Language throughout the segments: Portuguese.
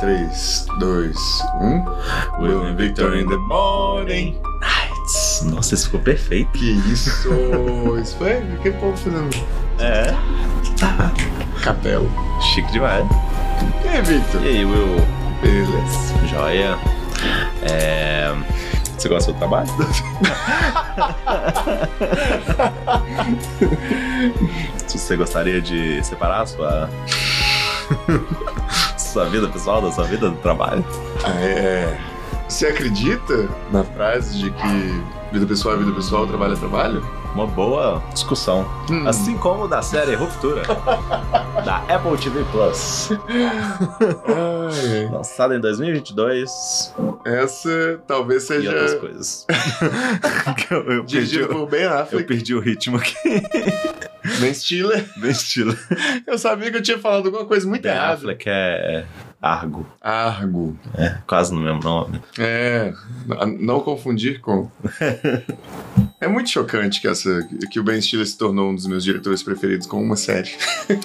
3, 2, 1. William Victor in the morning. Nights. Nossa, isso ficou perfeito. Que isso? isso foi? Que povo fazendo É. Tá. capelo. Chique demais. E aí, É, Victor? E aí, Will? Beleza. Joia. É. Você gosta do trabalho? Se você gostaria de separar a sua. sua vida pessoal da sua vida do trabalho? É. Você acredita na frase de que vida pessoal é vida pessoal, trabalho é trabalho? Uma boa discussão. Hum. Assim como da série Ruptura, da Apple TV Plus. Ai, ai. Lançada em 2022. Essa talvez E outras seja coisas. Que eu, eu perdi, dirigida o- por Ben eu Affleck, perdi o ritmo aqui. Ben Stiller. Bem estilo. Eu sabia que eu tinha falado alguma coisa muito Ben errada. Affleck é Argo. Argo. É, quase no mesmo nome. É, a não confundir com. É muito chocante que, essa, que o Ben Stiller se tornou um dos meus diretores preferidos com uma série.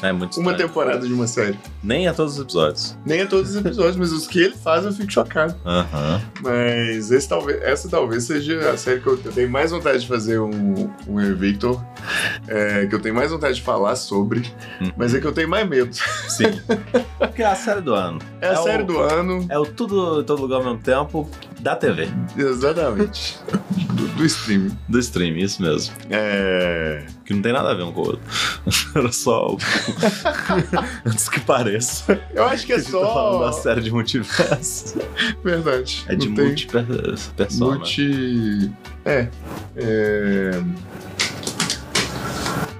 É muito Uma estranho. temporada de uma série. Nem a todos os episódios. Nem a todos os episódios, mas os que ele faz eu fico chocado. Aham. Mas esse talvez, essa talvez seja a série que eu, eu tenho mais vontade de fazer um, um Invictor, é, que eu tenho mais vontade de falar sobre, Uhum. mas é que eu tenho mais medo. Sim. Porque é a série do ano. É a É o- série do ano, É o tudo em todo lugar ao mesmo tempo da TV. exatamente, do, do streaming. Do stream, isso mesmo. É. Que não tem nada a ver um com o outro. Era só o. Antes que pareça. Eu acho que é a gente tá falando só. da série de multiverso. Verdade. É de né? não tem- multi-persona. Multi. É. é.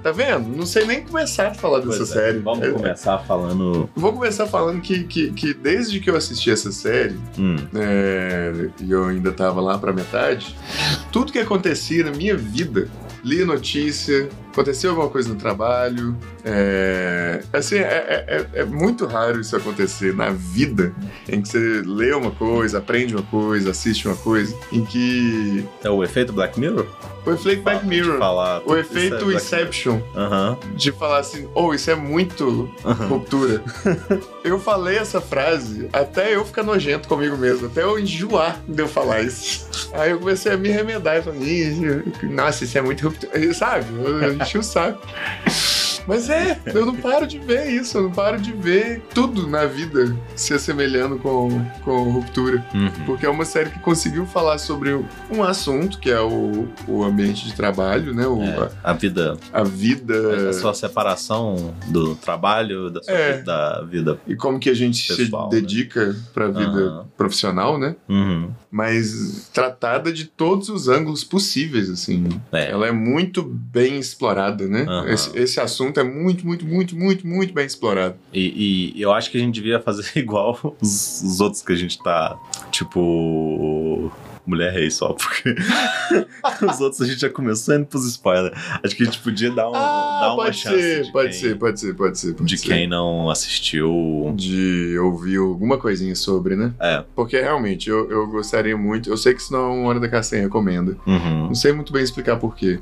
Tá vendo? Não sei nem começar a falar dessa Pois é, série. Vamos É, começar falando. Vou começar falando que, que, que desde que eu assisti essa série, Hum, é, e eu ainda tava lá pra metade, tudo que acontecia na minha vida, li notícia, aconteceu alguma coisa no trabalho, é, assim, é, é- é- é muito raro isso acontecer na vida, em que você lê uma coisa, aprende uma coisa, assiste uma coisa, em que é o efeito Black Mirror? o efeito Black De Mirror. Falar, O Isso é efeito Black Inception, Mirror. Aham. de falar assim, oh, isso é muito aham. ruptura. eu falei essa frase até eu ficar nojento comigo mesmo, até eu enjoar de eu falar isso. Aí eu comecei a me remedar e falei, "Ih, nossa, isso é muito ruptura. Sabe? Eu eu enchi o saco. Mas é, eu não paro de ver isso, eu não paro de ver tudo na vida se assemelhando com, com ruptura. Uhum. Porque é uma série que conseguiu falar sobre um assunto, que é o, o ambiente de trabalho, né? O- É, a vida, a, a vida a sua separação do trabalho, da, sua É. vida, da vida. e como que a gente Pessoal, se né? dedica pra vida Aham. profissional, né? Uhum. Mas tratada de todos os ângulos possíveis, assim. É. Ela é muito bem explorada, né? Aham. Esse, esse assunto é muito, muito, muito, muito, muito bem explorado. E, e eu acho que a gente devia fazer igual os, os outros que a gente tá, tipo. Mulher rei só, porque os outros a gente já começou indo pros spoilers. Acho que a gente podia dar, um, dar Ah, uma pode chance. ser, de pode quem, ser, pode ser, pode ser, pode De ser. quem não assistiu. De ouvir alguma coisinha sobre, né? É. Porque realmente eu, eu gostaria muito. Eu sei que isso não é uma hora da Castanha recomenda. Uhum. Não sei muito bem explicar porquê,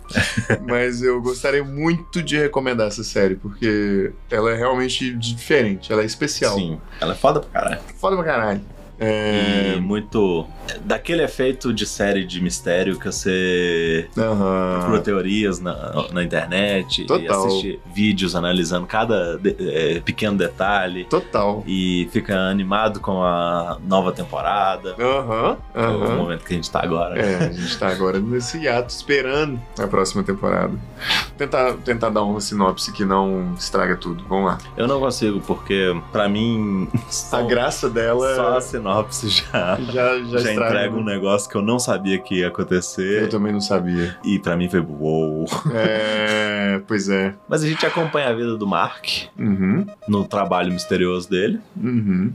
mas eu gostaria muito de recomendar essa série, porque ela é realmente diferente, ela é especial. Sim. Ela é foda pra caralho. Foda pra caralho. É. E muito. é, Daquele efeito de série de mistério que você procura Aham. teorias na, na internet e Ah. Total. assiste vídeos analisando cada de- eh, pequeno detalhe Total. e fica animado com a nova temporada. Aham. que é O Aham. momento que a gente tá agora. É, a gente tá agora nesse ato esperando a próxima temporada. Tentar, tentar dar uma sinopse que não estraga tudo. Vamos lá. Eu não consigo, porque pra mim. Só, A graça só dela a sinopse já. já, já, Já, estraga. né? entrega um negócio que eu não sabia que ia Eu acontecer. também não sabia. E pra mim foi uou. É, pois é. Mas a gente acompanha a vida do Mark Uhum. no trabalho misterioso dele. Uhum.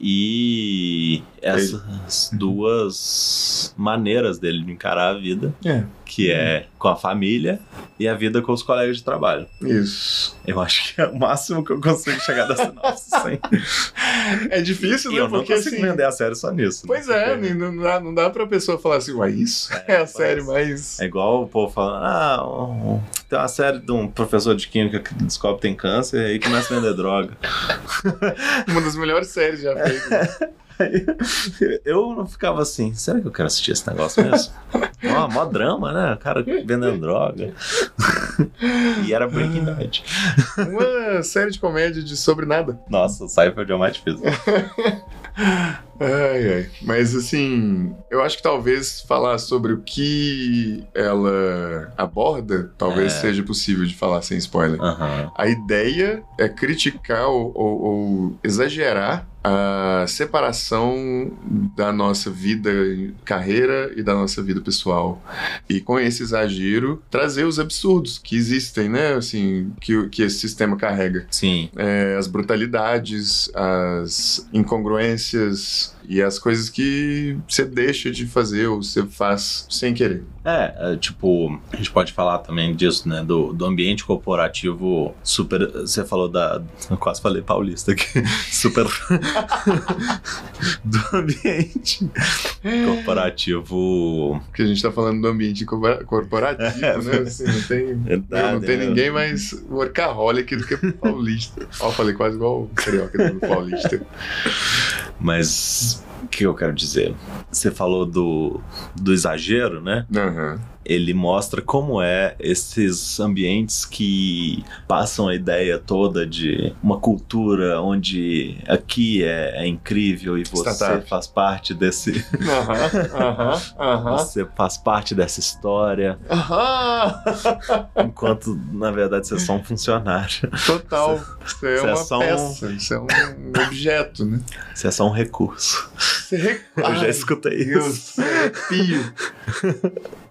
E essas duas maneiras dele de encarar a vida, É. que é com a família e a vida com os colegas de trabalho. Isso. Eu acho que é o máximo que eu consigo chegar dessa nossa. Assim. É difícil, E né? eu não Porque consigo assim. vender a série só nisso. né? Pois é, Porque não não dá, não dá pra pessoa falar assim, ué, isso É, é, a parece. série mais. É igual o povo falando, ah, um- tem uma série de um professor de química que descobre que tem câncer e aí começa a vender droga. Uma das melhores séries já É, feitas. Aí, Eu não ficava assim, será que eu quero assistir esse negócio mesmo? Mó, mó drama, né? O cara vendendo droga. E era Breaking Bad. Uma série de comédia de sobre nada. Nossa, o Seinfeld é o mais difícil. Ai, ai. Mas assim, eu acho que talvez falar sobre o que ela aborda, talvez É. seja possível de falar sem spoiler. Aham. A ideia é criticar ou, ou- ou exagerar a separação da nossa vida em carreira e da nossa vida pessoal. E com esse exagero, trazer os absurdos que existem, né? Assim, que, que esse sistema carrega Sim. as brutalidades, as incongruências e as coisas que você deixa de fazer ou você faz sem querer. É, é, tipo, a gente pode falar também disso, né? Do, do ambiente corporativo super. Você falou da. Eu quase falei paulista aqui. Super. do ambiente corporativo. Porque a gente tá falando do ambiente co- corporativo, É, né? Assim, não tem, não né? tem ninguém mais workaholic do que paulista. Ó, falei quase igual o carioca do paulista. Mas o que eu quero dizer? Você falou do, do exagero, né? Aham. Ele mostra como é esses ambientes que passam a ideia toda de uma cultura onde aqui é, é incrível e você Startup. faz parte desse. Aham, aham, Você faz parte dessa história, aham. Aham! enquanto na verdade você é só um funcionário, Total. Isso é Isso é uma só um- peça, isso é um objeto, né? você é só um recurso. Você rec... Eu já Ai, escutei isso. Deus, é arrepio.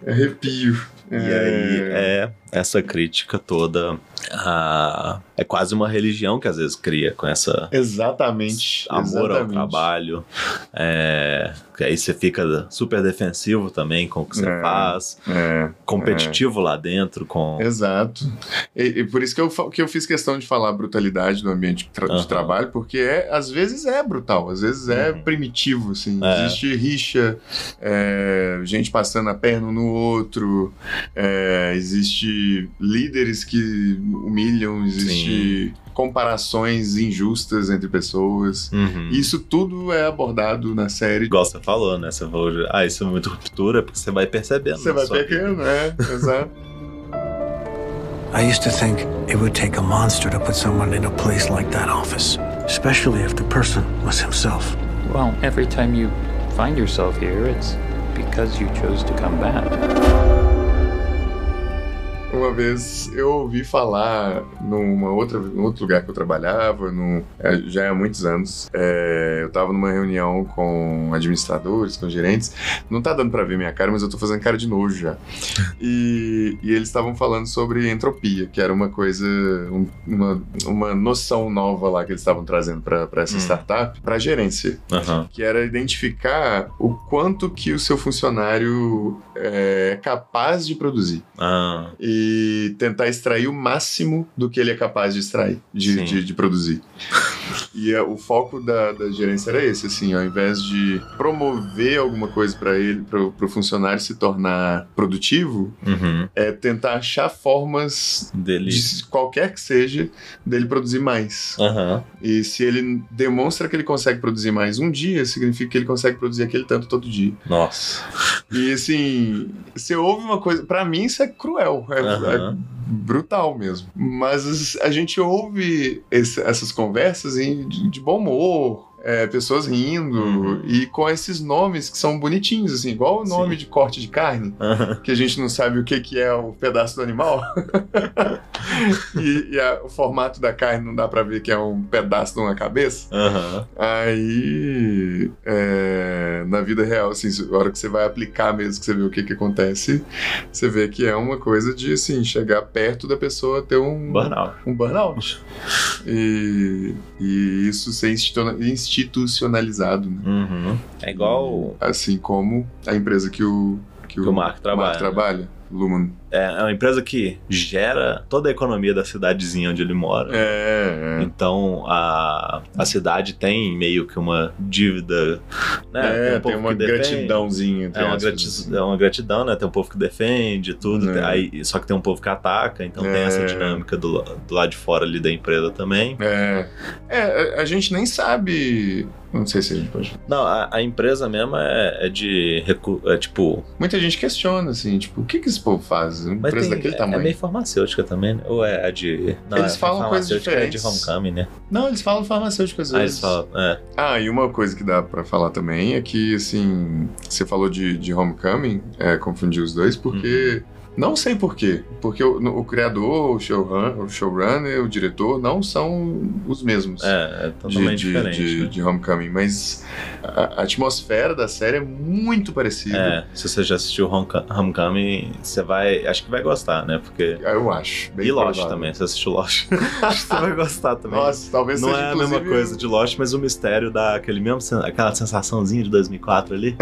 É arrepio. E aí é essa crítica toda. A... É quase uma religião que às vezes cria com essa Exatamente. amor ao exatamente. trabalho. É... que Aí você fica super defensivo também com o que você É. faz, É, competitivo lá dentro com. exato. E, e por isso que eu, fa- que eu fiz questão de falar a brutalidade do ambiente tra- de Aham. trabalho, porque é, às vezes é brutal, às vezes é Uhum. primitivo, assim. É. Existe rixa, é, gente passando a perna um no outro, é, existe líderes que humilham, existe comparações injustas entre pessoas. Uhum. Isso tudo é abordado na série. Igual você falou, né? Você falou, de, ah, isso é muito ruptura, porque você vai percebendo. né? Você na vai sua vida. pegando, é, exato. I used to think it would take a monster to put someone in a place like that office, especially if the person was himself. Well, every time you find yourself here, it's because you chose to come back. Uma vez eu ouvi falar numa outra, num outro lugar que eu trabalhava, num, é, já há muitos anos. É, eu tava numa reunião com administradores, com gerentes. Não tá dando pra ver minha cara, mas eu tô fazendo cara de nojo já. E, e eles estavam falando sobre entropia, que era uma coisa, um- uma, uma noção nova lá que eles estavam trazendo pra pra essa Hum. startup, pra gerência. Aham. que era identificar o quanto que o seu funcionário é capaz de produzir Ah, e tentar extrair o máximo do que ele é capaz de extrair, de, Sim. de, de produzir. E é, o foco da, da gerência era esse, assim, ao invés de promover alguma coisa para ele, para o funcionário se tornar produtivo, uhum. é tentar achar formas Dele. de qualquer que seja dele produzir mais. Aham. E se ele demonstra que ele consegue produzir mais um dia, significa que ele consegue produzir aquele tanto todo dia. Nossa. E assim, você ouve uma coisa. Pra mim, isso é cruel. É, Aham. é brutal mesmo. Mas as- a gente ouve esse- essas conversas em- de, de bom humor. é, pessoas rindo Uhum. e com esses nomes que são bonitinhos, assim, igual o nome de corte de carne, Aham. que a gente não sabe o que, que é o pedaço do animal. e e a- o formato da carne não dá pra ver que é um pedaço de uma cabeça. Aham. Aí, é, na vida real, assim, a hora que você vai aplicar mesmo, que você vê o que que acontece, você vê que é uma coisa de, assim, chegar perto da pessoa ter um, Burnout. um burnout. E, e isso ser institu- institucionalizado, né? Uhum. É igual o Assim como a empresa que o, que o Marco trabalha. Marco né? trabalha, Lumen. é é uma empresa que gera toda a economia da cidadezinha onde ele mora. É. Então a, a cidade tem meio que uma dívida, É, né? é, um povo tem uma que defende, gratidãozinha. entre É uma, aspas. né? grati- é uma gratidão, né? Tem um povo que defende tudo, É. tem- aí, só que tem um povo que ataca, então tem É. essa dinâmica do, la- do lado de fora ali da empresa também. É. É, a- a gente nem sabe. Não sei se a gente pode. Não, a, a empresa mesmo é, é de recu- é tipo. Muita gente questiona, assim, tipo, o que, que esse povo faz? Uma Mas empresa tem- daquele é, é tamanho. meio farmacêutica também, né? Ou é a de. Não, Eles é falam coisas farmacêutica, é diferentes. de homecoming, né? Não, eles falam farmacêutico às Aí vezes. eles falam. É, Ah, e uma coisa que dá pra falar também é que, assim, você falou de, de Homecoming, é, confundiu os dois, porque. Uhum. Não sei porquê. Porque o, no- o criador, o, showrun, o showrunner, o diretor não são os mesmos. é, é de- totalmente de, diferente. de- né? de Homecoming, mas a, a atmosfera da série é muito parecida. É, se você já assistiu Homecom- Homecoming, você vai. Acho que vai gostar, né? Porque. Eu acho. Bem e Lost provável. também, você assistiu Lost. acho que você vai gostar também. Nossa, talvez Não seja é a inclusive, mesma coisa de Lost, mas o mistério dá aquele mesmo, sen- aquela sensaçãozinha de 2004 ali.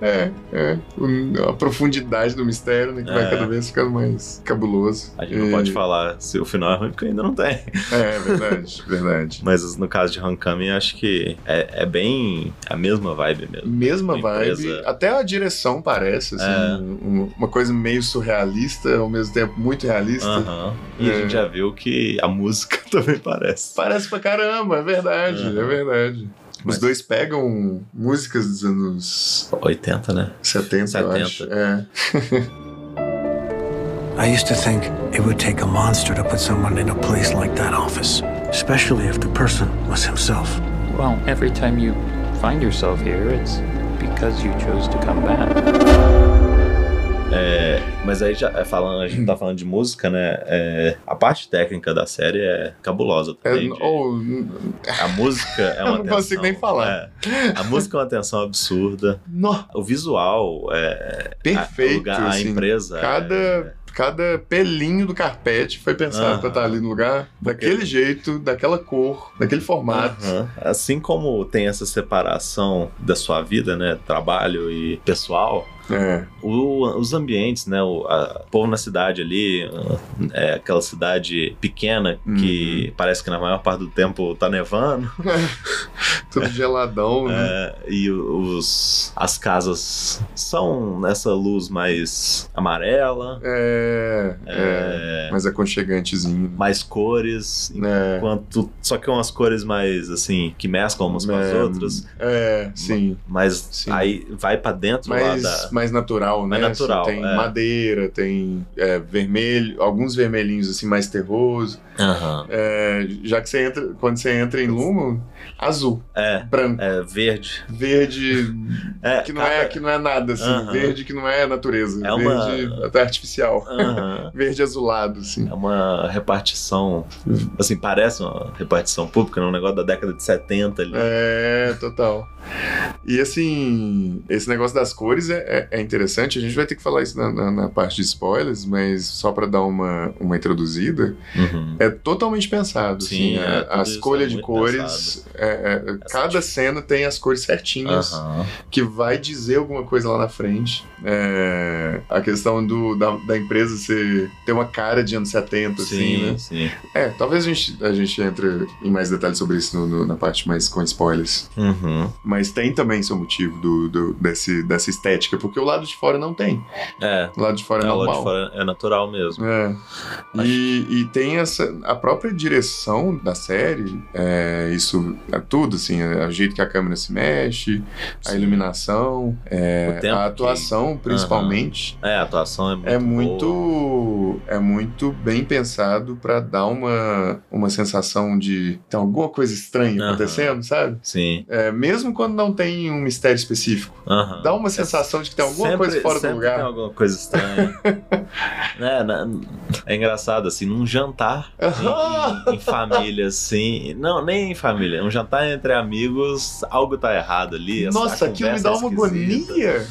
É, é. Um- A profundidade do mistério, né? Que vai É. cada vez ficando mais cabuloso. A gente não E- pode falar se o final é ruim, porque ainda não tem. É, verdade, verdade. Mas no caso de Homecoming, eu acho que é, é bem a mesma vibe mesmo. Mesma Uma vibe, empresa- até a direção parece, assim, É. um- uma coisa meio surrealista, ao mesmo tempo muito realista. Aham. E É. a gente já viu que a música também parece. Parece pra caramba, é verdade, Uhum. é verdade. Os Mas- dois pegam músicas dos anos 80, né? 70, eu 70. acho. É. I used to think it would take a monster to put someone in a place like that office, especially if the person was himself. Well, every time you find yourself here, it's because you chose to come back. É, mas aí já é falando, a Hum. gente tá falando de música, né? É, a parte técnica da série é cabulosa É, também. de- ou, A música é Eu uma não consigo tensão, nem falar. é. a música é uma tensão absurda. nó, O visual é perfeito, a, o lugar, a assim. empresa. é- Cada, cada pelinho do carpete foi pensado Aham. pra estar ali no lugar, daquele jeito, daquela cor, daquele formato. Aham. Assim como tem essa separação da sua vida, né? Trabalho e pessoal. É. o- os ambientes, né? O, a- o povo na cidade ali, é, aquela cidade pequena que parece que na maior parte do tempo tá nevando. Tudo geladão, né? É, e os, as casas são nessa luz mais amarela, É, é, é, mais aconchegantezinho. mais cores. É, Enquanto, só que umas cores mais assim, que mesclam umas com as É, outras, é, sim. mas sim. aí vai pra dentro Mais, lá da. mais natural, né? Mais natural, Assim, tem é. madeira, tem é, vermelho, alguns vermelhinhos assim mais terroso. Aham. É, já que você entra, quando você entra em Lumon, azul, É, branco, é verde. verde É, que não é que não é nada, assim, Aham. verde que não é natureza, É uma- verde até artificial, Aham. verde azulado, assim. É uma repartição, assim, parece uma repartição pública, né? um negócio da década de 70 ali. É, total. E assim, esse negócio das cores é, é- é interessante. A gente vai ter que falar isso na, na- na parte de spoilers, mas só pra dar uma, uma introduzida, Uhum. é totalmente pensado. Sim, assim, a- é, a, tudo isso escolha é de muito tipo cores, é- é- cada cena tem as cores certinhas Aham. que vai dizer alguma coisa lá na frente. É, a questão do, da, da empresa ser, ter uma cara de anos 70, assim, né? Sim, sim. É, talvez a gente, a gente entre em mais detalhes sobre isso no- no- na parte mais com spoilers. Uhum. Mas tem também seu motivo do, do- desse, dessa estética, porque o lado de fora não tem. É, O lado de fora é, é, lá normal. de fora é natural mesmo. É. E, e tem essa a própria direção da série, é, isso é tudo, assim, é, o jeito que a câmera se mexe, a Sim. iluminação, é, O tempo a atuação principalmente. É, a atuação é muito. É boa. muito, é muito bem pensado pra dar uma, uma sensação de tem alguma coisa estranha Aham. acontecendo, sabe? Sim. É, mesmo quando não tem um mistério específico. Aham. Dá uma sensação de que tem alguma É Sempre- coisa fora do sempre lugar. Tem alguma coisa estranha. é, na- é engraçado, assim, num jantar em- em, em família, assim. Não, nem em família. Um jantar entre amigos, algo tá errado ali. essa- a Nossa, aquilo me conversa dá é uma esquisita. agonia.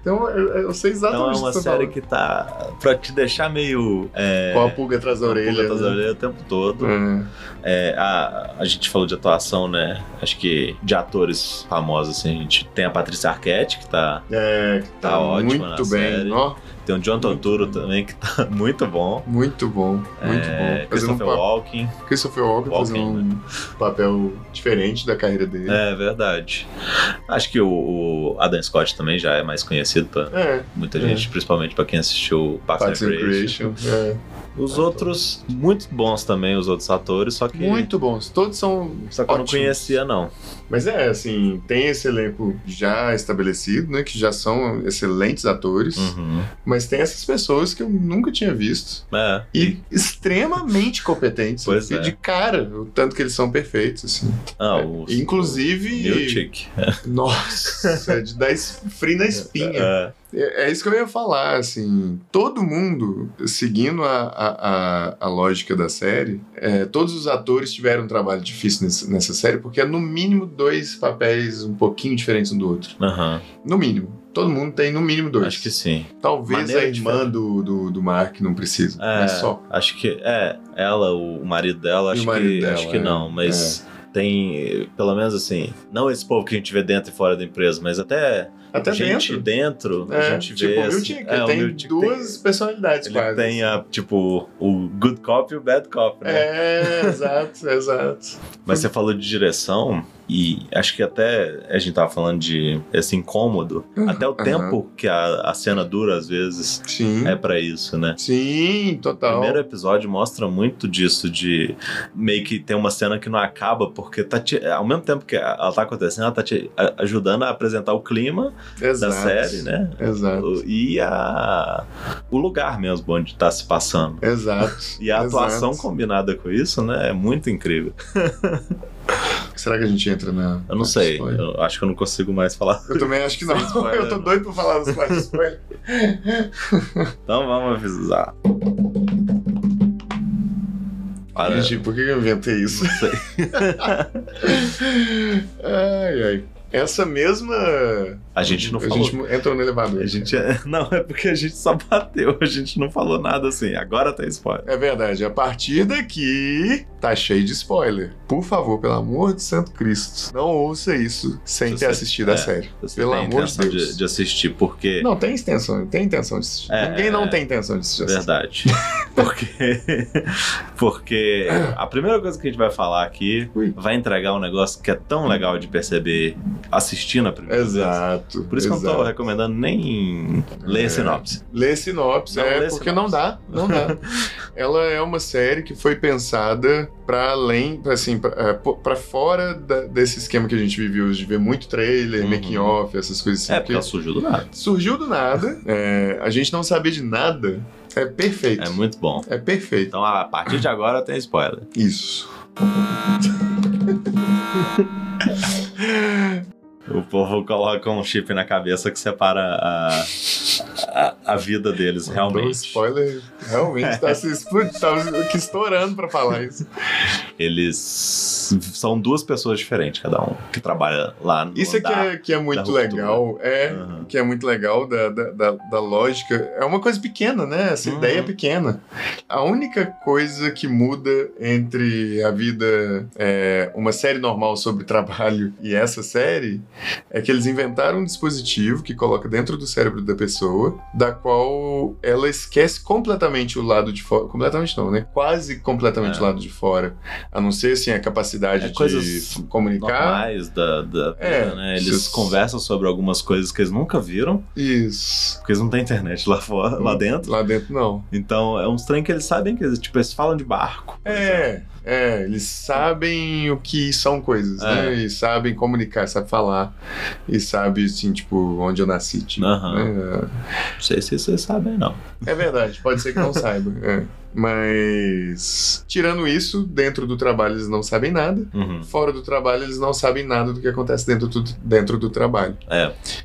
Então, eu, eu sei Então é exatamente o uma que você série fala. que tá pra te deixar meio. É, Com a pulga atrás da orelha. atrás da né? orelha o tempo todo. É. É, a, a gente falou de atuação, né? Acho que de atores mais famosa, assim, a gente tem a Patrícia Arquette, que tá. É, que tá, Tá ótimo muito na bem. série. Ó, Tem o John Turturro também, que tá muito bom. muito bom, muito É, bom. Fazendo um Christopher papel. Walken. Christopher Walken fazendo Walken, né? um papel diferente da carreira dele. É verdade. Acho que o, o Adam Scott também já é mais conhecido pra É, muita É. gente, principalmente pra quem assistiu Parks, Parks and and Recreation. Creation. É. Os outros, muito bons também, os outros atores, só que. Muito bons. Todos são Só que eu não ótimos. conhecia, não. Mas é, assim, tem esse elenco já estabelecido, né? Que já são excelentes atores. Uhum. Mas tem essas pessoas que eu nunca tinha visto. É. E extremamente competentes. Pois assim, é. De cara, o tanto que eles são perfeitos, assim. Ah, É, o- o Inclusive. Newtick. Nossa, é de dar es- frio na espinha. É. É, é isso que eu ia falar, assim, todo mundo, seguindo a, a, a, a lógica da série, é, todos os atores tiveram um trabalho difícil nesse- nessa série, porque é no mínimo dois papéis um pouquinho diferentes um do outro. Aham. No mínimo. Todo mundo tem no mínimo dois. Acho que sim. Talvez a Maneira irmã diferente. do, do, do Mark não precisa, É, mas só. Acho que. É, ela, o o marido dela, E o acho, marido que, dela, acho que é. não, mas. Tem, pelo menos assim, não esse povo que a gente vê dentro e fora da empresa, mas até, Até gente dentro. dentro, É, a gente tipo, vê. o assim, Miltic, é, ele o tem Miltic duas personalidades Ele quase. tem né? a, tipo, o good cop e o bad cop, né? É, exato, exato. Mas você falou de direção e acho que até a gente tava falando de esse incômodo. Uhum, Até o aham. Uhum. tempo que a, a cena dura, às vezes, Sim, é pra isso, né? sim, O total. primeiro episódio mostra muito disso, de meio que tem uma cena que não acaba, porque tá te- ao mesmo tempo que ela tá acontecendo, ela tá te a- ajudando a apresentar o clima Exato. da série, né? Exato. O- E a, o lugar mesmo onde tá se passando. Exato. E a atuação exato. combinada com isso, né? É muito incrível. Será que a gente entra na. Eu na não sei, spoiler? eu acho que eu não consigo mais falar. Eu também acho que não. Sem spoiler, né? eu tô não. doido pra falar dos quatro spoilers. Então vamos avisar. Para, não Gente, por que eu inventei isso? sei. ai, ai. Essa mesma. A gente não A falou. gente entrou no elevador. A gente não é porque a gente só bateu, a gente não falou nada assim. Agora tem spoiler. É verdade, a partir daqui tá cheio de spoiler. Por favor, pelo amor de Santo Cristo, não ouça isso sem Se ter você- assistido a é. série. Você Pelo tem amor de intenção Deus. de, de assistir porque Não, tem intenção, tem intenção de assistir. É, Ninguém não é. tem intenção de assistir. a série. verdade. Porque porque a primeira coisa que a gente vai falar aqui Ui. vai entregar um negócio que é tão legal de perceber assistindo a primeira vez. Exato. Por isso que eu não tô exato. recomendando nem ler É. a sinopse. Lê sinopse, Não é lê porque sinopse. não dá, não dá. Ela é uma série que foi pensada pra além, pra, assim, pra, é, pô- pra fora da- desse esquema que a gente vive hoje de ver muito trailer, Uhum. making off, essas coisas assim. É, porque porque ela surgiu do nada. surgiu do nada, é, a gente não sabia de nada. É perfeito. É muito bom. É perfeito. Então, a partir de agora tem spoiler. Isso. O povo coloca um chip na cabeça que separa a, a, a vida deles, O realmente. Então, spoiler realmente tá se explodindo, tá aqui estourando pra falar isso. Eles são duas pessoas diferentes, cada um, que trabalha lá no Isso é que andar. é, que é muito ruptura. legal. É, Aham. que é muito legal da, da, da, da lógica. É uma coisa pequena, né? Essa Uhum. ideia é pequena. A única coisa que muda entre a vida, é, uma série normal sobre trabalho e essa série, é que eles inventaram um dispositivo que coloca dentro do cérebro da pessoa, da qual ela esquece completamente o lado de fora. Completamente não, né? Quase completamente É. o lado de fora. A não ser, assim, a capacidade É, de coisas comunicar. Normais da, da É, vida, né? Eles se- conversam sobre algumas coisas que eles nunca viram, Isso. porque eles não têm internet lá, fora, lá dentro. Lá dentro não. Então, é uns trem que eles sabem que eles, tipo, eles falam de barco. por exemplo. É, é, eles sabem o que são coisas, É. né? E sabem comunicar, sabem falar. E sabem, assim, tipo, onde eu nasci. Tipo, Aham. né? Não sei se vocês sabem, não. É verdade, pode ser que não saiba. é. Mas, tirando isso, dentro do trabalho eles não sabem nada. Uhum. Fora do trabalho, eles não sabem nada do que acontece dentro do, dentro do trabalho.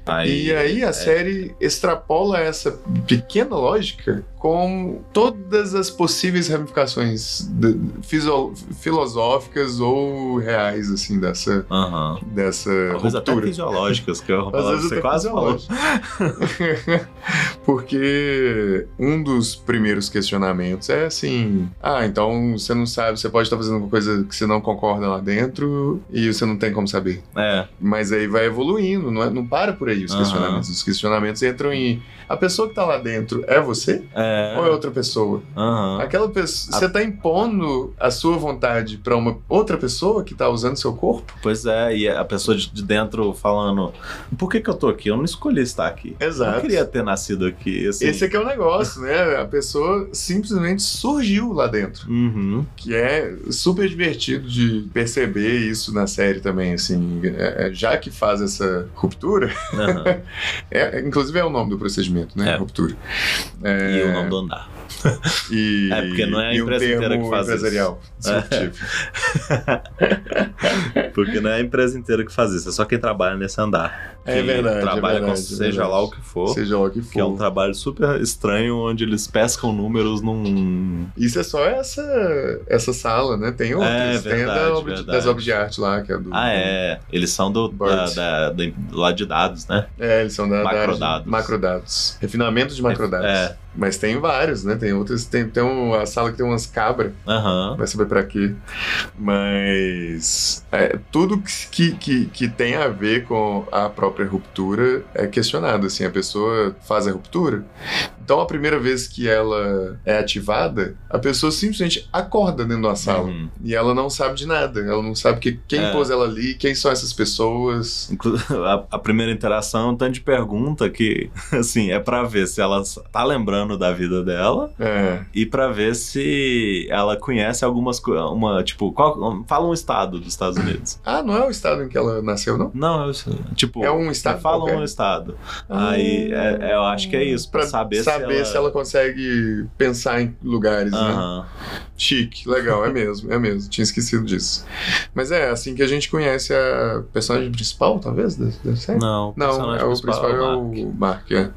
Aí, E é. aí a série extrapola essa pequena lógica com todas as possíveis ramificações de- fisio- filosóficas ou reais, assim, dessa, Aham. dessa Talvez até É, ruptura. fisiológicas, que eu Às falava, vezes você até quase falou. fisiológico. Porque um dos primeiros questionamentos é é assim. Ah, então você não sabe, você pode estar fazendo alguma coisa que você não concorda lá dentro e você não tem como saber. É, Mas aí vai evoluindo, não, é- não para por aí os Aham. questionamentos. Os questionamentos entram em. A pessoa que tá lá dentro é você é. ou é outra pessoa? Aham. Aquela pessoa. A- Você tá impondo a sua vontade pra uma outra pessoa que tá usando seu corpo? Pois é, e a pessoa de de dentro falando: por que, que eu tô aqui? Eu não escolhi estar aqui. Eu não Exato. queria ter nascido aqui. Assim. Esse aqui é o negócio, né? A pessoa simplesmente surgiu lá dentro. Uhum. Que é super divertido de perceber isso na série também, assim. É, é, Já que faz essa ruptura, Aham. é, inclusive é o nome do procedimento, né? É. Ruptura. É. E o nome do andar. E, É, porque não é a e um empresa termo inteira que faz isso. É. empresarial, disruptivo. Porque não é a empresa inteira que faz isso, é só quem trabalha nesse andar. É Quem verdade, é Trabalha verdade, com é seja verdade. lá o que for. Seja lá o que for. Que é um trabalho super estranho onde eles pescam números num. Isso é só essa, essa sala, né? Tem outras. Tem a da É verdade, obra de- verdade. das obras de arte lá, que é do. Ah, é. Eles são do, da, Birds. da- do- do lado de dados, né? É, eles são da, da área de Macrodados. macrodados. Refinamento de macrodados. É. Mas tem vários, né? Tem outras. Tem, tem um- a sala que tem umas cabras, Aham. vai saber pra quê. Mas. é, tudo que, que, que, que tem a ver com a própria ruptura é questionado. Assim, a pessoa faz a ruptura. Então, a primeira vez que ela é ativada, a pessoa simplesmente acorda dentro de uma sala. Uhum. E ela não sabe de nada. Ela não sabe que, quem É. pôs ela ali, quem são essas pessoas. Inclu- A, a primeira interação é um tanto de pergunta que, assim, é pra ver se ela tá lembrando da vida dela É. e pra ver se ela conhece algumas coisas. Uma, tipo, qual, fala um estado dos Estados Unidos. Ah, não é o estado em que ela nasceu, não? Não, eu, tipo. É um estado. Fala qualquer. um estado. Aí é- é, eu acho que é isso, pra, Pra saber, saber se ela consegue pensar em lugares, né? Aham. Chique, legal, é mesmo, é mesmo. Tinha esquecido disso. Mas é assim que a gente conhece a personagem principal, talvez, da, da série. Não, o Não, é o principal é Mark. o Mark, é.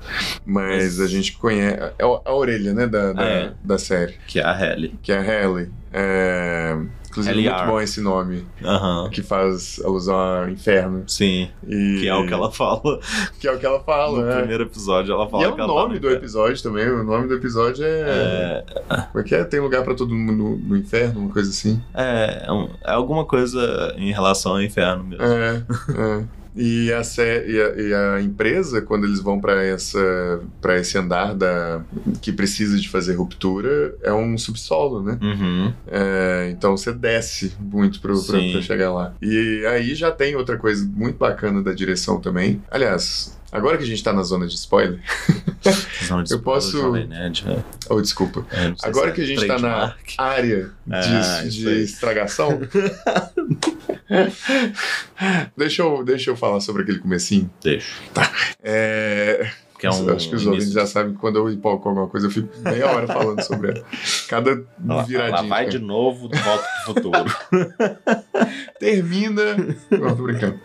Mas Mas- a gente conhece. É a orelha, né? Da, da, Ah, é. da série, Que é a Halle. que é a Haley. É, Inclusive, LR. muito bom esse nome, Aham. que faz alusão ao inferno. Sim, E- que é o que ela fala. que é o que ela fala. no né? primeiro episódio, ela fala E é que o ela nome tá do no- episódio também. O nome do episódio é. É, Como é que é? Tem lugar pra todo mundo no, no inferno, uma coisa assim. é, é um- é alguma coisa em relação ao inferno mesmo. É, é. E a, sé- e a- e a empresa, quando eles vão pra essa para esse andar da que precisa de fazer ruptura, é um subsolo, né? Uhum. É, então você desce muito pro, pra, Sim. pra chegar lá. E aí já tem outra coisa muito bacana da direção também. Aliás, agora que a gente tá na zona de spoiler, Zona de Eu spoiler, posso- Jovem Nerd, é. ou desculpa, É, não sei Agora se é que a gente tá na- trademark. área Ah, disso, isso de aí. estragação. deixa, eu, deixa eu falar sobre aquele comecinho. Deixa. É, Que é um acho que os ouvintes início já sabem que quando eu empolgo com alguma coisa, eu fico meia hora falando sobre ela. Cada de- Ela- viradinha. Ela Tá vai de novo, volta pro futuro. Termina. Não, tô brincando.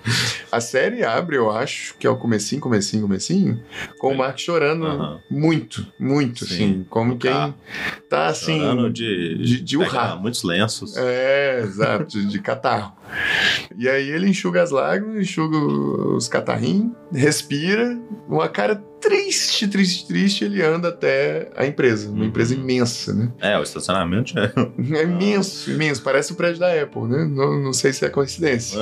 A série abre, eu acho, que é o comecinho, comecinho, comecinho, com o Mark chorando É. Aham. muito, muito, Sim. assim. Como No quem carro. tá assim. Falando de, de- de pegar urrar. Muitos lenços. É, exato, de- de catarro. E aí ele enxuga as lágrimas, enxuga os catarrinhos, respira, uma cara triste, triste, triste, ele anda até a empresa, uma Uhum. empresa imensa, né? É, o estacionamento é. É imenso, imenso, parece o prédio da Apple, né? Não, não sei se é coincidência,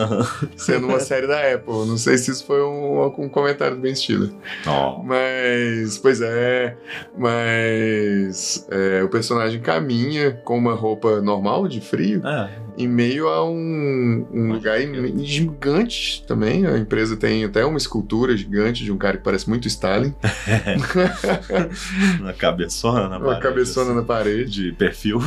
sendo uma série da Apple, não sei se isso foi um, um comentário do Ben Stiller. Ó. Mas, pois é, mas é, o personagem caminha com uma roupa normal de frio É, em meio a um, um Uma lugar im- gigante também. A empresa tem até uma escultura gigante de um cara que parece muito Stalin, uma cabeçona na uma parede, cabeçona na assim, parede. de perfil.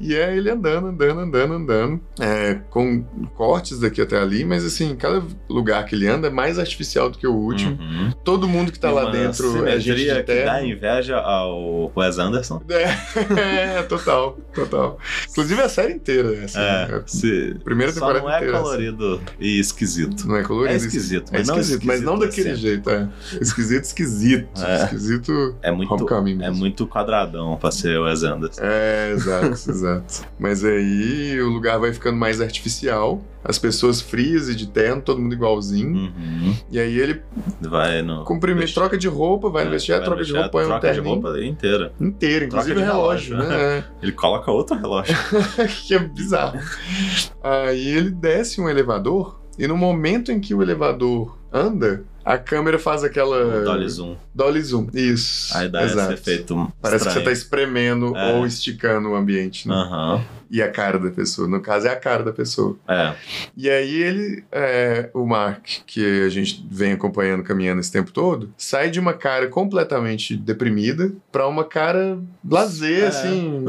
E é ele andando, andando, andando, andando, é, com cortes daqui até ali, mas assim, cada lugar que ele anda é mais artificial do que o último. Uhum. Todo mundo que tá Tem lá uma dentro é gente simetria de que terra. dá inveja ao Wes Anderson. É, é, total, total. Inclusive a série série inteira. Assim, É, né? se, Primeira só temporada não é inteira, assim. colorido e esquisito. Não é colorido? É esquisito, mas é não esquisito, mas não esquisito, daquele é jeito, é. Esquisito, esquisito. É. Esquisito. É muito, Homecoming é mesmo. muito quadradão pra ser o Wes Anderson. É, exato, exato. Mas aí o lugar vai ficando mais artificial, as pessoas frias e de terno, todo mundo igualzinho. Uhum. É, E aí ele Vai no. cumprimenta, É. troca de roupa, vai no vestiário, troca de roupa, põe um Troca de terninho roupa inteira. inteiro, Troca inclusive o de relógio, relógio, né? Ele coloca outro relógio. que é bizarro. Aí ele desce um elevador e no momento em que o elevador anda, a câmera faz aquela Dolly Zoom. dolly zoom. Isso. Aí dá É. exato. esse efeito. Parece que você tá estranho. espremendo É. Ah. ou esticando o ambiente, né? Aham. E a cara da pessoa. No caso, é a cara da pessoa. É. E aí ele, é, o Mark, que a gente vem acompanhando, caminhando esse tempo todo, sai de uma cara completamente deprimida pra uma cara lazer, É. assim,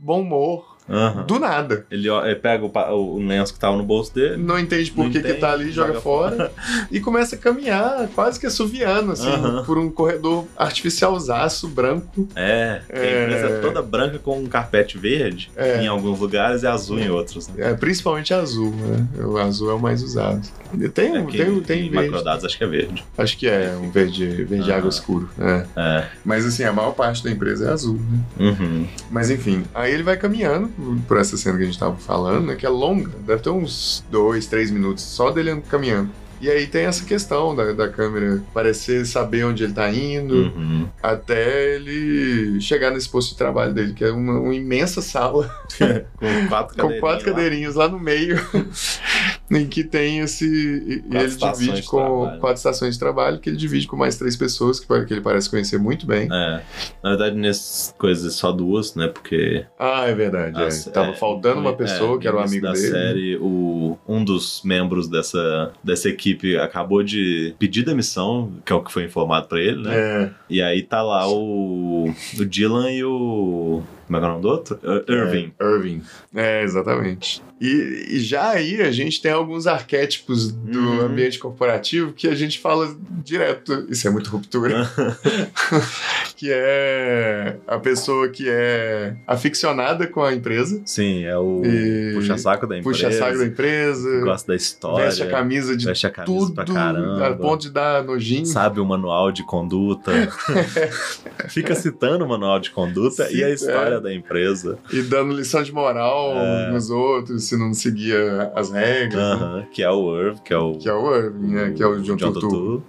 bom humor, Aham. do nada. Ele, ó, ele pega o, pa- o lenço que tava no bolso dele. Não entende por Não que que entende, tá ali, joga, joga fora, e começa a caminhar, quase que assoviando, assim, Aham. por um corredor artificialzaço, branco. É. que É. A empresa é toda branca com um carpete verde É. em alguns lugares e azul em outros. Né? É, principalmente azul, né? O azul é o mais usado. E Tem, um, Aqui tem, um- em tem verde. É macrodados acho que é verde. Acho que é um verde, verde Aham. água escuro. É. É. Mas assim, a maior parte da empresa é azul, né? Uhum. Mas enfim, aí ele vai caminhando por essa cena que a gente tava falando, né? Que é longa, deve ter uns dois, três minutos só dele andando- caminhando. E aí tem essa questão da, da câmera parecer saber onde ele tá indo, Uhum. até ele chegar nesse posto de trabalho dele, que é uma, uma imensa sala Com quatro com quatro cadeirinhas lá. cadeirinhas lá no meio, em que tem esse. e- E Quatro ele estações divide de com trabalho. quatro estações de trabalho, que ele divide com mais três pessoas, que, pare- que ele parece conhecer muito bem. É. Na verdade, nessas coisas só duas, né? Porque. Ah, é verdade. é. as- Tava é, faltando uma no- pessoa é, que era o no amigo início da dele. série, o, um dos membros dessa, dessa equipe acabou de pedir demissão, que é o que foi informado pra ele, né? É. E aí tá lá o, o Dylan e o. Como é que é o nome do outro? Ir- Irving. É, Irving. É, exatamente. E, e já aí a gente tem alguns arquétipos do Uhum. ambiente corporativo que a gente fala direto. Isso é muito ruptura. que é a pessoa que é aficionada com a empresa, Sim, é o E- puxa-saco da empresa. puxa a saga da empresa, Gosta da história. veste a camisa de veste a camisa pra tudo, a caramba. ponto de dar nojinho. Sabe o manual de conduta. Fica citando o manual de conduta e a Cita, história é. da empresa. E dando lição de moral É. nos outros, se não seguia as regras. né? Aham, Que é o Irv, que é o. Que é o Irving, né? que é o John, Turturro.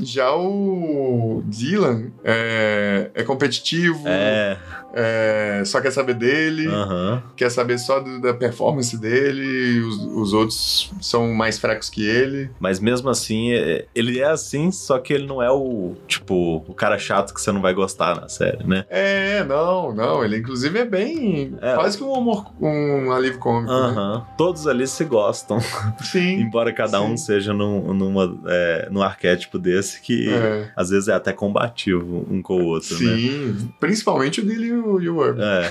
Já o Dylan é, é competitivo, É, é, só quer saber dele, aham. quer saber só do- da performance dele, os, os outros são mais fracos que ele. mas mesmo assim, é- ele é assim, só que ele não é o, tipo, o cara chato que você não vai gostar na série, né? É, não, não, ele inclusive é bem. É. quase que um, humor, um alívio cômico. né? Aham. Todos ali se gostam, Sim. embora cada um Sim. seja num, numa, é, num arquétipo desse que é, às vezes é até combativo um com o outro, né? sim. Principalmente o Dylan e o, e o Irving. É.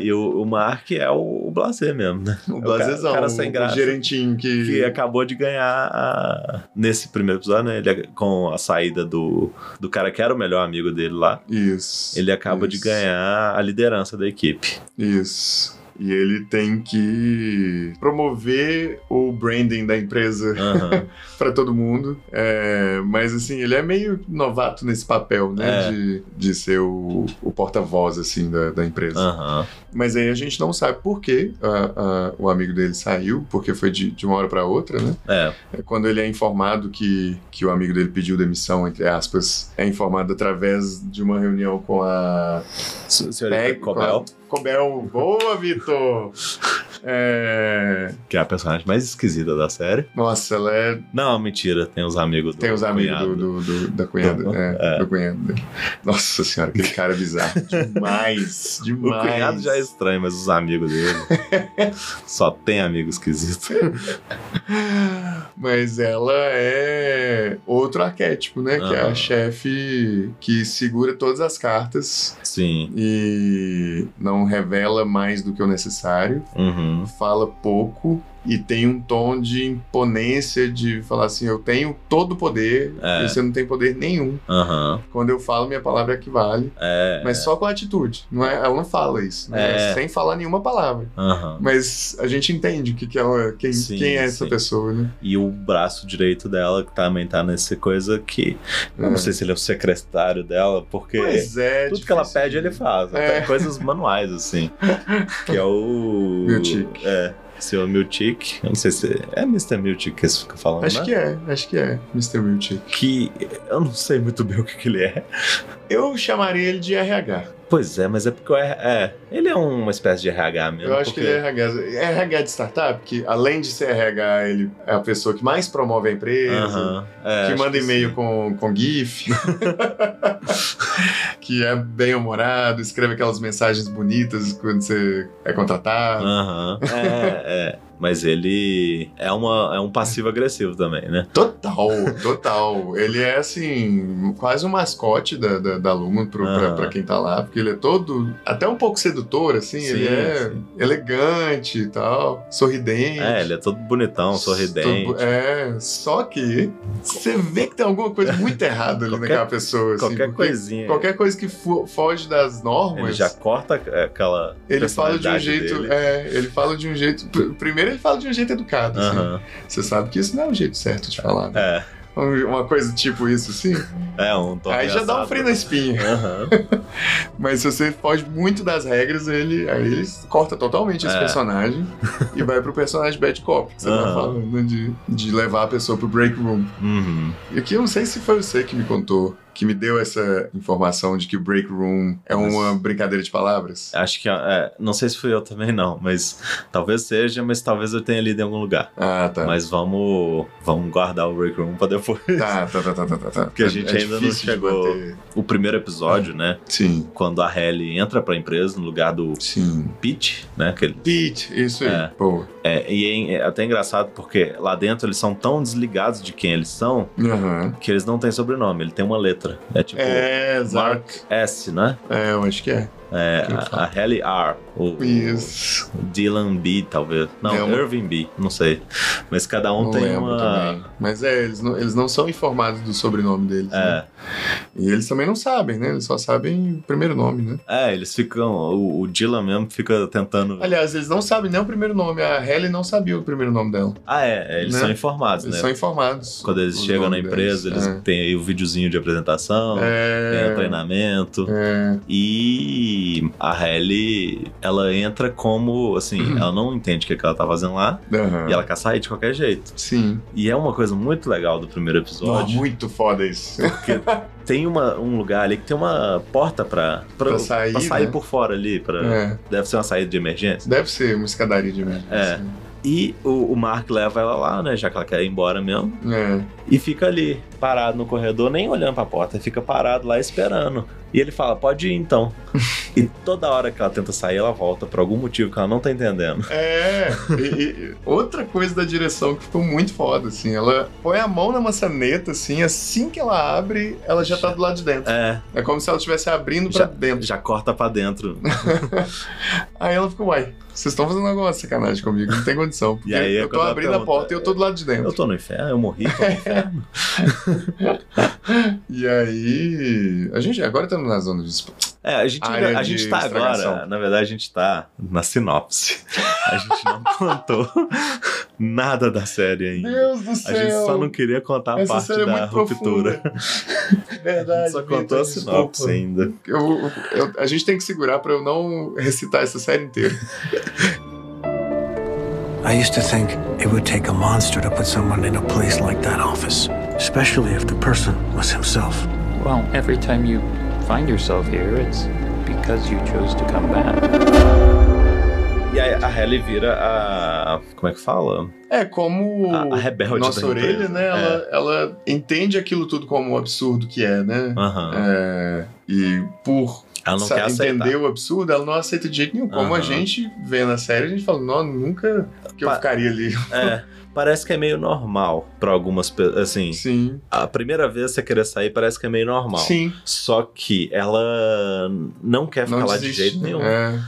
E o, o Mark é o, o Blazer mesmo, né? O o Blazezão, cara- o cara sem graça. gerentinho que. Que é- acabou de ganhar a- nesse primeiro episódio, né? Ele, com a saída do, do cara que era o melhor amigo dele lá. Isso. Ele acaba de isso. ganhar a liderança da equipe. Isso. E ele tem que promover o branding da empresa Aham. pra todo mundo. É, mas assim, ele é meio novato nesse papel, né? É. De, de ser o, o porta-voz, assim, da, da empresa. Aham. Mas aí a gente não sabe por que a- a- o amigo dele saiu, porque foi de, de uma hora pra outra, né? É. É Quando ele é informado que, que o amigo dele pediu demissão, entre aspas, é informado através de uma reunião com a S- Peg- Senhorita Cobel, Cobel, boa, Vitor! É, que é a personagem mais esquisita da série. Nossa, ela é... Não, mentira, tem os amigos do tem os amigos do, cunhado. do- do- da cunhada. Do- é, é. Do cunhado dele. Nossa senhora, aquele cara é bizarro. Demais, O demais. cunhado já é estranho, mas os amigos dele. Só tem amigo esquisito. Mas ela é outro arquétipo, né? Que é a Ah. chefe que segura todas as cartas Sim. e não revela mais do que o necessário. Uhum. fala pouco e tem um tom de imponência de falar assim: eu tenho todo o poder É. e você não tem poder nenhum. Aham. Quando eu falo, minha palavra é que vale. É. Mas só com a atitude. Não é, ela não fala isso, né? É. Sem falar nenhuma palavra. Aham. Mas a gente entende o que, que ela. Quem, Sim, quem é essa sim. pessoa, né? E o braço direito dela, que também tá nessa coisa que. Eu É. não sei se ele é o secretário dela, porque. Pois é. Tudo que ela difícil. pede, ele faz. É. Até coisas manuais, assim. Que é o. Miltic. É. Seu Miltic. Eu não sei se. É Mr. Miltic que eles ficam falando, Acho né? que é, acho que é, Mr. Milchick. Que eu não sei muito bem o que, que ele é. Eu chamaria ele de RH. Pois é, mas é porque o R- é. Ele é uma espécie de RH mesmo. Eu acho que porque- ele é RH. É RH de startup, que além de ser RH, ele é a pessoa que mais promove a empresa, Aham. É, que acho manda e-mail sim. com, com GIF, que é bem humorado, escreve aquelas mensagens bonitas quando você é contratado. Aham. É, é. Mas ele é, uma, é um passivo agressivo também, né? Total, total. ele é assim, quase um mascote da, da, da Luma pro, pra, Aham. pra quem tá lá, porque ele é todo, até um pouco sedutor, assim, ele Sim, é sim. elegante e tal, sorridente. É, ele é todo bonitão, sorridente. Todo- É, só que você vê que tem alguma coisa muito errada ali Qualquer- naquela pessoa, assim, Qualquer porque coisinha. Qualquer coisa que fu- foge das normas, Ele já corta aquela. ele fala de um personalidade jeito. dele. É, ele fala de um jeito. pr- Primeiro ele fala de um jeito educado, assim. Aham. Você sabe que isso não é o jeito certo de falar, né? É, Um- Uma coisa tipo isso, assim. é um tom aí já dá um engraçado. freio na espinha. Aham. Mas se você foge muito das regras, ele, aí ele corta totalmente esse É. personagem e vai pro personagem bad cop, que você tá Aham. falando, de, de levar a pessoa pro break room. Uhum. E que eu não sei se foi você que me contou, que me deu essa informação de que o break room é uma brincadeira de palavras. Acho que. é, não sei se fui eu também, não, mas talvez seja, mas talvez eu tenha lido em algum lugar. Ah, tá. Mas vamos, vamos guardar o break room pra depois. Tá, tá, tá, tá, tá, tá, tá. Porque a gente ainda não difícil de chegou. manter. O primeiro episódio, né? Sim, Quando a Halle entra pra empresa no lugar do sim. Pete, né? que ele- Pete, isso aí. É. Boa. é, e é, é até engraçado porque lá dentro eles são tão desligados de quem eles são Aham. que eles não têm sobrenome, ele tem uma letra. É tipo É, exato. Mark S, né? É, eu acho que é. É, Quem a, fala? a Halle R. O, Isso. o Dylan B, talvez. Não, É uma- Irving B, não sei. Mas cada um não tem lembro uma. também. Mas é, eles não, eles não são informados do sobrenome deles. né? É, E eles também não sabem, né? Eles só sabem o primeiro nome, né? é, eles ficam. O, o Dylan mesmo fica tentando. Aliás, eles não sabem nem o primeiro nome. A Halle não sabia o primeiro nome dela. Ah, é, é, eles Né? são informados, Eles né? são informados. Quando eles os chegam na nomes empresa, deles. eles né, têm aí o videozinho de apresentação, tem o É. É... treinamento. É. E a Halle, ela entra como, assim, ela não entende o que, é que ela tá fazendo lá Aham. e ela quer sair de qualquer jeito. Sim. E é uma coisa muito legal do primeiro Nossa, episódio. muito foda isso. É. tem uma, um lugar ali que tem uma porta pra, pra, Pra sair, pra sair né? por fora ali. Pra, É. Deve ser uma saída de emergência. Deve ser uma escadaria de emergência. É. E o, o Mark leva ela lá, né? Já que ela quer ir embora mesmo. É. E fica ali, parado no corredor, nem olhando pra porta, fica parado lá esperando. E ele fala, pode ir então. e toda hora que ela tenta sair, ela volta por algum motivo que ela não tá entendendo. É. E- e outra coisa da direção que ficou muito foda, assim. Ela põe a mão na maçaneta, assim, assim que ela abre, ela já tá do lado de dentro. É, É como se ela estivesse abrindo pra Já- dentro. já corta pra dentro. Aí ela ficou, uai, vocês estão fazendo alguma sacanagem comigo, não tem condição. Porque E aí eu é tô quando ela abrindo a pergunta, porta e eu tô do lado de dentro. Eu tô no inferno, eu morri, tô no inferno. E aí. A gente agora estamos na zona de spo- É, a gente, Área ainda- a de gente tá agora, estragação. na verdade, a gente tá na sinopse. A gente não contou nada da série ainda. Deus do a céu! gente só não queria contar a Essa parte série é da muito ruptura. profunda. Verdade. a gente só Vitor, contou a desculpa. sinopse ainda. Eu- eu- a gente tem que segurar pra eu não recitar essa série inteira. I used to think it would take a monster to put someone in a place like that office, especially if the person was himself. Well, every time you find yourself here, it's because you chose to come back. E aí a Halle vira a. Como é que fala? É como. A- a rebelde Nossa da orelha, empresa. né? Ela, ela entende aquilo tudo como um absurdo que é, né? Aham. É, e por Ela não sa- quer aceitar. entender o absurdo, ela não aceita de jeito nenhum. Como a Aham. gente vê na série, a gente fala, não, nunca que eu Pa- ficaria ali. É, parece que é meio normal pra algumas pessoas. Assim, Sim. a primeira vez você querer sair parece que é meio normal. Sim. Só que ela não quer ficar Não lá de desiste. jeito nenhum. É, é.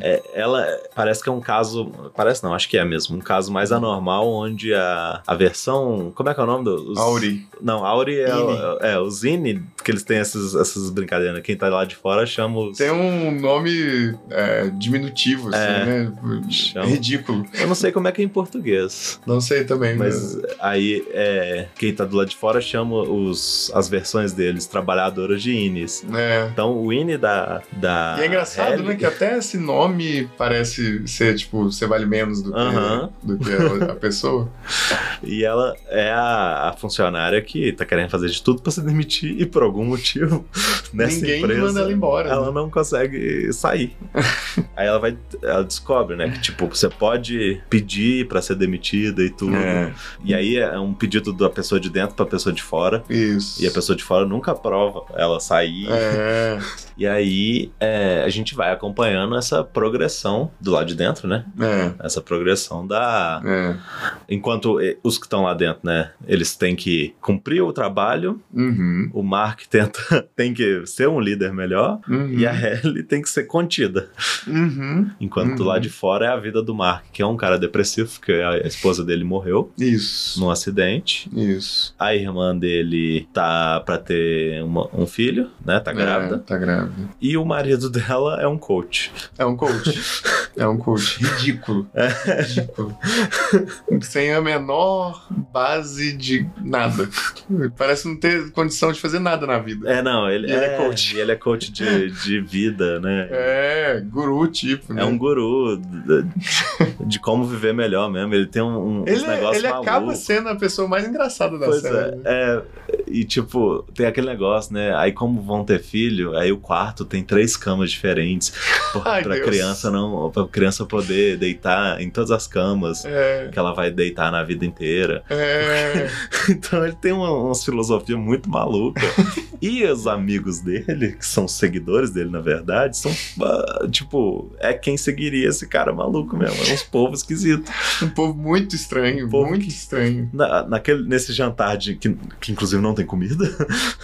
É, ela parece que é um caso. Parece não, acho que é mesmo. Um caso mais anormal onde a, a versão. Como é que é o nome do. os- Auri. Não, Auri é, Zine. é, o Zine, que eles têm essas, essas brincadeiras. Quem tá lá de fora chama os. Tem um nome é, diminutivo, assim, É. né? Chama. Ridículo. Eu não sei como é que é em português. Não sei também, mas. Mas aí, é, quem tá do lado de fora chama os, as versões deles, trabalhadoras de Ines. É. Então, o Ine da. da E é engraçado, Ellie- né? Que até esse nome parece ser, tipo, você vale menos do que, Aham. do que a, a pessoa. E ela é a, a funcionária que tá querendo fazer de tudo pra se demitir e por algum motivo nessa Ninguém empresa. manda ela embora. né? Ela não consegue sair. Aí ela vai, ela descobre, né, que tipo, você pode pedir pra ser demitida e tudo. né? E aí é um pedido da pessoa de dentro pra pessoa de fora. Isso. E a pessoa de fora nunca aprova ela sair. É, E aí é, a gente vai acompanhando essa progressão do lado de dentro, né? é, Essa progressão da, é. Enquanto eh, os que estão lá dentro, né? Eles têm que cumprir o trabalho, Uhum. o Mark tenta, tem que ser um líder melhor. Uhum. E a Ellie tem que ser contida. Uhum. Enquanto Uhum. lá de fora é a vida do Mark, que é um cara depressivo, que a esposa dele morreu Isso. num acidente. Isso. A irmã dele tá pra ter uma- um filho, né? Tá É, grávida. tá grávida. E o marido dela é um coach. É um coach. é um coach. Ridículo. É. Ridículo. Sem a menor base de nada. Parece não ter condição de fazer nada na vida. É, não, ele, E ele é coach. e Ele é coach de, de vida, né? É, guru tipo, né? É um guru de, de como viver melhor mesmo. Ele tem um, um Ele, é, uns negócios ele malucos. acaba sendo a pessoa mais engraçada da Pois série. é, né? é, e tipo, tem aquele negócio, né? Aí, como vão ter filho, aí o quarto tem três camas diferentes por- Ai, pra Deus. criança não. Pra criança poder deitar em todas as camas É, que ela vai deitar na vida inteira. é, Então ele tem uma, uma filosofia muito maluca. e os amigos dele, que são seguidores dele, na verdade, são ah, tipo, é quem seguiria esse cara maluco mesmo. É uns povo esquisito. um povo muito estranho, Um povo muito que- estranho. Na, naquele, nesse jantar de, que, que inclusive não tem comida.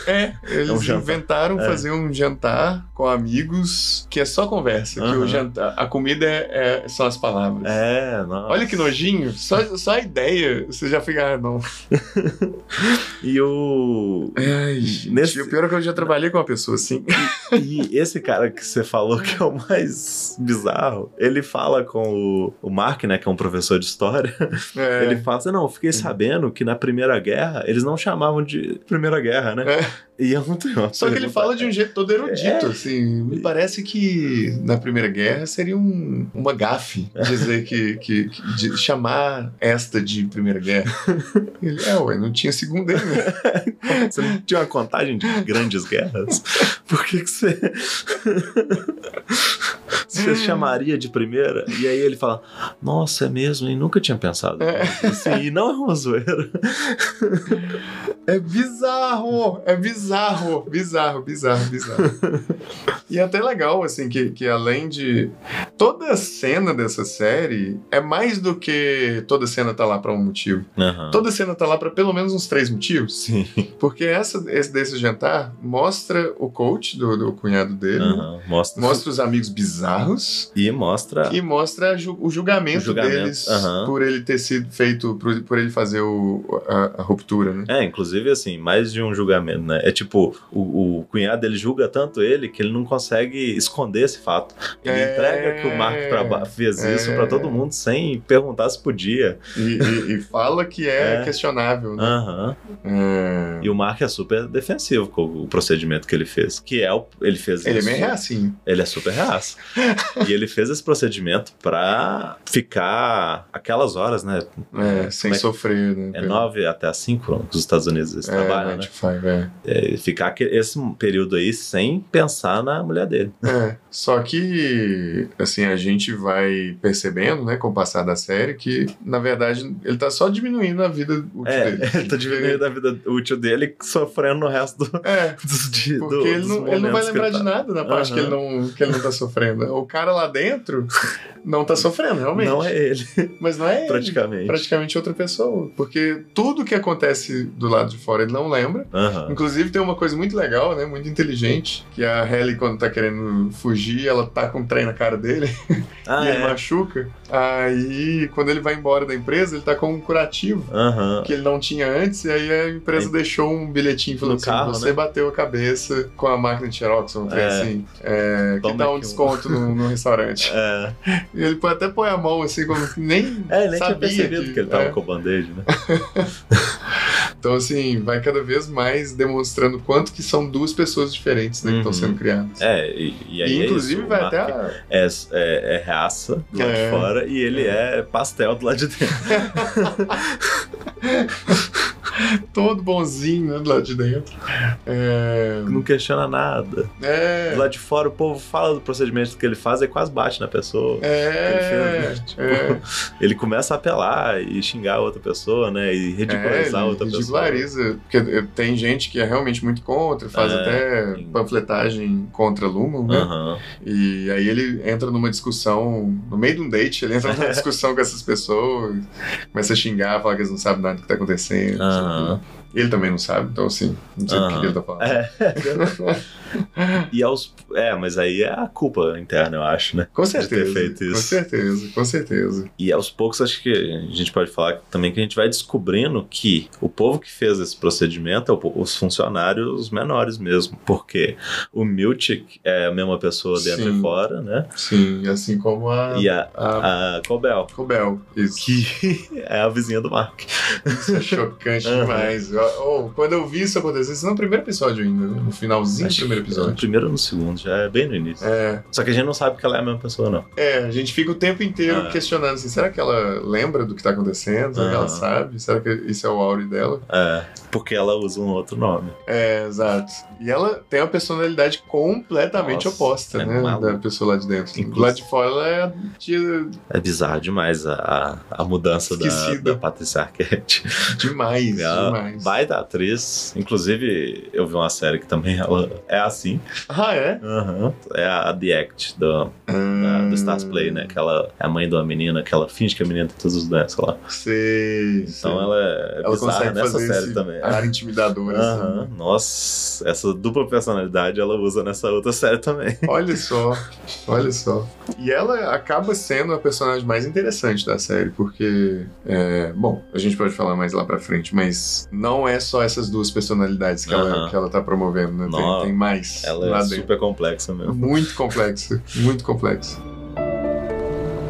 É, eles É um jantar. inventaram É. fazer um jantar com amigos que é só conversa, que o Aham. jantar, a comida é, é- são as palavras. É, não. Olha que nojinho, só, só a ideia, você já fica, ah, não. E o. Ai, Nesse- gente, o pior é que eu já trabalhei com uma pessoa assim. E esse cara que você falou que é o mais bizarro, ele fala com o, o Mark, né? Que é um professor de história. É. Ele fala assim: não, eu fiquei sabendo que na Primeira Guerra eles não chamavam de Primeira Guerra, né? E eu não tenho uma É. Só que ele pergunta- fala de um jeito todo erudito, É. assim. Me parece que na Primeira Guerra seria um, uma gafe dizer que, que, que- de chamar esta de Primeira Guerra. Ele, é, ué, não tinha segunda né?" ainda. né? Você não tinha uma contagem de grandes guerras? Por que, que você. você chamaria de primeira? E aí ele fala: Nossa, é mesmo? E nunca tinha pensado. Assim, e não é uma zoeira. É bizarro, é bizarro, bizarro, bizarro, bizarro. E é até legal, assim, que, que além de. Toda a cena dessa série é mais do que toda cena tá lá pra um motivo. Aham. Toda cena tá lá pra pelo menos uns três motivos. Ah. Sim. Porque essa, esse desse jantar mostra o coach do, do cunhado dele, Aham. Mostra. mostra os amigos bizarros E mostra. e mostra ju- o julgamento, Tá. O julgamento, deles aham. por ele ter sido feito, por, por ele fazer o- a, a ruptura, né? É, inclusive, assim, mais de um julgamento, né? É tipo, o, o cunhado ele julga tanto ele que ele não consegue esconder esse fato. Ele É. entrega que o Mark traba- fez isso É. pra todo mundo sem perguntar se podia. E, e- e fala que é, É. Ah. questionável, né? Aham. É. E o Mark é super defensivo com o procedimento que ele fez. Que é o. Ele fez Ele é isso. meio reacinho. Ele é super reaço. e ele fez esse procedimento pra ficar aquelas horas, né? É, sem Como é que- sofrer, né? É nove até as cinco que os Estados Unidos eles trabalham, é, né? 95, é. É, ficar que- esse período aí sem pensar na mulher dele. É, só que, assim, a gente vai percebendo, né, com o passar da série, que, na verdade, ele tá só diminuindo a vida útil É, dele. ele tá diminuindo a vida útil dele, sofrendo no resto do, É, dos dias. porque ele, não, ele não vai lembrar tá. de nada na parte que, ele não, que ele não tá sofrendo. O cara lá dentro não tá sofrendo, realmente. Não é ele, Mas não é ele. praticamente. Praticamente outra pessoa. Porque tudo que acontece do lado de fora ele não lembra. Aham. Inclusive tem uma coisa muito legal, né? Muito inteligente. Que a Halle, quando tá querendo fugir, ela tá com um trem na cara dele Ah, e ele é. machuca. Aí, quando ele vai embora da empresa, ele tá com um curativo. Aham. Que ele não tinha antes, e aí a empresa Aí- deixou um bilhetinho falando No assim: carro, você né? bateu a cabeça com a máquina de Xerox, um trem É. assim. É, que Toma dá aqui um um- desconto no, no restaurante. É. E ele põe- até põe a mão assim, como que nem. É, ele nem tinha sabia percebido que, ele tava é. com o band-aid, né? Então, assim, vai cada vez mais demonstrando quanto que são duas pessoas diferentes né, que estão Uhum. sendo criadas. É, e, e aí. E, é inclusive isso, o vai Mark até a... É, é, é reaça do lado É. de fora e ele é. pastel do lado de dentro. todo bonzinho né, do lado de dentro. É. Não questiona nada. É. Do lado de fora, o povo fala do procedimento que ele faz e quase bate na pessoa. É. Ele, fez, tipo, é, ele começa a apelar e xingar a outra pessoa, né? E ridicularizar é, a outra ele pessoa. ridiculariza, porque tem gente que é realmente muito contra, faz É, até sim. panfletagem contra Lumon, né? Aham. E aí ele entra numa discussão, no meio de um date, ele entra numa discussão com essas pessoas, começa a xingar, fala que eles não sabem nada do que tá acontecendo. não sei o Aham. quê. Ele também não sabe, então assim, não sei do Aham. que ele tá falando. É. e aos. É, mas aí é a culpa interna, eu acho, né? Com ter certeza. feito Com isso. certeza, com certeza. E aos poucos, acho que a gente pode falar também que a gente vai descobrindo que o povo que fez esse procedimento é o po- os funcionários menores mesmo, porque o Miltic é a mesma pessoa dentro Sim. e fora, né? Sim, e assim como a, E a, a a Cobel, Cobel. Isso. que é a vizinha do Mark. Isso é chocante Aham. demais. Oh, quando eu vi isso acontecer, isso é no primeiro episódio ainda, né? no finalzinho do Acho que é. primeiro No episódio. primeiro ou no segundo, já é bem no início. É, Só que a gente não sabe que ela é a mesma pessoa, não. é, a gente fica o tempo inteiro É. questionando assim, será que ela lembra do que tá acontecendo? Será que ela Aham. sabe? Será que isso é o Auri dela? É, porque ela usa um outro nome. É, exato. E ela tem uma personalidade completamente Nossa, oposta, é né? maluco. Da pessoa lá de dentro. Inclusive- Do lado de fora ela é a tia É bizarro demais a, a, a mudança da, Esquecida. da Patrícia Arquette. demais, Ela demais. Vai da atriz. Inclusive, eu vi uma série que também ela é assim. Ah, é? Aham. É a The Act do, da- Ah. do Stars Play, né? Que ela é a mãe de uma menina, que ela finge que a menina tem todas as doenças lá. Sei. Então ela é Ela bizarra consegue nessa fazer série esse também. ar intimidador, assim. Aham. Nossa, essa dupla personalidade ela usa nessa outra série também. Olha só, olha só. E ela acaba sendo a personagem mais interessante da série, porque, é, bom, a gente pode falar mais lá pra frente, mas não é só essas duas personalidades que, ela, Aham. que ela tá promovendo, né? Tem, Não, tem mais Ela lá é dentro. super complexa mesmo. Muito complexo, muito complexo.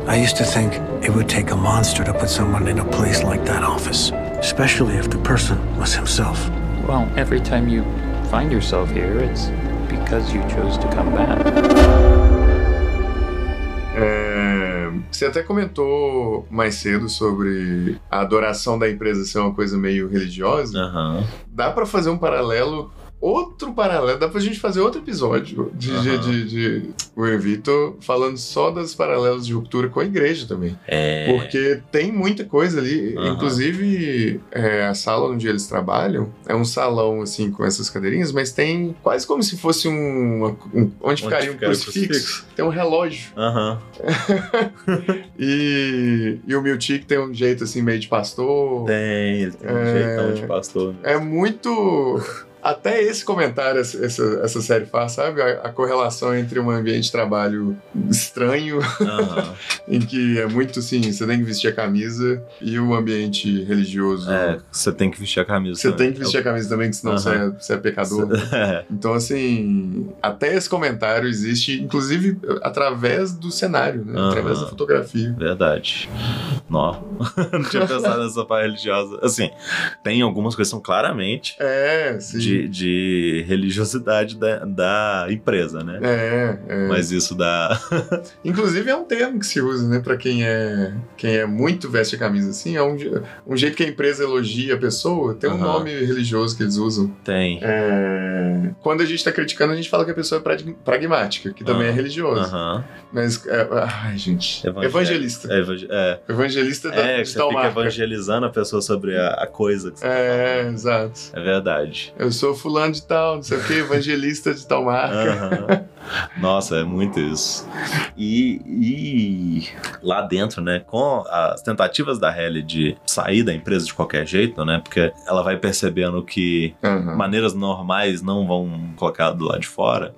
I used to think it would take a monster to put someone in a place like that office, especially if the person was himself. Well, every time you find yourself here, it's because you chose to come back. É, você até comentou mais cedo sobre a adoração da empresa ser uma coisa meio religiosa. Aham. dá pra fazer um paralelo, outro paralelo, dá pra gente fazer outro episódio de, de, Aham. de, de o Evito falando só das paralelos de ruptura com a igreja também. É. Porque tem muita coisa ali, Aham. inclusive é, a sala onde eles trabalham é um salão assim com essas cadeirinhas, mas tem quase como se fosse um, uma- um- onde ficaria um ficaria o crucifixo. crucifixo. Tem um relógio. Aham. E, e o Miltic tem um jeito assim meio de pastor. Tem, ele tem um É. jeitão de pastor. mesmo. É muito. Até esse comentário essa, essa- essa série faz, sabe? A, a correlação entre um ambiente de trabalho estranho, Aham. em que é muito assim, você tem que vestir a camisa, e o ambiente religioso. É, você tem que vestir a camisa. Você também. tem que vestir a camisa também, que senão Aham. você, é, você é pecador. É, Então, assim, até esse comentário existe, inclusive através do cenário, né? Aham. através da fotografia. verdade. Nó. não tinha pensado nessa parte religiosa. Assim, tem algumas coisas que são claramente É, sim. de, de religiosidade da, da empresa, né? É, é. Mas isso da. Inclusive é um termo que se usa, né? Pra quem é, quem é muito veste a camisa assim, é um, je- um jeito que a empresa elogia a pessoa, tem um Aham. nome religioso que eles usam. Tem. É, Quando a gente tá criticando, a gente fala que a pessoa é prag- pragmática, que também Ah. é religiosa. Aham. Mas, é, ai, gente, Evangel- evangelista. É, evangel- é, Evangelista da é que você digital fica tá- marca. evangelizando a pessoa sobre a, a coisa que você É, exato. É verdade. Eu sou fulano de tal, não sei o que, evangelista de tal marca. Aham. Nossa, é muito isso. E, e lá dentro, né, com as tentativas da Halle de sair da empresa de qualquer jeito, né, porque ela vai percebendo que Aham. maneiras normais não vão colocar do lado de fora,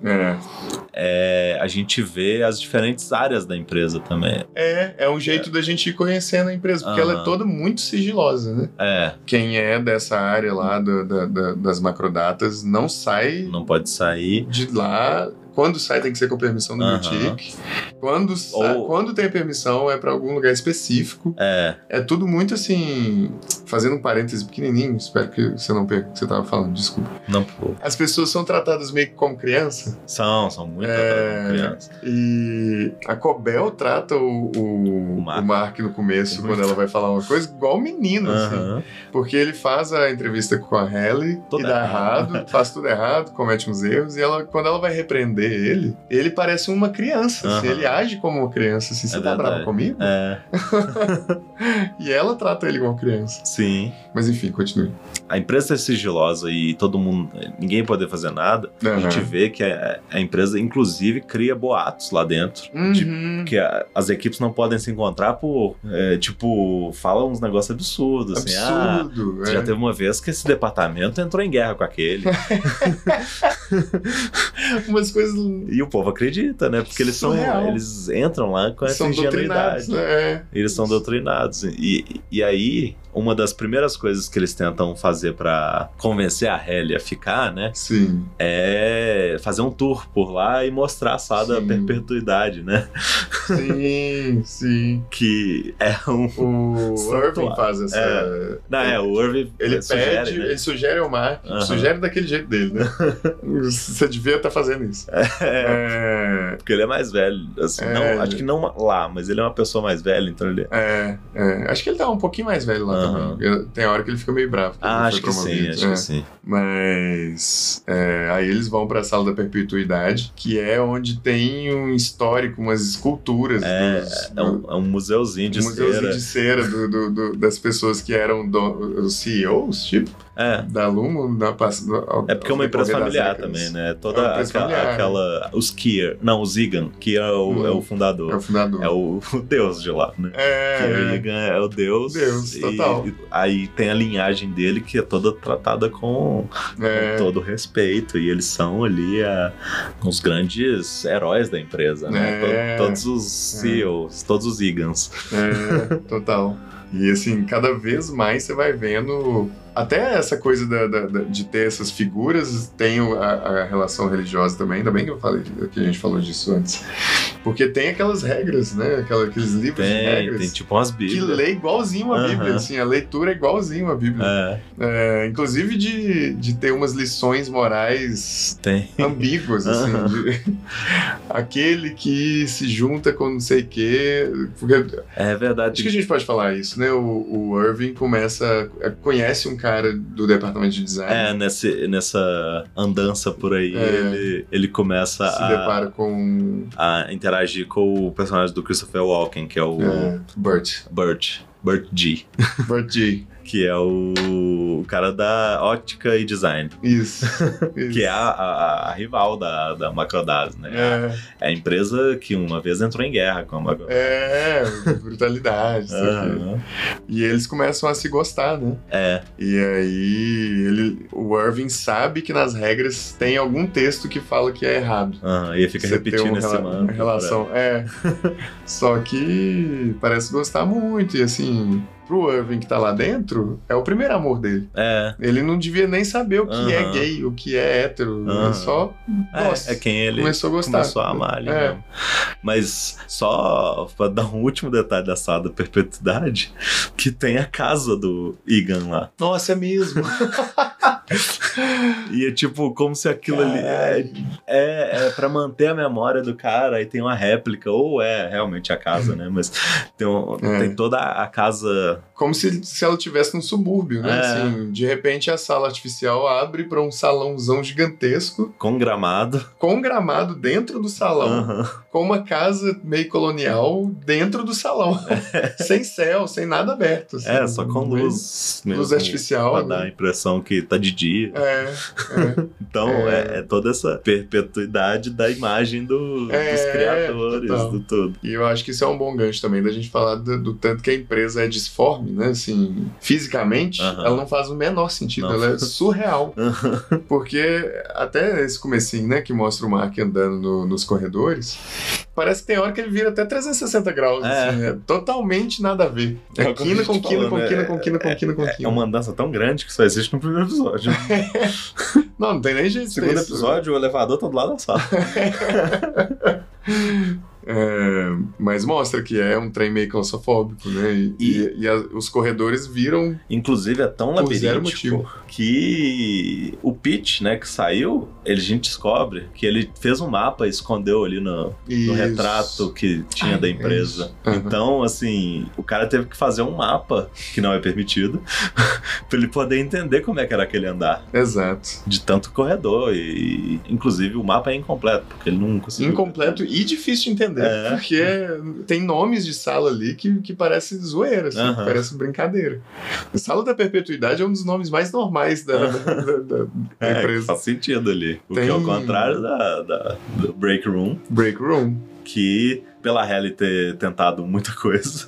é, a gente vê as diferentes áreas da empresa também. É. é, é um jeito da gente ir conhecendo a empresa, porque ela é Aham. toda muito sigilosa, né? É, Quem é dessa área lá do- da- da- das macrodatas não sai não pode sair. de lá. Quando sai, tem que ser com permissão do Aham. boutique. Quando, sa- Ou- quando tem permissão, é pra algum lugar específico. É, É tudo muito assim. Fazendo um parêntese pequenininho, espero que você não perca o que você tava falando, desculpa. não pô. As pessoas são tratadas meio que como criança. São, são muito É. é... crianças. E a Cobel trata o, o, O Mark. o Mark no começo, Muito. quando ela vai falar uma coisa, igual menino, assim. Aham. Porque ele faz a entrevista com a Halle Tudo e dá errado. errado. faz tudo errado, comete uns erros, e ela, quando ela vai repreender ele, ele parece uma criança, assim, Aham. ele age como uma criança, assim, você É tá verdade. bravo comigo? É, E ela trata ele como criança. sim. Mas enfim, continue. A empresa é sigilosa e todo mundo. ninguém poder fazer nada. A gente Aham. vê que a, a empresa, inclusive, cria boatos lá dentro. De Uhum. que a- as equipes não podem se encontrar por. é, tipo, fala uns negócios absurdos, assim. Ah, Absurdo. Você é. Já teve uma vez que esse departamento entrou em guerra com aquele. umas coisas e o povo acredita, né? Porque eles são. Surreal. Eles entram lá com essa são doutrinadas, ingenuidade. né? É. Eles são doutrinados. E, e aí, uma das primeiras coisas que eles tentam fazer pra convencer a Helly a ficar, né? Sim. É fazer um tour por lá e mostrar a Sada a Sim. perpetuidade, né? Sim, sim. Que é um. O Santuário. Irving faz essa. Não, é, o Irving Ele sugere, pede, né? ele sugere ao Mark, Aham. sugere daquele jeito dele, né? Você devia estar fazendo isso. É. Porque ele é mais velho. Assim, É, não, ele- acho que não lá, mas ele é uma pessoa mais velha, então ele. É, é. acho que ele tá um pouquinho mais velho lá Aham. também. Eu- Tem hora que ele fica meio bravo. porque Ah, ele acho foi que sim, promovido, acho né? que sim. Mas é, aí eles vão pra sala da perpetuidade, que é onde tem um histórico, umas esculturas É, dos- é um, é um museuzinho de né? um museuzinho cera. de cera do- do- do- das pessoas que eram do, os CEOs, tipo. É. da Lumo na passa- ao- É porque é uma ao decorrer empresa das familiar décadas. também, né? É uma Toda empresa aquela, familiar, aquela- Os Kier. Não, o Zigan, que é o, Hum. é o É o fundador. fundador. É o, o deus de lá, né? É, Kier é. Zigan é o deus. Deus, e- total. e aí tem a linhagem dele que é toda tratada com, É. com todo respeito. E eles são ali a- os grandes heróis da empresa, né? É. To- todos os CEOs, todos os Zigans. É, total. E assim, cada vez mais você vai vendo. Até essa coisa da- da- da- de ter essas figuras tem o- a, a relação religiosa também, ainda bem que eu falei que a gente falou disso antes. Porque tem aquelas regras, né? Aquela- aqueles livros de Tem, regras. tem tipo umas que bíblias. lê igualzinho uma Aham. Bíblia, assim, a leitura é igualzinho a Bíblia. É, É, inclusive de, de ter umas lições morais tem. ambíguas, assim. Aham. de- Aquele que se junta com não sei o quê. porque- É acho que a verdade. gente pode falar isso, né? O, o Irving começa. conhece um cara do departamento de É, design. nesse, nessa andança por aí, É. ele, ele começa Se a, depara com a interagir com o personagem do Christopher Walken, que é o é, Bert. Bert. Bert G. Bert G. Que é o cara da ótica e design. Isso. isso. Que é a, a- a rival da, da Macrodas, né? É, É a empresa que uma vez entrou em guerra com a Macrodas. é, brutalidade. isso aqui. Aham. E eles começam a se gostar, né? É, E aí, ele, o Irving sabe que nas regras tem algum texto que fala que é errado. aham, e fica Você tem repetindo uma esse rela- manto. relação, é. Só que parece gostar muito e assim, pro Irving que tá lá dentro, é o primeiro amor dele. É. Ele não devia nem saber o que é Aham. gay, o que é hétero. Aham. É só. É, Nossa, é quem ele começou a gostar. começou a amar ali É. mesmo. Mas só pra dar um último detalhe da sala da perpetuidade, que tem a casa do Igan lá. Nossa, é mesmo. E é tipo, como se aquilo Caralho. ali é, é, é pra manter a memória do cara, aí tem uma réplica, ou é realmente a casa, né? Mas tem, um- Uhum. É. tem toda a casa. Como se, se ela tivesse num subúrbio, né? É. Assim, de repente a sala artificial abre pra um salãozão gigantesco, Com gramado. com um gramado dentro do salão, Aham. com uma casa meio colonial dentro do salão. sem céu, sem nada aberto. assim. É, só com luz. Mesmo, Luz artificial. Pra né? dar a impressão que tá de dia. É, Então É. é. é toda essa perpetuidade da imagem do- É, dos criadores, total. do tudo. e eu acho que isso é um bom gancho também da gente falar do, do tanto que a empresa é disforme, né? Assim, fisicamente, Aham. ela não faz o menor sentido, Não. ela é surreal. Porque até esse comecinho, né, que mostra o Mark andando no- nos corredores, parece que tem hora que ele vira até 360 graus, É. assim, é totalmente nada a ver. É É o que a quina gente com quina falou, com né? quina com quina com quina com É quina. uma andança tão grande que só existe no primeiro episódio. Não, não tem nem jeito No de segundo ter isso. episódio, o elevador tá do lado da sala. É, mas mostra que é um trem meio claustrofóbico, né? E, E- e- e a- os corredores viram Inclusive, é tão por zero labiríntico motivo. que o Pete, né, que saiu, ele, a gente descobre que ele fez um mapa e escondeu ali no, Isso. no retrato que tinha Ah, da empresa. é isso. Aham. Então, assim, o cara teve que fazer um mapa, que não é permitido, pra ele poder entender como é que era aquele andar. Exato. de tanto corredor e inclusive o mapa é incompleto porque ele não conseguiu Incompleto e difícil de entender, É. porque tem nomes de sala ali que, que parece zoeira, assim, Aham. que parece brincadeira. Sala da Perpetuidade é um dos nomes mais normais da, da, da- da- da é, que empresa. faz sentido ali o Tem- que é o contrário da, da- do break room Break Room. que pela Halle ter tentado muita coisa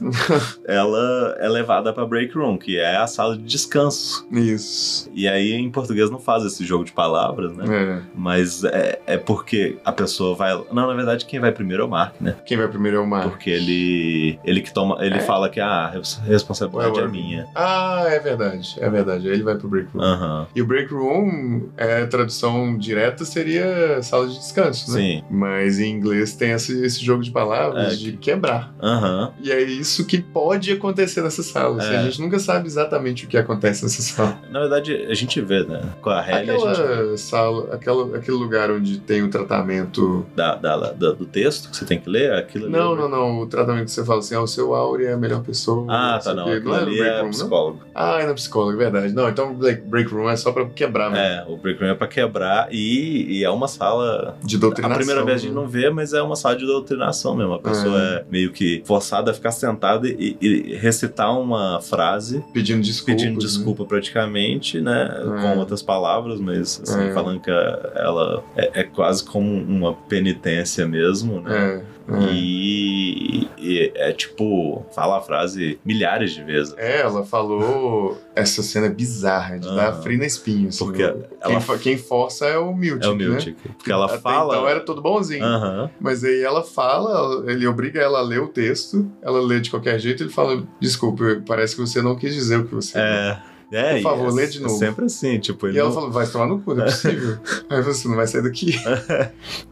ela é levada pra break room que é a sala de descanso Isso. e aí em português não faz esse jogo de palavras né É. mas é, é porque a pessoa vai não na verdade quem vai primeiro é o Mark né Quem vai primeiro é o Mark. porque ele ele que toma ele É? fala que ah, a res- responsabilidade Ué, é ué. minha Ah, é verdade. É verdade. Aí ele vai pro Break Room. Aham. E o Break Room, é, tradução direta, seria sala de descanso, né? sim Mas em inglês tem esse, esse jogo de palavras É, de quebrar. aham E é isso que pode acontecer nessa sala. assim, É. a gente nunca sabe exatamente o que acontece nessa sala. Na verdade, a gente vê, né? Com a Halle, a gente Aquela sala, aquela, aquele lugar onde tem o tratamento. da, da- da- do texto que você tem que ler, aquilo ali. é né? Não, não, não. O tratamento que você fala assim, ah, o seu Áureo é a melhor pessoa. Ah, não sei tá, o não. quê. Aquilo é no ali break é room, não? psicólogo. Ah, é no psicólogo, verdade. Não, então like, break room é só pra quebrar, né? É, o break room é pra quebrar e, e é uma sala. De A doutrinação. primeira vez a gente né? não vê, mas é uma sala de doutrinação mesmo. A pessoa é, meio que forçada a ficar sentada e, e recitar uma frase, Pedindo desculpa. pedindo desculpa praticamente, né? Com outras palavras, mas assim, É. falando que ela é, é quase como uma penitência mesmo, né? Né? É, é. E, e é tipo, fala a frase milhares de vezes. né? Ela falou essa cena bizarra de Ah. dar frio na espinha. Assim, Porque né? quem, ela- fa- quem força é o Miltic, É o né? Miltic. Porque ela Até fala. Ah. Então era todo bonzinho. Aham. Mas aí ela fala, ele obriga ela a ler o texto, ela lê de qualquer jeito, ele fala: Desculpa, parece que você não quis dizer o que você. É. É, Por favor, e é- lê de é novo. sempre assim, tipo, E ele. ela não- falou, vai tomar no cu, não é possível. aí você não vai sair daqui.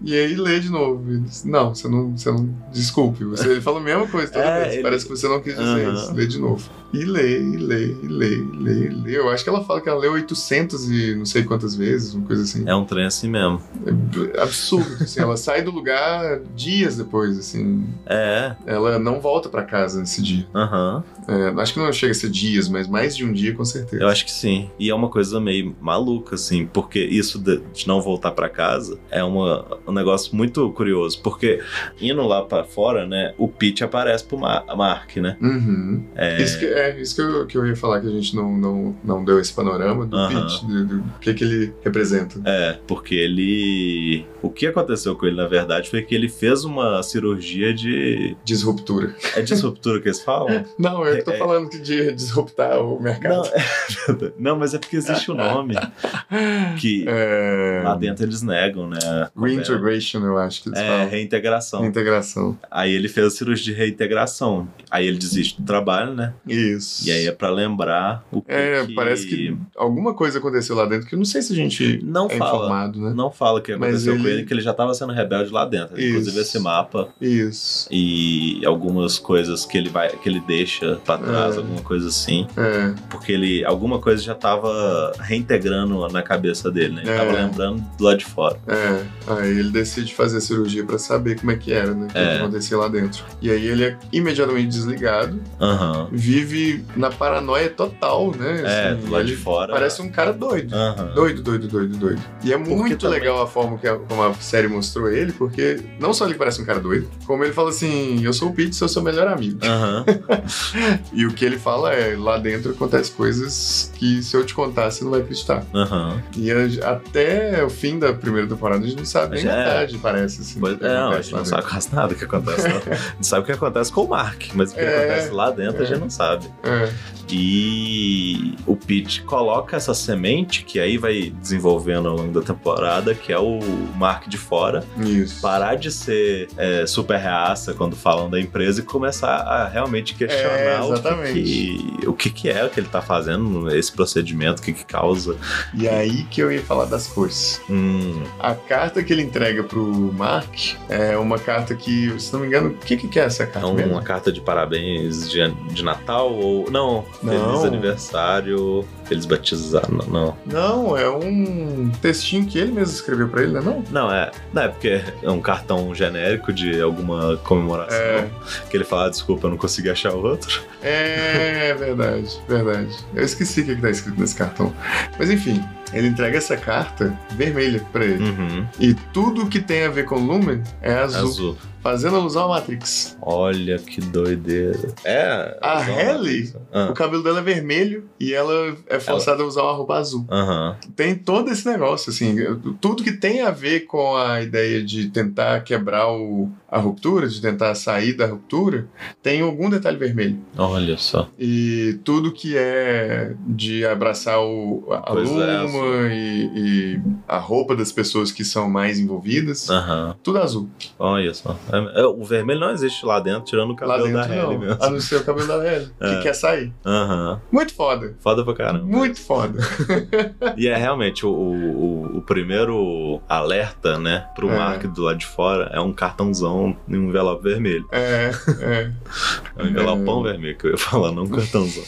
e aí lê de novo. E diz, não, você não, você não. Desculpe. Você, ele fala a mesma coisa toda É, vez. ele- Parece que você não quis dizer Aham. isso. Lê de novo. E lê, e lê, e lê, e lê, e lê. Eu acho que ela fala que ela leu 800 e não sei quantas vezes, uma coisa assim. É um trem assim mesmo. É absurdo. assim, ela sai do lugar dias depois, assim. É, Ela não volta pra casa nesse dia. aham. É, acho que não chega a ser dias, mas mais de um dia com certeza. Eu acho que sim. E é uma coisa meio maluca, assim, porque isso de, de não voltar pra casa é uma, um negócio muito curioso. Porque indo lá pra fora, né, o Pete aparece pro Mar Mark, né? Uhum. É, Isso que, é, isso que eu, que eu ia falar, que a gente não, não, não deu esse panorama do Aham. Pete, do, do que, que ele representa. É, porque ele. O que aconteceu com ele, na verdade, foi que ele fez uma cirurgia de. Disruptura. É disruptura que eles falam? Não, eu que tô É. falando que de disruptar o Não, mercado. é- não, mas é porque existe o nome. Que É, lá dentro eles negam, né? reintegration, eu acho que eles É, falam. reintegração. Integração. Aí ele fez a cirurgia de reintegração. Aí ele desiste do trabalho, né? Isso. E aí é pra lembrar o que. É, parece que alguma coisa aconteceu lá dentro que eu não sei se a gente Não é fala. informado, né? Não fala o que Mas aconteceu com ele- ele, que ele já tava sendo rebelde lá dentro. Isso. Inclusive esse mapa Isso. e algumas coisas que ele vai que ele deixa pra trás, É. alguma coisa assim. É. Porque ele. alguma coisa já tava reintegrando na cabeça dele, né? Ele É. tava lembrando do lado de fora. É, aí ele decide fazer a cirurgia pra saber como é que era, né? O que É. acontecia lá dentro. E aí ele é imediatamente desligado, Aham. vive na paranoia total, né? É, assim, do lado de ele fora. Parece um cara doido. Aham. Doido, doido, doido, doido. E é muito também- legal a forma que a, como a série mostrou ele, porque não só ele parece um cara doido, como ele fala assim: Eu sou o Pete, sou seu melhor amigo. Aham. E o que ele fala é: lá dentro acontecem coisas que se eu te contar, você não vai acreditar. Aham. E a- até o fim da primeira temporada, a gente não sabe nem Já é. metade, parece. Assim, Pois- do que É, não, a acontece gente lá não dentro. sabe quase nada o que acontece. Não. A gente sabe o que acontece com o Mark, mas o que É. acontece lá dentro a gente não sabe. É. E o Pete coloca essa semente que aí vai desenvolvendo ao longo da temporada, que é o Mark de fora, Isso. parar de ser é, super reaça quando falam da empresa e começar a realmente questionar É, o, que, exatamente. que- o que, que é que ele tá fazendo, esse procedimento, o que, que causa. E é aí que eu ia falar das cores. Hum, A carta que ele entrega pro Mark é uma carta que, se não me engano, o que, que é essa é carta? mesmo? uma carta de parabéns de, de Natal ou. Não, Não. feliz aniversário, feliz batizado. Não, não. Não, é um textinho que ele mesmo escreveu pra ele, né? Não? Não, é. Não, é porque é um cartão genérico de alguma comemoração. É. Que ele fala, "Ah, desculpa, eu não consegui achar outro. É verdade, verdade. Eu esqueci o que, que tá escrito nesse cartão. Mas enfim, ele entrega essa carta vermelha pra ele. Uhum. E tudo que tem a ver com Lumen é azul, Azul. fazendo alusão à Matrix. Olha que doideira. É. A azul, Halle? né? O cabelo dela é vermelho e ela é forçada a usar uma roupa azul. Ah, Aham. tem todo esse negócio, assim, tudo que tem a ver com a ideia de tentar quebrar o- a ruptura, de tentar sair da ruptura, tem algum detalhe vermelho. Olha só. E tudo que é de abraçar o, a Pois é, luma e, e a roupa das pessoas que são mais envolvidas, Aham. tudo azul. Olha só. É, é, o vermelho não existe lá dentro, tirando o Lá cabelo dentro da Halle não, mesmo. a não ser o cabelo da Halle, É. que quer sair. Aham. Muito foda. Foda pra caramba. Muito foda. E é realmente o, o, o primeiro alerta, né, pro É. Mark do lado de fora é um cartãozão em um envelope vermelho. É, é. É um Hum. envelopão vermelho que eu ia falar, não um cartãozão.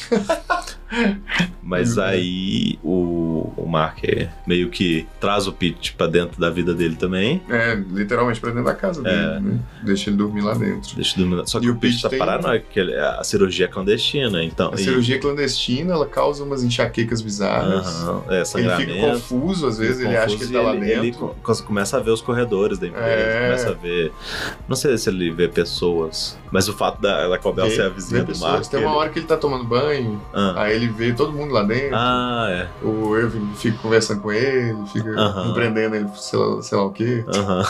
Mas É. aí o, o Mark é meio que traz o Pete pra dentro da vida dele também. É, literalmente pra dentro da casa É. dele, né? Deixa ele dormir lá dentro. Deixa eu dominar. Só que E o, o Pete Pete tá tem- paranoico, porque ele- a cirurgia é clandestina, então. A e- cirurgia é clandestina, ela causa umas enxaquecas bizarras. Aham, é, ele sangramento. fica confuso, às vezes ele Confuso acha que ele e tá lá ele- ele dentro. co- começa a ver os corredores da empresa, É. começa a ver. Não sei se ele vê pessoas, mas é o fato da ela Cobel Vê- ser a vizinha vê do pessoas. Mark. Tem uma ele- hora que ele tá tomando banho, Ah. aí ele vê todo mundo lá dentro. Ah, é. O Irving fica conversando com ele, fica Aham. repreendendo ele, sei lá, sei lá o quê. é, Aham.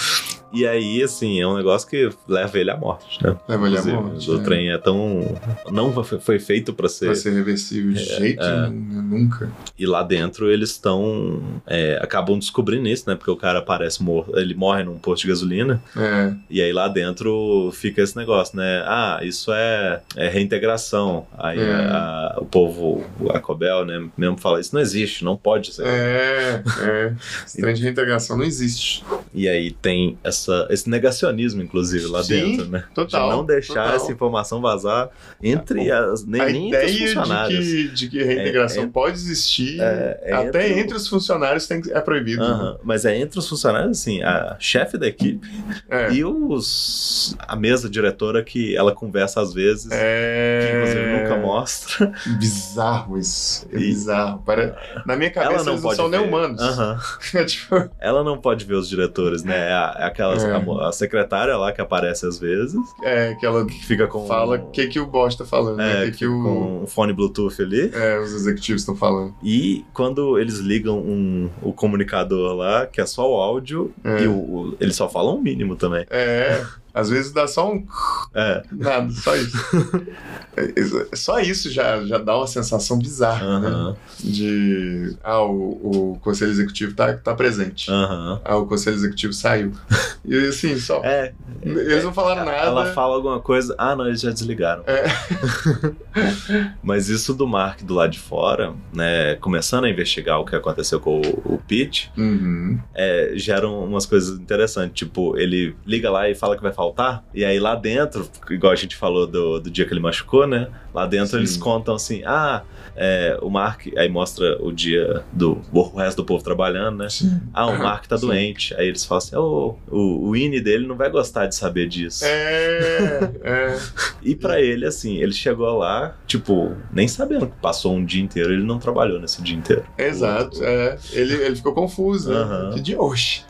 e aí, assim, é um negócio que leva ele à morte, né? Leva ele à Inclusive, morte. O né? trem é tão. Não foi foi feito pra ser. É, Pra ser reversível de jeito nenhum, né? nunca. E lá dentro eles estão. é, acabam descobrindo isso, né? Porque o cara aparece morto. Ele morre num posto de gasolina. É, E aí lá dentro fica esse negócio, né? Ah, isso é, é reintegração. Aí É. a- o povo, a Cobel, né, mesmo fala, isso não existe, não pode ser. é, é. Esse trem de reintegração não existe. E aí tem essa, esse negacionismo, inclusive, lá Sim, dentro, né? De Total. não deixar total. essa informação vazar entre as nem, a nem entre os ideia de funcionários. que, de que reintegração É, é- pode existir, É, é até entre entre, o- os funcionários tem que- é proibido. né? Aham, Mas é entre os funcionários, assim, a chefe da equipe É. e os a mesa diretora que ela conversa às vezes, É. que inclusive nunca mostra. Bizarro isso. É E- bizarro. Para... Na minha cabeça, ela não eles não pode são ver. nem humanos. Aham. É tipo, Ela não pode ver os diretores, né? É, a- é aquelas, É. a mo- A, secretária lá que aparece às vezes, é, que ela que fica com. fala o que, que o boss tá falando, né? É, O que, que o, com um fone Bluetooth ali. é, os executivos estão falando. E quando eles ligam um- o comunicador lá, que é só o áudio, É. e o, o- eles só falam o mínimo também. É, Às vezes dá só um. É. Nada, só isso. É, só isso já, já dá uma sensação bizarra, né? Aham. De. Ah, o, o conselho executivo tá, tá presente. Aham. Ah, o conselho executivo saiu. E assim, só. É. Eles não falaram Tá nada. Ela fala alguma coisa. Ah, não, eles já desligaram. É. Mas isso do Mark do lado de fora, né? Começando a investigar o que aconteceu com o, o Pete, Uhum. é, geram umas coisas interessantes. Tipo, ele liga lá e fala que vai faltar. E aí lá dentro, igual a gente falou do, do dia que ele machucou, né? Lá dentro Sim. eles contam assim: ah, é, o Mark. Aí mostra o dia do o resto do povo trabalhando, né? Ah, o Mark tá Sim. doente. Aí eles falam assim: "Ô, o, o Winnie dele não vai gostar de saber disso. É, é. E pra ele, assim, ele chegou lá, tipo, nem sabendo que passou um dia inteiro, ele não trabalhou nesse dia inteiro. Exato, é. Ele, ele ficou confuso, né? Aham. É. Que de hoje.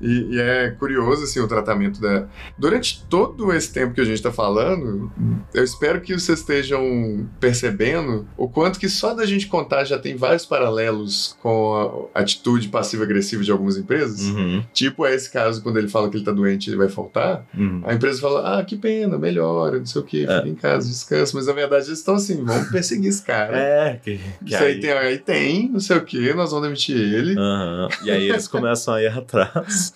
E, e é curioso, assim, o tratamento da... Durante todo esse tempo que a gente tá falando, eu espero que vocês estejam percebendo o quanto que só da gente contar já tem vários paralelos com a atitude passiva-agressiva de algumas empresas. Uhum, Tipo, é esse caso, quando ele fala que ele tá doente e ele vai faltar, uhum. a empresa fala, ah, que pena, melhora, não sei o quê, É. fica em casa, descansa. Mas, na verdade, eles estão assim, vamos perseguir esse cara. É, que, que Isso aí aí... tem, aí tem, não sei o que, nós vamos demitir ele. Aham. E aí eles começam a ir atrás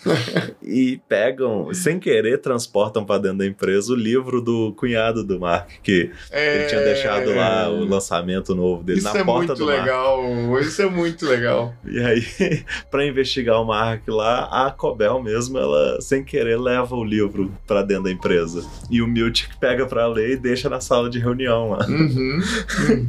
e pegam, sem querer, transportam pra dentro da empresa o livro do cunhado do Mark, que É, ele tinha deixado lá o lançamento novo dele Isso na é porta muito do Mark. legal, isso é muito legal. E aí, pra investigar o Mark lá, a Cobel mesmo, ela sem querer leva o livro pra dentro da empresa. E o Milt pega pra ler e deixa na sala de reunião lá. Uhum.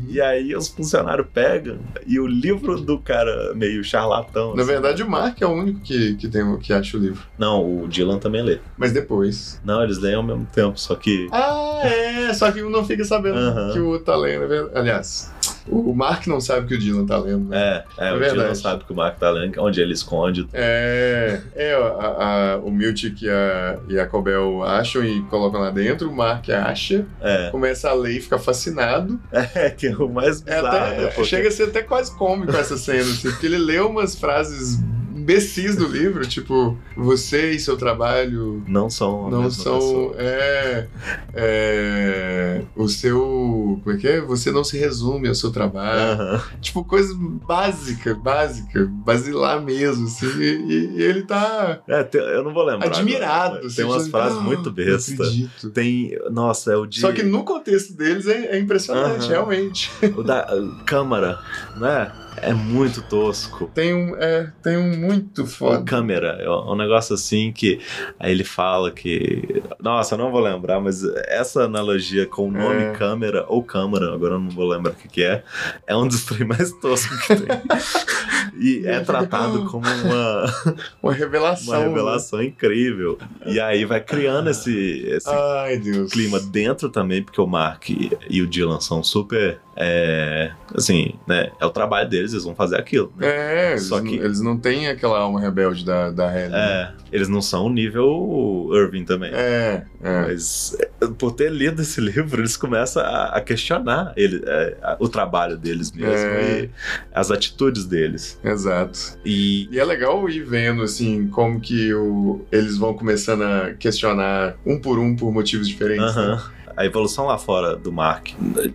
E aí os funcionários pegam e o livro do cara meio charlatão. Na assim. verdade, o Mark é o único que, que, tem, o- que acha o livro. Não, o Dylan também lê. Mas depois. Não, eles leem ao mesmo tempo, só que. Ah, é, só que um não fica sabendo Aham. que o outro tá lendo. é verdade. Aliás, o o Mark não sabe que o Dylan tá lendo, né? É, é, o verdade. Dylan sabe que o Mark tá lendo, onde ele esconde. É, é ó, a- a- o Milt que a, e a Cobel acham e colocam lá dentro, o Mark acha, É, começa a ler e fica fascinado. é que é o mais É bizarro. até, né, porque- Chega a ser até quase cômico essa cena, assim, porque ele leu umas frases imbecis do livro, tipo, você e seu trabalho Não são. a não mesma são. pessoa. É, é, O seu. Como é que é? Você não se resume ao seu trabalho. Aham. Tipo, coisa básica, básica, basilar mesmo, assim, e, e ele tá É, tem- eu não vou lembrar. agora, admirado. mas assim, né? tem umas tipo, frases "Ah, muito não besta. acredito." Tem. Nossa, é o de. Só que no contexto deles é, é impressionante, Aham. realmente. O da câmara, né? É muito tosco. Tem um, é, tem um muito Ou foda. câmera, é um negócio assim que aí ele fala que. Nossa, eu não vou lembrar, mas essa analogia com o nome É. câmera ou câmara, agora eu não vou lembrar o que, que é, é um dos três mais toscos que tem. e é tratado como uma, Uma uma revelação. revelação incrível. E aí vai criando esse, esse Ai, Deus. clima dentro também, porque o Mark e e o Dylan são super. é, assim, né? É o trabalho deles, eles vão fazer aquilo. Né? É, eles, Só não- que- eles não têm aquela alma rebelde da, da Helen. É, eles não são o nível Irving também. É, é. Mas é, por ter lido esse livro, eles começam a, a questionar ele, é, a- o trabalho deles mesmo É. e as atitudes deles. exato. E E é legal ir vendo, assim, como que o, eles vão começando a questionar um por um por motivos diferentes. né? aham, a evolução lá fora do Mark,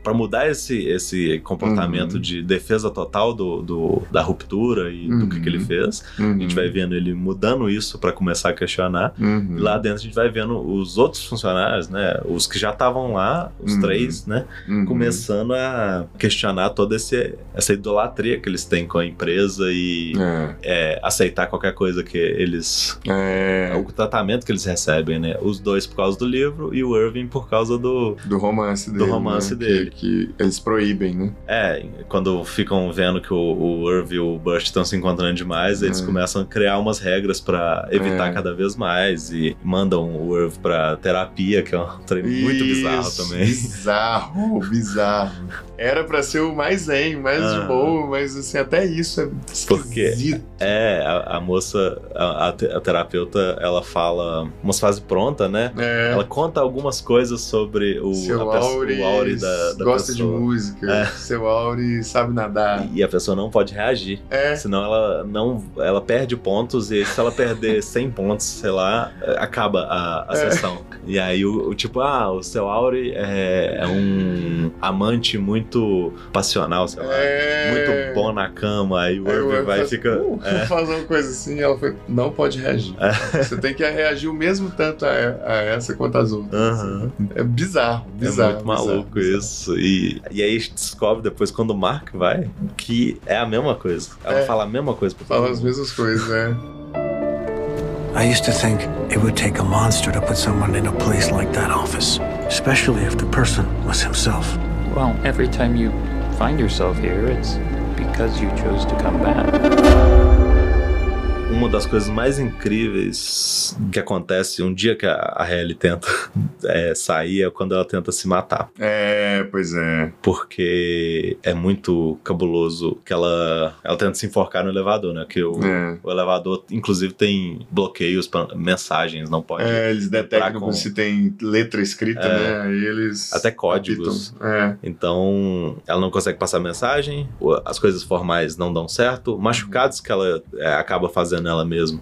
para mudar esse, esse comportamento Uhum. de defesa total do, do- da ruptura e do que, que ele Uhum. fez, a gente Uhum, vai vendo ele mudando isso para começar a questionar. uhum. E lá dentro a gente vai vendo os outros funcionários, né? Os que já estavam lá, os Uhum. três, né? Uhum. começando a questionar toda esse- essa idolatria que eles têm com a empresa e É, é, aceitar qualquer coisa que eles. é, O tratamento que eles recebem, né? Os dois por causa do livro e o Irving por causa do. do romance dele. romance né? Que- dele. Que, eles proíbem, né? É, quando ficam vendo que o, o Irving e o Bush estão se encontrando demais, eles É. começam a criar umas regras pra evitar É. cada vez mais e mandam o Irving pra terapia, que é um treino muito bizarro Isso, também. Bizarro, bizarro. Era pra ser o mais zen, mais de Ah. boa, mas assim, até isso é Por quê? esquisito. É, a, a moça, a, a te- a terapeuta, ela fala umas frases prontas, né? É. Ela conta algumas coisas sobre sobre o, Seu a pesso- Auri o aure da, da gosta de pessoa. música, É. seu Auri sabe nadar. E a pessoa não pode reagir. É, Senão ela não. Ela perde pontos, e se ela perder 100 pontos, sei lá, acaba a, a É. sessão. E aí o, o tipo, ah, o seu Auri é, é um amante muito passional, sei lá. é... Muito bom na cama, aí o Aí Irving Irving vai e faz, fica. é. "Uh", faz uma coisa assim, ela foi, não pode reagir. Você tem que reagir o mesmo tanto a, a essa quanto as outras. Aham. É bizarro, é bizarro. muito maluco bizarro, isso. E, e aí a gente descobre depois, quando o Mark vai, que é a mesma coisa. Ela É. fala a mesma coisa pra todo Fala as mundo. mesmas coisas, né? I used to think it would take a monster to put someone in a place like that office, especially if the person was himself. Well, every time you find yourself here, it's because you chose to come back. Uma das coisas mais incríveis que acontece um dia que a, a Hailey tenta é, sair é quando ela tenta se matar. É, pois é. Porque é muito cabuloso que ela, ela tenta se enforcar no elevador, né? Que o, É. o elevador, inclusive, tem bloqueios pra mensagens, não pode. É, eles entrar detectam com- se tem letra escrita, É. né? Aí eles. Até códigos. apitam. É. Então, ela não consegue passar mensagem, o- as coisas formais não dão certo, machucados que ela é, acaba fazendo ela mesma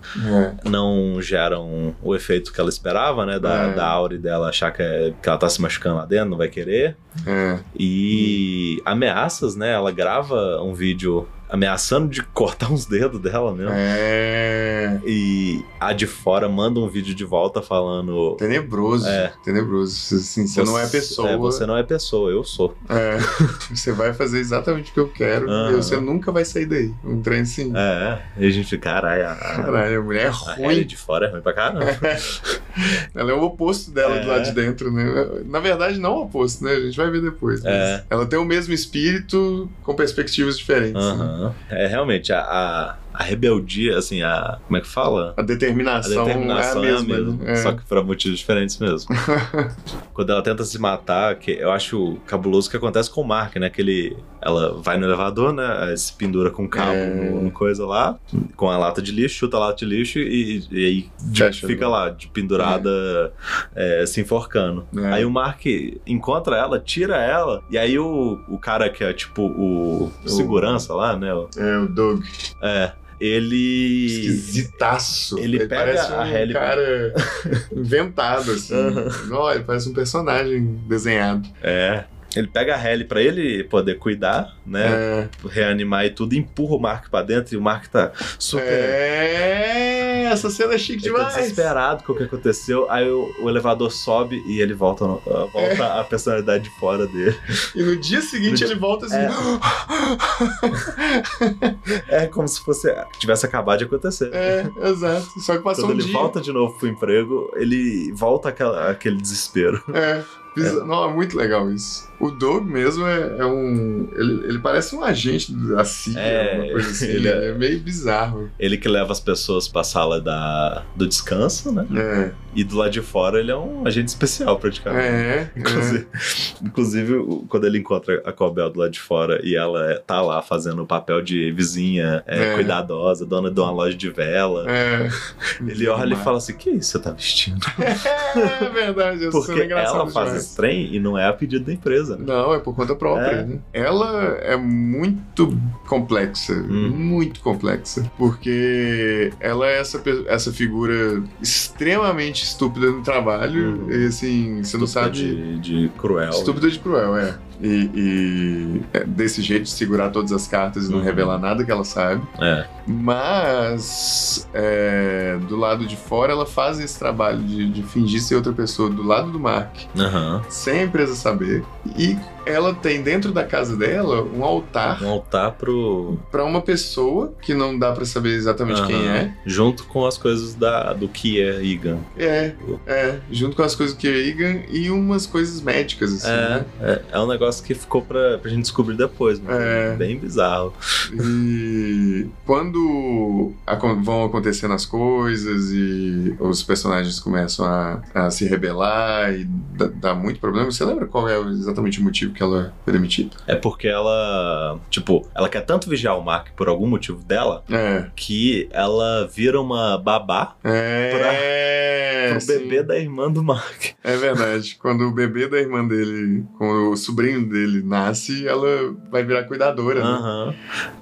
é. não geram o efeito que ela esperava, né? Da, É. da aura dela achar que, é- que ela tá se machucando lá dentro, não vai querer. É. E ameaças, né? Ela grava um vídeo ameaçando de cortar uns dedos dela mesmo. É. E a de fora manda um vídeo de volta falando. Tenebroso. É. Tenebroso. Assim, você, não é pessoa. é, você não é pessoa, eu sou. É, você vai fazer exatamente o que eu quero Ah. e você nunca vai sair daí. Um trem assim. É, é. e a gente fica, caralho, a, Caralho, a mulher é a Hailey ruim. de fora é ruim pra caramba. Ela é o oposto dela do lado É. de dentro, né? Na verdade, não o oposto, né? A gente vai ver depois. mas É. Ela tem o mesmo espírito com perspectivas diferentes. né? Aham. É realmente a, a, a rebeldia, assim, a. Como é que fala? A A determinação, determinação é a mesma. né? É. Só que pra motivos diferentes mesmo. Quando ela tenta se matar, que eu acho cabuloso o que acontece com o Mark, né? Que ele, ela vai no elevador, né? aí Se pendura com o cabo É. no, no coisa lá, com a lata de lixo, chuta a lata de lixo e, e aí de- Fecha, fica né? lá, de pendurada, é, se enforcando. É. Aí o Mark encontra ela, tira ela, e aí o, o cara que é tipo o, O- segurança lá, né? o- É, o Doug. É. Ele. Esquisitaço. Ele pega parece um a Halle- cara inventado, assim. Ó, ele parece um personagem desenhado. É. Ele pega a Halle pra ele poder cuidar, né? É. Reanimar e tudo, e empurra o Mark pra dentro e o Mark tá super. É, essa cena é chique Ele tá demais. desesperado com o que aconteceu, aí o, o elevador sobe e ele volta, no- uh, volta É. a personalidade de fora dele. E no dia seguinte No ele volta assim. É. É como se fosse tivesse acabado de acontecer. É, exato. Só que passou Quando um ele dia. volta de novo pro emprego, ele volta àquela- àquele desespero. É. Pisa- Não, é muito legal isso. O Doug mesmo é, é um. Ele, ele parece um agente da CIA, É, alguma coisa assim. ele Ele é- é, meio bizarro. Ele que leva as pessoas pra sala da, do descanso, né? É. E do lado de fora ele é um agente especial praticamente. É. é. Então, Inclusive, inclusive, o- quando ele encontra a Cobel do lado de fora e ela é- tá lá fazendo o papel de vizinha é, É. cuidadosa, dona de uma loja de vela. É. Ele olha e fala assim: Que isso você tá vestindo? É verdade, essa Porque cena é engraçada. ela faz demais. esse trem e não é a pedido da empresa. né? Não, é por conta própria. É. Né? Ela é muito complexa, Hum. muito complexa, porque ela é essa, pe- essa figura extremamente estúpida no trabalho, Hum. e assim, você não Estúpida sabe. De, de cruel. Estúpida de cruel, é. E, e é desse jeito de segurar todas as cartas e não Uhum. revelar nada que ela sabe. É. Mas é, do lado de fora ela faz esse trabalho de, de fingir ser outra pessoa do lado do Mark Aham. sem a empresa saber. E ela tem dentro da casa dela um altar Um altar pro. pra uma pessoa que não dá pra saber exatamente quem Aham. é. Junto com as coisas da, do que é Igan. É, é, junto com as coisas que é Egan e umas coisas médicas, assim, É, né? é, é um negócio que ficou pra, pra gente descobrir depois, mas É. bem bizarro. E quando acon- vão acontecendo as coisas e os personagens começam a, a se rebelar e dá, dá muito problema, você lembra qual é exatamente o motivo que ela foi demitida. É porque ela, tipo, ela quer tanto vigiar o Mark por algum motivo dela É. que ela vira uma babá É. pro sim. bebê da irmã do Mark. É verdade. Quando o bebê da irmã dele, quando o sobrinho dele nasce, ela vai virar cuidadora, né? Aham.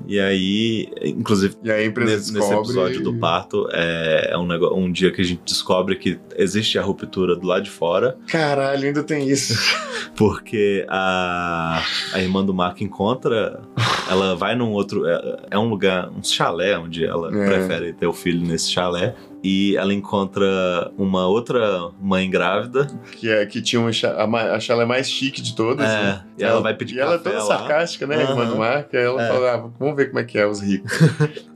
E aí, inclusive, E aí a empresa nesse, nesse descobre. episódio do parto, é, é um, negócio, um dia que a gente descobre que existe a ruptura do lado de fora, Caralho, ainda tem isso. porque a, a irmã do Mark encontra. Ela vai num outro. É, é um lugar, um chalé, onde ela É. prefere ter o filho nesse chalé. E ela encontra uma outra mãe grávida. Que, é, que tinha um, cha- a, ma- a chalé mais chique de todas. né? é, e ela, vai pedir E ela é café toda lá. sarcástica, né? A irmã Aham. do Mark. Aí ela É. fala, ah, vamos ver como é que é os ricos.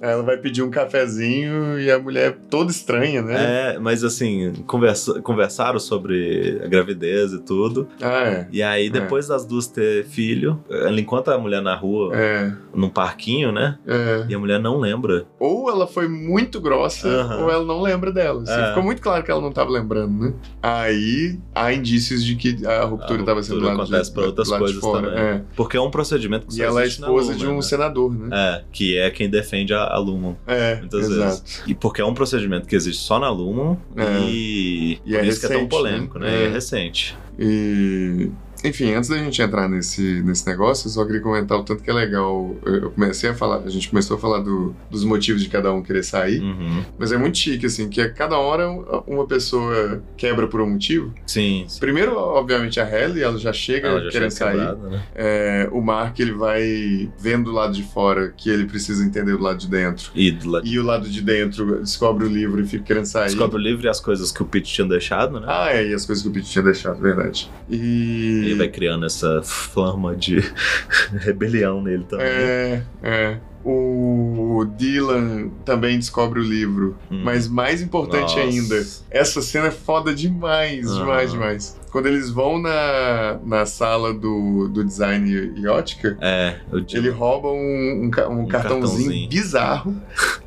aí ela vai pedir um cafezinho e a mulher é toda estranha, né? É, mas assim, conversa- conversaram sobre a gravidez e tudo. Ah, é. E aí, depois das duas ter filho, ela encontra a mulher na rua, É, num parquinho, né? é. E a mulher não lembra. Ou ela foi muito grossa, Aham. ou ela não lembra dela. assim. É. Ficou muito claro que ela não estava lembrando, né? Aí há indícios de que a ruptura A estava sendo ruptura lá acontece pra outras coisas também. É. Porque é um procedimento que E só ela é existe na esposa Lumen, de um né? senador, né? É, que é quem defende a, a Lumen. É, Muitas exato. vezes. E porque é um procedimento que existe só na Lumon É. e, E por é isso que é tão recente, polêmico, né? né? E é É. recente. E. Enfim, antes da gente entrar nesse, nesse negócio, eu só queria comentar o tanto que é legal. Eu eu comecei a falar, a gente começou a falar do- dos motivos de cada um querer sair, Uhum. mas é muito chique, assim, que a cada hora uma pessoa quebra por um motivo. Sim, sim. Primeiro, obviamente, a Halle, ela já chega Ela já querendo chega sair. quebrada, né? É, o Mark ele vai vendo do lado de fora que ele precisa entender do lado de dentro. E do lado- E o lado de dentro descobre o livro e fica querendo sair. descobre o livro e as coisas que o Pete tinha deixado, né? Ah, é, e as coisas que o Pete tinha deixado, verdade. E E. Ele vai criando essa flama de rebelião nele também. É, é. O Dylan também descobre o livro. Hum. Mas mais importante Nossa. ainda, essa cena é foda demais, Aham. demais, demais. Quando eles vão na, na sala do, do design Iótica, É, eu digo. Ele rouba um, um ca- um cartãozinho, cartãozinho. bizarro,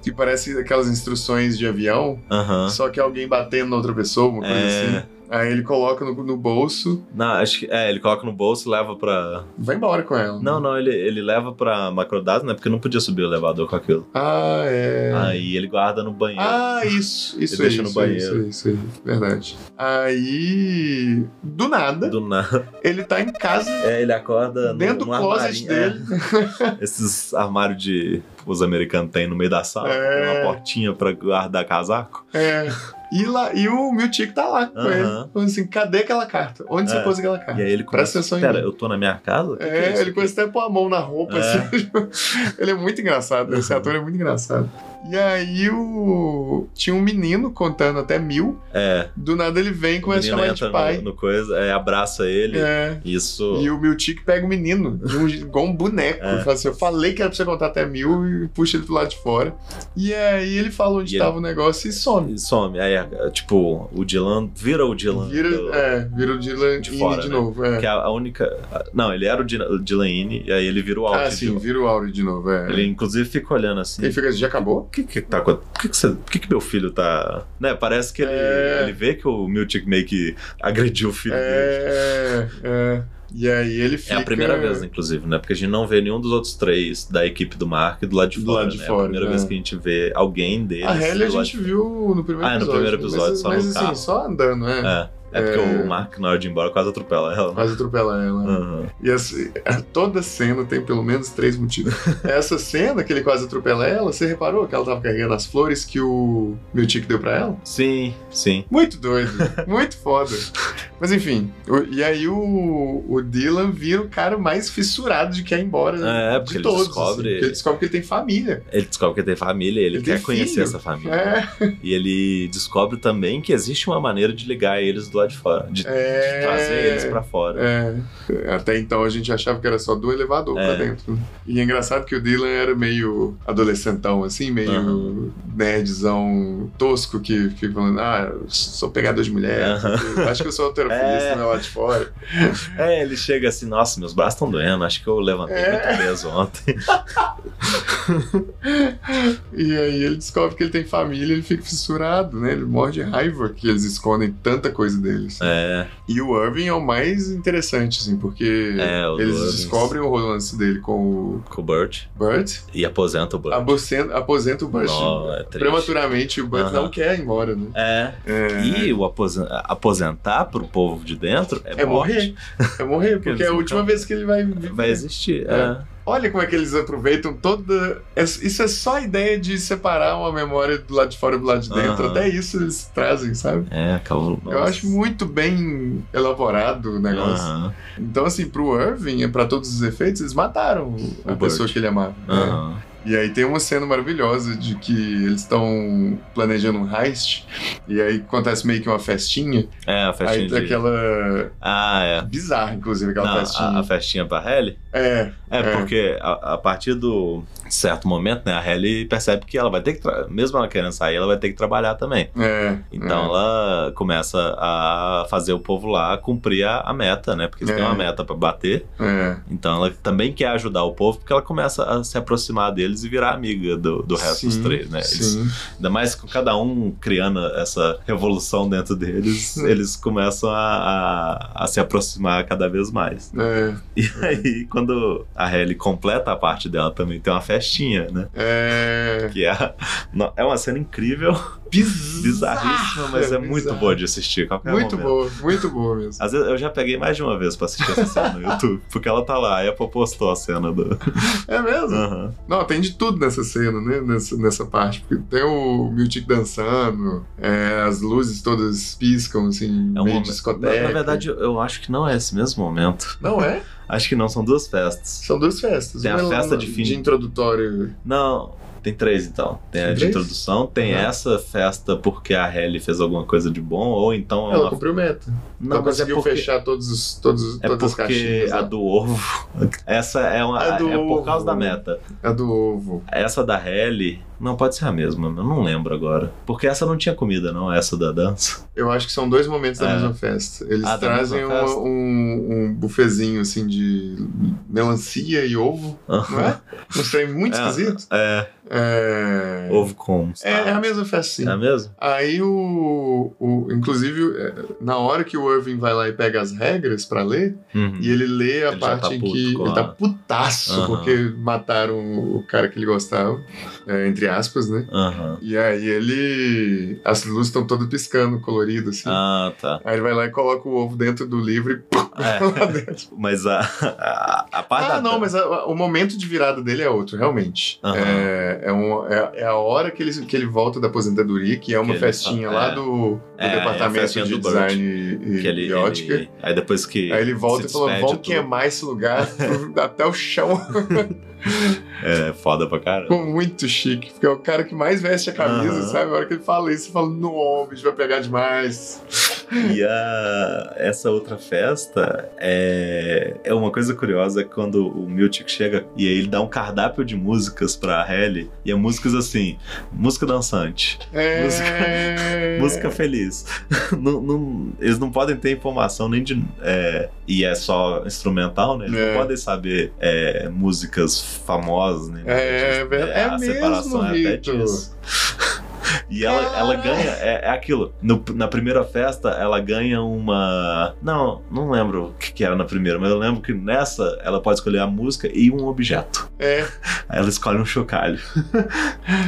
que parece aquelas instruções de avião, Aham. só que alguém batendo na outra pessoa, uma coisa É. assim. Aí ele coloca no, no bolso, Não, acho que. É, ele coloca no bolso e leva pra. vai embora com ela. Não, não, ele, ele leva pra macrodata, né? Porque não podia subir o elevador com aquilo. Ah, é. Aí ele guarda no banheiro. Ah, isso, isso Ele aí. deixa no isso, aí, banheiro. Isso, aí, isso aí, verdade. Aí, do nada, Do nada. ele tá em casa, É, ele acorda dentro do num closet armarinho, dele. é. esses armários de os americanos têm no meio da sala, É. tem uma portinha pra guardar casaco. É. E, lá, e o Miltic tá lá com Aham. ele. Falando assim, cadê aquela carta? Onde É. você pôs aquela carta? E aí ele Presta começa, atenção em pera, mim." eu tô na minha casa? O que que É, isso ele aqui?" começa até a pôr a mão na roupa, É. assim. ele é muito engraçado, esse ator é muito engraçado. E aí o. Tinha um menino contando até mil. É, Do nada ele vem e o começa a menino chamar ele entra de no, pai. no coisa, é, abraça ele. É. Isso. E o Miltic pega o menino, de um, igual um boneco. É. e Fala assim, eu falei que era pra você contar até mil e puxa ele pro lado de fora. E aí ele fala onde E ele- tava o negócio e some. E some. Aí, é, tipo, o Dylan vira o Dylan. Vira, do- é, vira o Dylan de de, fora, de né? novo. é. Que a, a única. a- Não, ele era o Dylan- o Dylan Ine, e aí ele vira é o Alt. Ah, sim, vira o Auri de novo. É. Ele, inclusive, fica olhando assim. Ele fica assim, já acabou? O que que tá acontecendo? Por que que, você- por que que meu filho tá... Né, parece que ele, É. ele vê que o Miltic meio que agrediu o filho dele. É, é. E aí ele É fica. a primeira vez, inclusive, né? Porque a gente não vê nenhum dos outros três da equipe do Mark do lado de Do fora, lado de né? é a fora, primeira é. vez que a gente vê alguém deles. A Halle a do lado gente de- viu no primeiro Ah, no episódio. primeiro episódio, mas, só mas no assim, carro. só andando, né? É, é porque É. o Mark, na hora de ir embora, quase atropela ela. né? Quase atropela ela. Uhum. E assim, toda cena tem pelo menos três motivos. Essa cena que ele quase atropela ela, você reparou que ela tava carregando as flores que o meu tico deu pra ela? Sim, sim. Muito doido, muito foda. Mas enfim, o- e aí o, o Dylan vira o cara mais fissurado de que é embora É, de porque ele todos. descobre- assim, porque ele descobre que ele tem família. Ele descobre que tem família, ele, Ele quer tem conhecer filho. essa família. É, E ele descobre também que existe uma maneira de ligar eles do lado de fora, de, É. de trazer eles pra fora. É, até então a gente achava que era só do elevador É. pra dentro. E é engraçado que o Dylan era meio adolescentão, assim, meio Aham. nerdzão tosco que fica falando: ah, eu sou pegador de mulher, Aham. acho que eu sou É. alterofilista né, lá de fora. É, ele chega assim, nossa, meus braços estão doendo, acho que eu levantei É. muito peso ontem. e aí ele descobre que ele tem família, ele fica fissurado, né? Ele morre de raiva que eles escondem tanta coisa deles. É, E o Irving é o mais interessante, assim, porque É, o do eles Irving. descobrem o romance dele com o com o Burt. Burt, E aposenta o Burt. Ah, aposenta, aposenta o Burt. Não, é triste. Prematuramente, o Burt Aham. não quer ir embora, né? É. E o aposen- aposentar pro povo de dentro é, É morrer. morte. É morrer, porque é a Eles última nunca- vez que ele vai viver. Vai existir. É. É. Olha como é que eles aproveitam toda. Isso é só a ideia de separar uma memória do lado de fora e do lado de dentro. Aham. Até isso eles trazem, sabe? É, acabou. Eu Nossa. acho muito bem elaborado o negócio. Aham, Então, assim, pro Irving, pra todos os efeitos, eles mataram a Burt. pessoa que ele amava. né? aham. E aí tem uma cena maravilhosa de que eles estão planejando um heist, e aí acontece meio que uma festinha. É, a aí festinha tem de... aquela. Ah, é. bizarra, inclusive, aquela Não, festinha. a, a festinha pra Halle? É, É, É. porque a, a partir do certo momento, né, a Halle percebe que ela vai ter que... tra- Mesmo ela querendo sair, ela vai ter que trabalhar também. é. Então ela começa a fazer o povo lá cumprir a, a meta, né? Porque eles É. têm uma meta pra bater. É. Então ela também quer ajudar o povo, porque ela começa a se aproximar deles e virar amiga do, do resto dos Sim, três, né? Eles- Sim. ainda mais com cada um criando essa revolução dentro deles, eles começam a, a, a se aproximar cada vez mais. É, E aí, quando a Halle completa a parte dela, também tem uma festinha, né? é... Que é, não, é uma cena incrível, bizarríssima, mas é muito bizarra. boa É de assistir. a Qualquer Muito momento. boa, muito boa mesmo. Às vezes eu já peguei mais de uma vez pra assistir essa cena no YouTube, porque ela tá lá, a Apple postou a cena do. É mesmo? Aham. Não, tem de tudo nessa cena, né? Nessa, nessa parte. Porque tem o Miltic dançando, é, as luzes todas piscam, assim, É um meio momento- discoteca. Na, na verdade, eu- eu acho que não é esse mesmo momento. Não é? Acho que não, são duas festas. São duas festas. Tem a Uma festa de fim- De introdutório. Não, tem três então. Tem a Tem de três? introdução, tem Uhum. essa festa porque a Halle fez alguma coisa de bom, ou então. Ela ela- cumpriu meta. Não, ela mas é conseguiu porque. fechar todos os, todos, É todas as porque caixinhas. a né? do ovo. Essa é uma. A do é por ovo. causa da meta. A do ovo. Essa da Halle. Não, pode ser a mesma, eu não lembro agora. Porque essa não tinha comida, não, essa da dança. Eu acho que são dois momentos da É. mesma festa. Eles Ah, da trazem mesma uma- festa? um, um bufezinho assim de melancia e ovo, não é? Um trem muito É, esquisito. É, É... ovo com. É, é a mesma festa, sim. É mesmo? Aí o, o. Inclusive, é, na hora que o Irving vai lá e pega as regras pra ler, Uhum. e ele lê a Ele já parte tá em puto que com ele a- tá putaço Aham. porque mataram o cara que ele gostava, é, entre aspas, né? Aham. E aí ele. As luzes estão todas piscando, colorido, assim. Ah, tá. Aí ele vai lá e coloca o ovo dentro do livro e É, lá dentro. mas a, a, a parte Ah, da não, mas a- a- o momento de virada dele é outro, realmente. Aham. É, é, um- é- é a hora que ele, que ele volta da aposentadoria, que é uma ele festinha fa- lá é. do, do É, é a departamento festinha de do Burt, design e, que e ele, e ótica. ele- Aí depois que. Aí ele volta se e fala: despede vamos tudo. queimar esse lugar até o chão. É foda pra caramba. Ficou muito chique, porque é o cara que mais veste a camisa, Aham. sabe? A hora que ele fala isso, você fala: não, bicho, vai pegar demais. E a, essa outra festa é, é uma coisa curiosa é quando o Miltic chega e aí ele dá um cardápio de músicas pra Halle e é músicas assim, música dançante, É... música feliz. Não- não- eles não podem ter informação nem de. é, e é só instrumental, né? Eles É. não podem saber é, músicas famosas, né? É, é verdade. É a separação mesmo, é até Vitor. disso. E ela, ela Caralho. ganha, é, é aquilo. No- na primeira festa, ela ganha uma. Não, não lembro o que, que era na primeira, mas eu lembro que nessa ela pode escolher a música e um objeto. É. Aí ela escolhe um chocalho.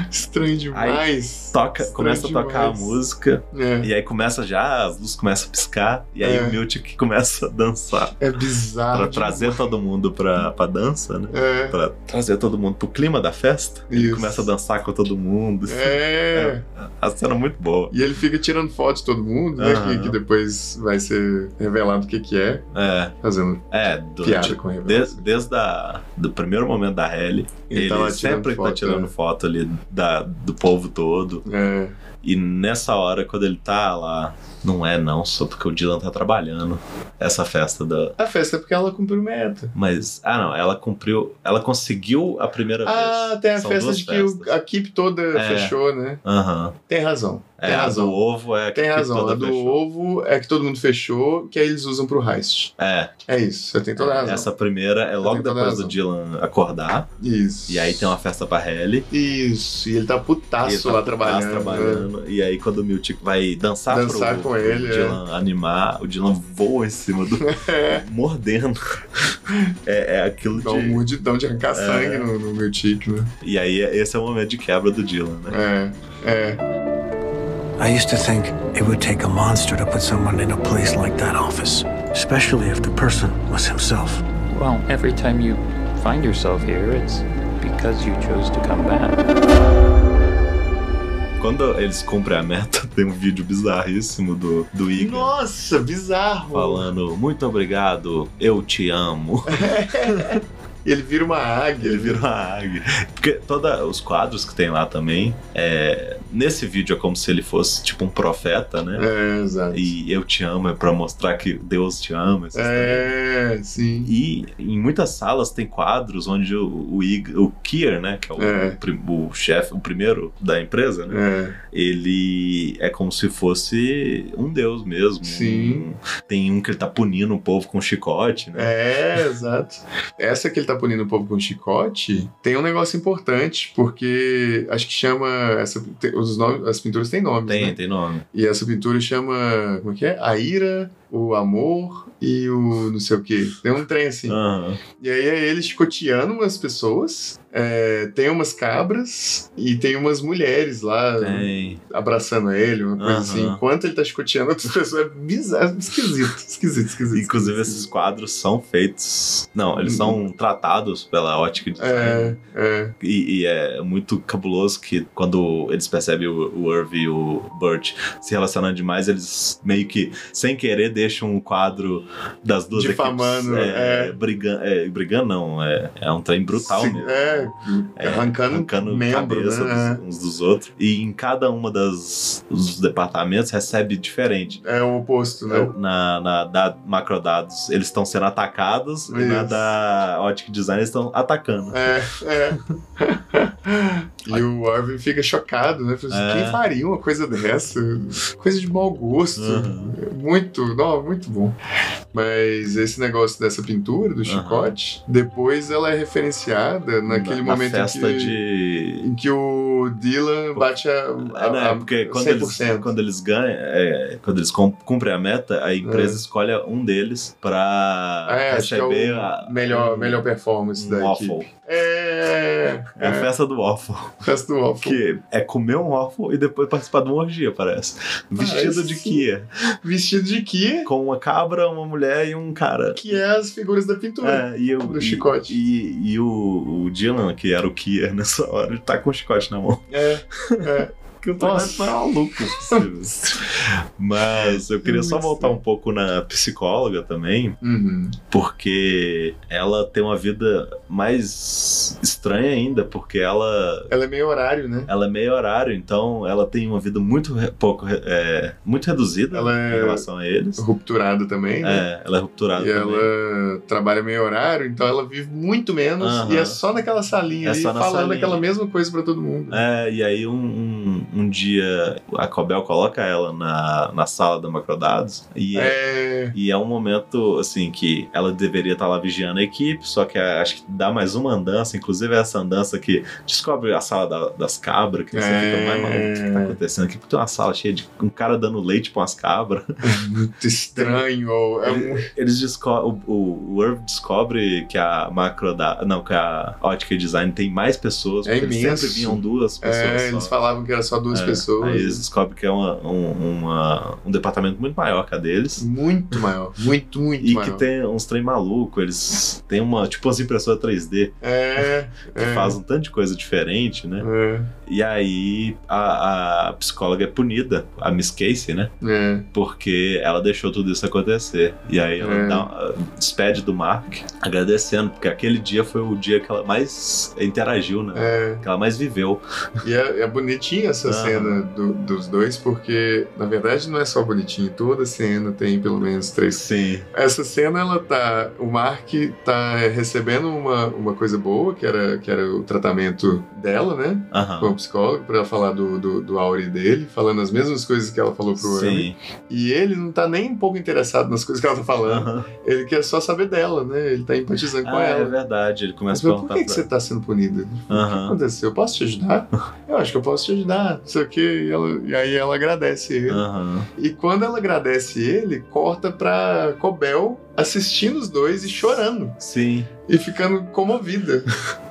Estranho demais. Toca, Estranho começa a tocar a demais. música, É. e aí começa já, as luzes começam a piscar, e aí É. o Miltic começa a dançar. É bizarro. Pra demais. trazer todo mundo pra, pra dança, né? É. Pra trazer todo mundo pro clima da festa. Isso. Começa a dançar com todo mundo. assim. É. A cena é muito boa. E ele fica tirando foto de todo mundo, né? Aham. Que, que depois vai ser revelado o que, que é, É. fazendo É, durante, piada com revelação. desde, desde a, do primeiro momento da rally, ele, tá lá tirando sempre tá foto, tirando né? foto ali da, do povo todo. É. E nessa hora, quando ele tá lá, não é não, só porque o Dylan tá trabalhando essa festa da. A festa é porque ela cumpriu meta. Mas. Ah, não, ela cumpriu. Ela conseguiu a primeira Ah, vez. tem a São festa duas de que o- festas. a equipe toda É. fechou, né? Aham. Tem razão. É, tem a do razão. ovo é a Tem que razão. toda A do fechou. ovo é que todo mundo fechou, que aí eles usam pro heist. É, É isso, você tem toda a razão. essa primeira é logo tenho toda depois do razão. Dylan acordar. Isso. E aí tem uma festa pra Halle. Isso, e ele tá e ele putaço tá lá com o trabalhando. braço né? trabalhando. E aí quando o Miltico vai dançar, Dançar pro, com pro ele, é. Dylan animar, o Dylan voa em cima do... mordendo. É, é aquilo Dá um de... É. mordidão de arrancar sangue no, no meu tique, né? E aí esse é o momento de quebra do Dylan, né? É, é. I used to think it would take a monster to put someone in a place like that office, especially if the person was himself. Well, every time you find yourself here, it's because you chose to come back. Quando eles cumprem a meta, tem um vídeo bizarríssimo do, do Igor. Nossa, bizarro. Tipo, Falando, muito obrigado, eu te amo. E ele vira uma águia. Ele virou uma águia. Porque todos os quadros que tem lá também, é, nesse vídeo é como se ele fosse tipo um profeta, né? É, exato. E eu te amo é pra mostrar que Deus te ama. essas coisas. É, sim. E em muitas salas tem quadros onde o, o, Ig- o Kier, né? Que é o, É. prim- o chefe, o primeiro da empresa, né? É. Ele é como se fosse um deus mesmo. Sim. Um- tem um que ele tá punindo o povo com chicote, né? É, exato. Essa que ele tá punindo o povo com chicote tem um negócio importante, porque acho que chama. Essa, tem- os nomes, as pinturas têm nomes, Tem, né? tem nome. E essa pintura chama. Como é que é? A ira, o amor e o não sei o quê. Tem um trem assim. Aham. E aí é ele chicoteando umas pessoas, é, tem umas cabras e tem umas mulheres lá Tem. abraçando ele, uma coisa É. Aham. assim. Enquanto ele tá chicoteando outras pessoas, é bizarro, esquisito, esquisito, esquisito. Inclusive, esquisito. esses quadros são feitos. Não, eles são tratados pela ótica de design. Uhum. É, é, E, e é muito cabuloso que quando eles percebem o, o Irv e o Burt se relacionando demais, eles meio que, sem querer, deixam o quadro das duas Difamando, equipes. é. Brigando, é, brigando não. É, é um trem brutal Se- mesmo. é, É, arrancando, arrancando membro, cabeça né? dos, uns dos outros. E em cada uma das dos departamentos recebe diferente. É o oposto, né? Na, na da Macrodados, eles estão sendo atacados, e na Isso. da Optic Design, eles estão atacando. É, é. e o Arvin fica chocado, né? Fala assim, É. Quem faria uma coisa dessa? Coisa de mau gosto. Uhum. Muito, não, muito bom. Mas esse negócio dessa pintura, do Uhum. chicote, depois ela é referenciada naquele na, momento na festa em, que, de. em que o Dylan bate a, a, É, né, a porque quando 100%. eles, quando eles ganham, é, quando eles cum- cumprem a meta, a empresa escolhe um deles pra É, acho que é o receber a. melhor, melhor performance um da equipe. waffle. É, É a é, festa do waffle. festa do waffle. Que é comer um waffle e depois participar de uma orgia, parece. Vestido de Ah, sim. Kia. Vestido de que? Com uma cabra, uma mulher e um cara. Que é as figuras da pintura. É, e o, Do e- chicote. E, e o, o Dylan, que era o Kier nessa hora, ele tá com o chicote na mão. É, é. Que o Nossa. Nossa. é maluco. Mas eu queria só voltar um pouco na psicóloga também, Uhum. porque ela tem uma vida mais estranha ainda, porque ela. Ela é meio horário, né? Ela é meio horário, então ela tem uma vida muito re- pouco re- é, muito reduzida Ela em é- relação a eles. Rupturado também, né? É, ela é rupturada E também. ela trabalha meio horário, então ela vive muito menos Aham. e é só naquela salinha É ali só na falando salinha. aquela mesma coisa pra todo mundo. É, e aí um, um, um dia a Cobel coloca ela na, na sala da Macrodados e é. É, e é um momento, assim, que ela deveria estar lá vigiando a equipe, só que a- acho que dá mais uma andança, inclusive essa andança que descobre a sala da- das cabras, que você É. fica mais maluco, o que que tá acontecendo aqui? Porque tem uma sala cheia de um cara dando leite pra umas cabras. muito É, estranho. É um... Eles descobrem, o, o, o Irv descobre que a Macro, da, não, que a Optica Design tem mais pessoas, É porque eles imenso. sempre vinham duas pessoas é, só. eles falavam que era só duas É, Aí eles pessoas. descobrem que é uma- um, uma- um departamento muito maior que a deles. Muito maior, muito, muito E que maior. tem uns trem maluco, eles têm uma, tipo umas impressoras 3D É, que é, fazem um tanto de coisa diferente, né? é, E aí a, a psicóloga é punida, a Miss Casey, né? é. Porque ela deixou tudo isso acontecer. E aí ela É. dá- despede do Mark, agradecendo, porque aquele dia foi o dia que ela mais interagiu, né? é. Que ela mais viveu. E é, é bonitinha essa cena do- dos dois, porque na verdade não é só bonitinho, toda cena tem pelo menos três Sim. Essa cena, ela tá. O Mark tá recebendo uma, uma coisa boa, que era, que era o tratamento dela, né? Com Aham. o psicólogo, pra ela falar do, do, do Auri dele, falando as mesmas coisas que ela falou pro Amy. Sim. E ele não tá nem um pouco interessado nas coisas que ela tá falando. Aham. Ele quer só saber dela, né? Ele tá empatizando com Ah, é ela. verdade. Ele Mas começa a por perguntar que, que você tá sendo punida? O que Aham. aconteceu? Eu posso te ajudar? Eu acho que eu posso te ajudar. Não sei o quê. E, ela, e aí ela agradece ele. Aham. E quando ela agradece ele, corta pra Cobel assistindo os dois e chorando. Sim. E ficando comovida.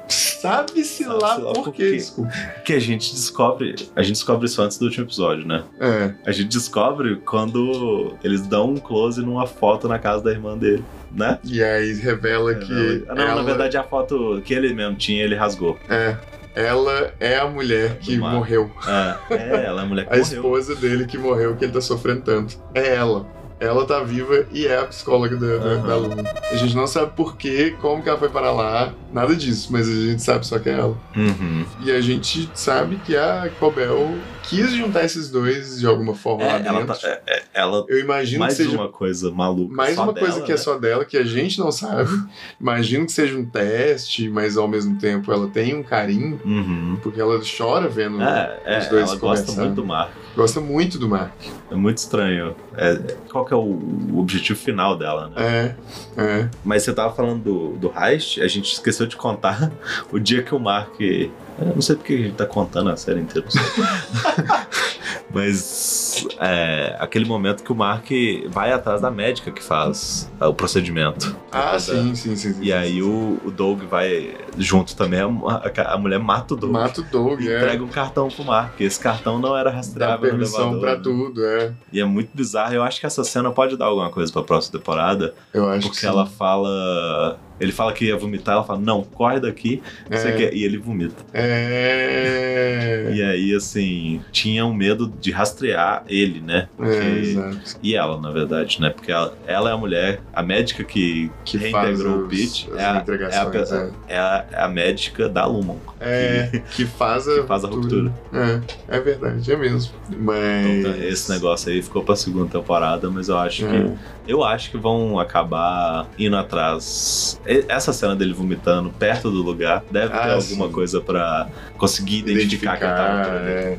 Sabe-se lá, Sabe-se lá por por quê. quê. desculpa. Que a gente descobre. A gente descobre isso antes do último episódio, né? É. A gente descobre quando eles dão um close numa foto na casa da irmã dele, né? E aí revela que. é Ah, não, ela, né? na verdade a foto que ele mesmo tinha, ele rasgou. É. Ela é a mulher que Mar. morreu. É, é ela é a mulher que A morreu. esposa dele que morreu, que ele tá sofrendo tanto. É ela. Ela tá viva e é a psicóloga da, da- Aham. da Luna. A gente não sabe por quê, como que ela foi para lá, nada disso, mas a gente sabe só que é ela. Uhum. E a gente sabe que a Cobel quis juntar esses dois de alguma forma lá É, dentro. ela, tá, é, é, ela Eu imagino mais que seja uma coisa maluca. mais só uma coisa dela, que é né? só dela, que a gente não sabe. imagino que seja um teste, mas ao mesmo tempo ela tem um carinho, Uhum. porque ela chora vendo. É, Hum, Os é dois ela gosta conversando. muito do mar. Gosta muito do Mark. É muito estranho. É, qual que é o, o objetivo final dela, né? É, é. Mas você tava falando do, do Heist, a gente esqueceu de contar o dia que o Mark. Eu não sei porque a gente tá contando a série inteira. não sei. Mas é, aquele momento que o Mark vai atrás da médica que faz é, o procedimento. Ah, sim, sim, sim. sim, E é aí sim. o, o Doug vai junto também, a, mu- a ca- a mulher mata o Doug. Mata o Doug, e é. entrega um cartão pro Mark. Esse cartão não era Dá rastreável no permissão elevador. pra né? tudo, é. E é muito bizarro. Eu acho que essa cena pode dar alguma coisa pra próxima temporada. Eu acho que Porque sim. ela fala. Ele fala que ia vomitar, ela fala, não, corre daqui. não sei o É. quê, E ele vomita. É. E aí, assim, tinha um medo de rastrear ele, né? Porque- É, exato. E ela, na verdade, né? Porque ela, ela é a mulher, a médica que, que faz reintegrou os- o Pete as é, a- é, a, entregações, é. é a- é a médica da Lumon. É, que faz a, que faz a ruptura. É, é verdade, é mesmo. Mas. Então, esse negócio aí ficou pra segunda temporada, mas eu acho que É. Eu acho que vão acabar indo atrás. E- Essa cena dele vomitando perto do lugar deve ter Ah, alguma sim. coisa pra conseguir identificar, que tá tava por ali. é.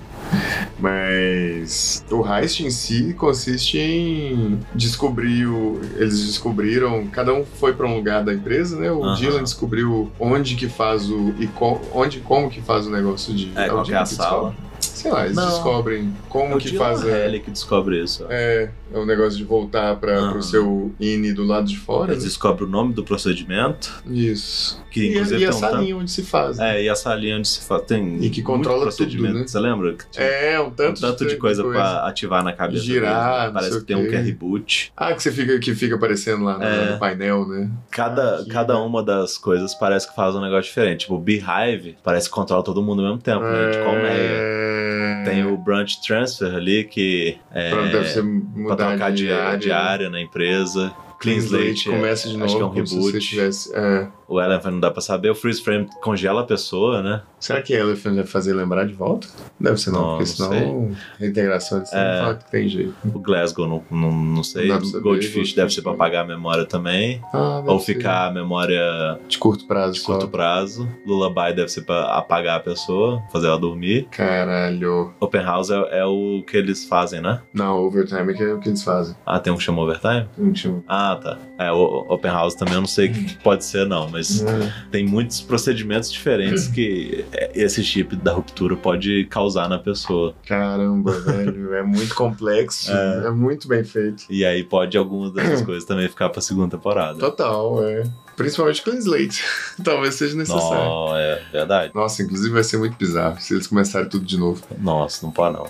Mas o heist em si consiste em descobrir o. Eles descobriram. Cada um foi pra um lugar da empresa, né? O Aham. Dylan descobriu onde que faz o. e co- onde e como que faz o negócio de. É, o qual que é Dylan a que sala? descobre. Sei lá, eles Não. descobrem como É o que Dylan faz a- Halley que descobre isso. É, é um negócio de voltar para Aham. pro seu INE do lado de fora. Ele né? descobre o nome do procedimento, Isso. que E, é, inclusive e a tem um tanto- salinha onde se faz. né? É, e a salinha onde se faz. Tem E que controla muito tudo, procedimento, né? Você lembra? Que tinha É, um um tanto, tanto de coisa, pra ativar na cabeça. Girar, dele, né? não sei Parece o que tem um quê. que é reboot. Ah, que você fica, que fica aparecendo lá no, É. no painel, né? Cada, Aqui, cada né? uma das coisas parece que faz um negócio diferente. Tipo, o Beehive parece que controla todo mundo ao mesmo tempo, né? De colmeia. É. Tem o Branch Transfer ali, que é Pronto, deve ser pra mudar trocar de, de, área. de área na empresa. Clean Clean Slate, Slate começa de acho novo, que é um como se reboot. você tivesse... é. o Elephant não dá pra saber. O Freeze Frame congela a pessoa, né? Será que Elephant vai fazer lembrar de volta? Deve ser não, Não, porque não senão reintegração de É. é. fala que tem jeito. O Glasgow, não, não, não sei. Não dá pra saber, o Goldfish Goldfish deve ser pra também. apagar a memória também. Ah, deve Ou ser. ficar a memória de curto prazo de só. curto prazo. Lullaby deve ser pra apagar a pessoa, fazer ela dormir. Caralho. Open House é, é o que eles fazem, né? Não, overtime é que é o que eles fazem. Ah, tem um que chama overtime? Não tinha- Ah, tá. É, o o Open House também eu não sei o Hum. que que pode ser, não, mas tem muitos procedimentos diferentes Hum. que é, esse chip da ruptura pode causar na pessoa. Caramba, velho. É muito complexo. É. é muito bem feito. E aí pode algumas dessas coisas também ficar pra segunda temporada. Total, é. Principalmente Clean Slate. Talvez seja necessário. Nossa. Não, é verdade. inclusive vai ser muito bizarro se eles começarem tudo de novo. Nossa, não pode não.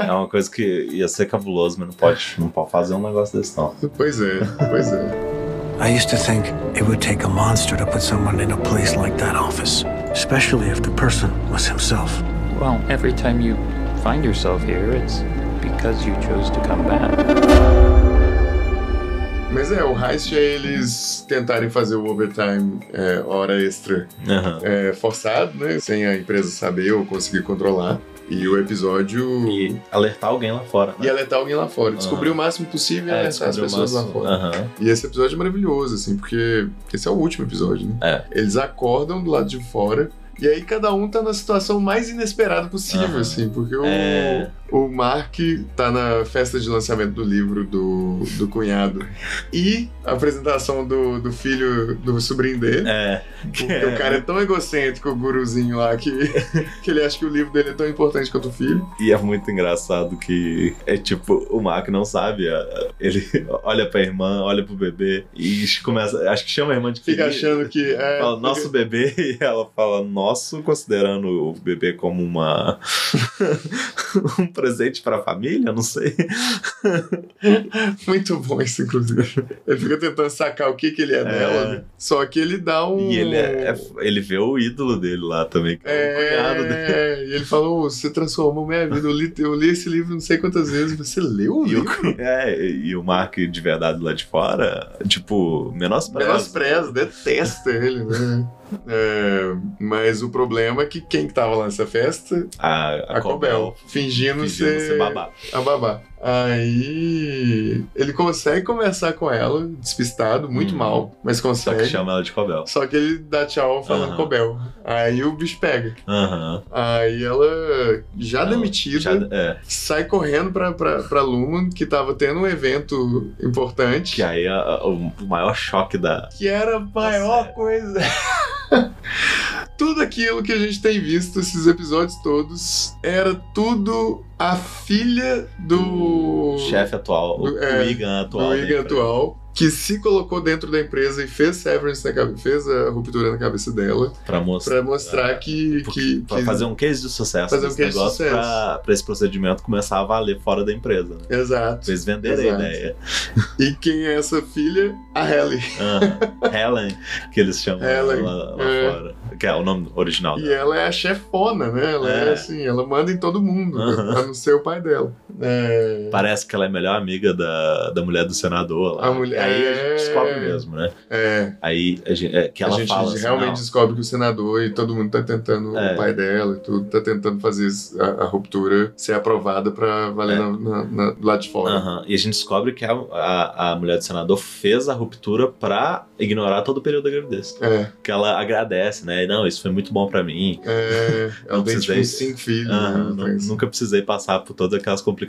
É uma coisa que ia ser cabuloso, mas não pode, não pode fazer um negócio desse, não. Pois é, pois é. I used to think it would take a monster to put someone in a place like that office, especially if the person was himself. Well, every time you find yourself here, it's because you chose to come back. Mas é, o heist é eles tentarem fazer o overtime, é, hora extra, Aham. é, forçado, né? Sem a empresa saber ou conseguir controlar. E o episódio. E alertar alguém lá fora. E Né? alertar alguém lá fora. Descobrir o máximo possível e É, alertar as descobrir o pessoas lá máximo. fora. Aham. E esse episódio é maravilhoso, assim, porque esse é o último episódio, né? É. Eles acordam do lado de fora. E aí cada um tá na situação mais inesperada possível, Aham. assim, porque o, É. o Mark tá na festa de lançamento do livro do, do cunhado e a apresentação do, do filho, do sobrinho dele. É. Porque o cara é tão egocêntrico, o guruzinho lá, que, que ele acha que o livro dele é tão importante quanto o filho. E é muito engraçado que é tipo, o Mark não sabe. a- Ele olha pra irmã, olha pro bebê e começa. Acho que chama a irmã de Fica querida. achando que. É, Fala, nosso bebê, e ela fala, nosso, considerando o bebê como uma. um presente pra família, não sei. Muito bom isso, inclusive. Ele fica tentando sacar o que, que ele é, dela, né? Só que ele dá um. E ele, é- é- ele vê o ídolo dele lá também, que é o cunhado dele. É, e ele falou: você transformou minha vida. Eu li, eu li esse livro não sei quantas vezes. Você leu o E livro? o, é, e o Mark de verdade lá de fora, tipo, menospreza. Menospreza, detesta ele, né? É, mas o problema é que quem que tava lá nessa festa? A, A, Cobel, fingindo, Fingindo ser, ser babá. a babá. Aí ele consegue conversar com ela, despistado, muito Uhum. mal, mas Só que consegue. chama ela de Cobel. Só que ele dá tchau falando Aham. Cobel. Aí o bicho pega. Aham. Aí ela, já Ela demitida, Já- é, sai correndo pra, pra, pra Lumen, que tava tendo um evento importante, que é- Tá aí a- a- o maior choque da. que era a maior sério. coisa. tudo aquilo que a gente tem visto, esses episódios todos, era tudo a filha do. Hum, Chefe atual, o do- é, Wigan atual. do né, Iga pra- atual, que se colocou dentro da empresa e fez severance na cabeça, fez a ruptura na cabeça dela, Pra mostrar. pra mostrar que. que, pra que- fazer um case de sucesso Fazer um desse case de negócio sucesso. Pra, pra esse procedimento começar a valer fora da empresa, né? Pra Exato. eles venderem Exato. a ideia. E quem é essa filha? A Ellie. Aham. Helen, que eles chamam Helen, lá, lá é. fora. Que é o nome original E dela. ela é a chefona, né? Ela é, É. assim, ela manda em todo mundo, Aham. a não ser o pai dela. É, Parece que ela é a melhor amiga da, da mulher do senador lá. A mulher- Aí a gente descobre é. mesmo, né? é, Aí a gente, é, que ela a gente fala assim, realmente não, descobre que o senador e todo mundo tá tentando, É. o pai dela e tudo, tá tentando fazer a, a ruptura ser aprovada pra valer É. na, na- na- lá de fora. Aham, E a gente descobre que a, a, a mulher do senador fez a ruptura pra ignorar todo o período da gravidez. É, Que ela agradece, né? E, Não, isso foi muito bom pra mim. é, ela Não tem precisei. tipo uns cinco filhos, Aham, né? nu- Mas- nunca precisei passar por todas aquelas complicações.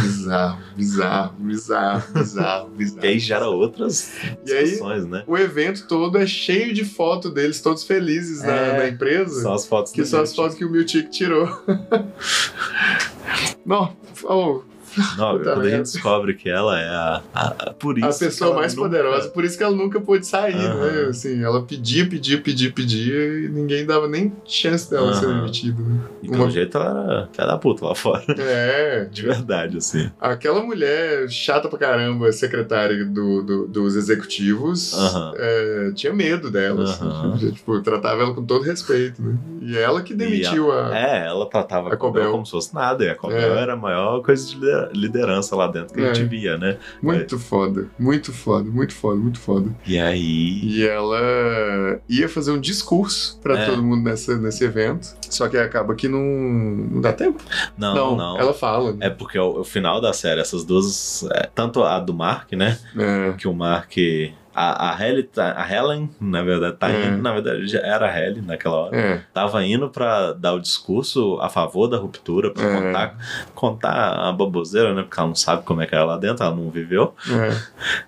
Bizarro, bizarro, bizarro, bizarro, bizarro. Que aí gera outras E aí- discussões, né? O evento todo é cheio de foto deles, todos felizes na, É. na empresa. São as fotos Que do são as Newt. fotos que o Miltic tirou. Não, oh, Não, Puta quando a merda. gente descobre que ela é a, a- a- por a isso que pessoa ela mais nunca- poderosa, por isso que ela nunca pôde sair, né? Aham. Assim, ela pedia, pedia, pedia, pedia e ninguém dava nem chance dela ser Aham. demitida. né? E pelo Uma- jeito ela era filha da puta lá fora. É, De verdade, assim. aquela mulher chata pra caramba, secretária do, do- dos executivos, Aham. é, tinha medo dela, Aham. assim, tipo, tratava ela com todo respeito, né? E ela que demitiu a... É, ela tratava A a Cobel. Cobel como se fosse nada. E a Cobel É. era a maior coisa de lider- liderança lá dentro que a É. gente via, né? Muito foda, muito foda, muito foda, muito foda. E aí. E ela ia fazer um discurso pra É. todo mundo nessa, nesse evento. Só que acaba que não, não dá tempo. Não, não. Ela fala. É porque o, o final da série, essas duas. é, tanto a do Mark, né? É. Que o Mark. A, a, Helen, tá- a Helen, na verdade, tá É. indo, na verdade já era a Helen naquela hora. É. Tava indo pra dar o discurso a favor da ruptura, pra É. contar, contar a baboseira, né? Porque ela não sabe como é que era lá dentro, ela não viveu. é.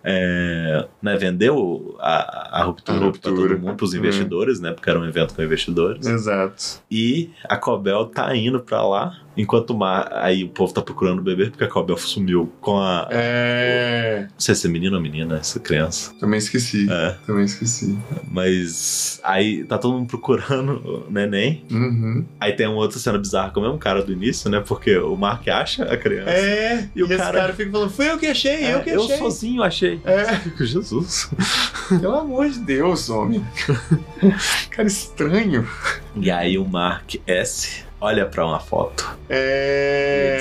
é, né, vendeu a, a ruptura, A ruptura. É. para todo mundo, para os investidores, né? Porque era um evento com investidores. Exato. E a Cobel tá indo para lá, enquanto o Mar... aí o povo tá procurando o bebê, porque a Cobel sumiu com a. É. Não sei se é menino ou menina, essa criança. Também esqueci. É, Também esqueci. mas aí tá todo mundo procurando o neném. Uhum. Aí tem uma outra cena bizarra com o mesmo cara do início, né? Porque o Mark acha a criança. É. E, E o esse cara... cara- É, fica falando: foi eu que achei, eu que eu achei. sozinho achei. É. Jesus. Pelo amor de Deus, homem. cara estranho. E aí o Mark S olha pra uma foto. É. Ele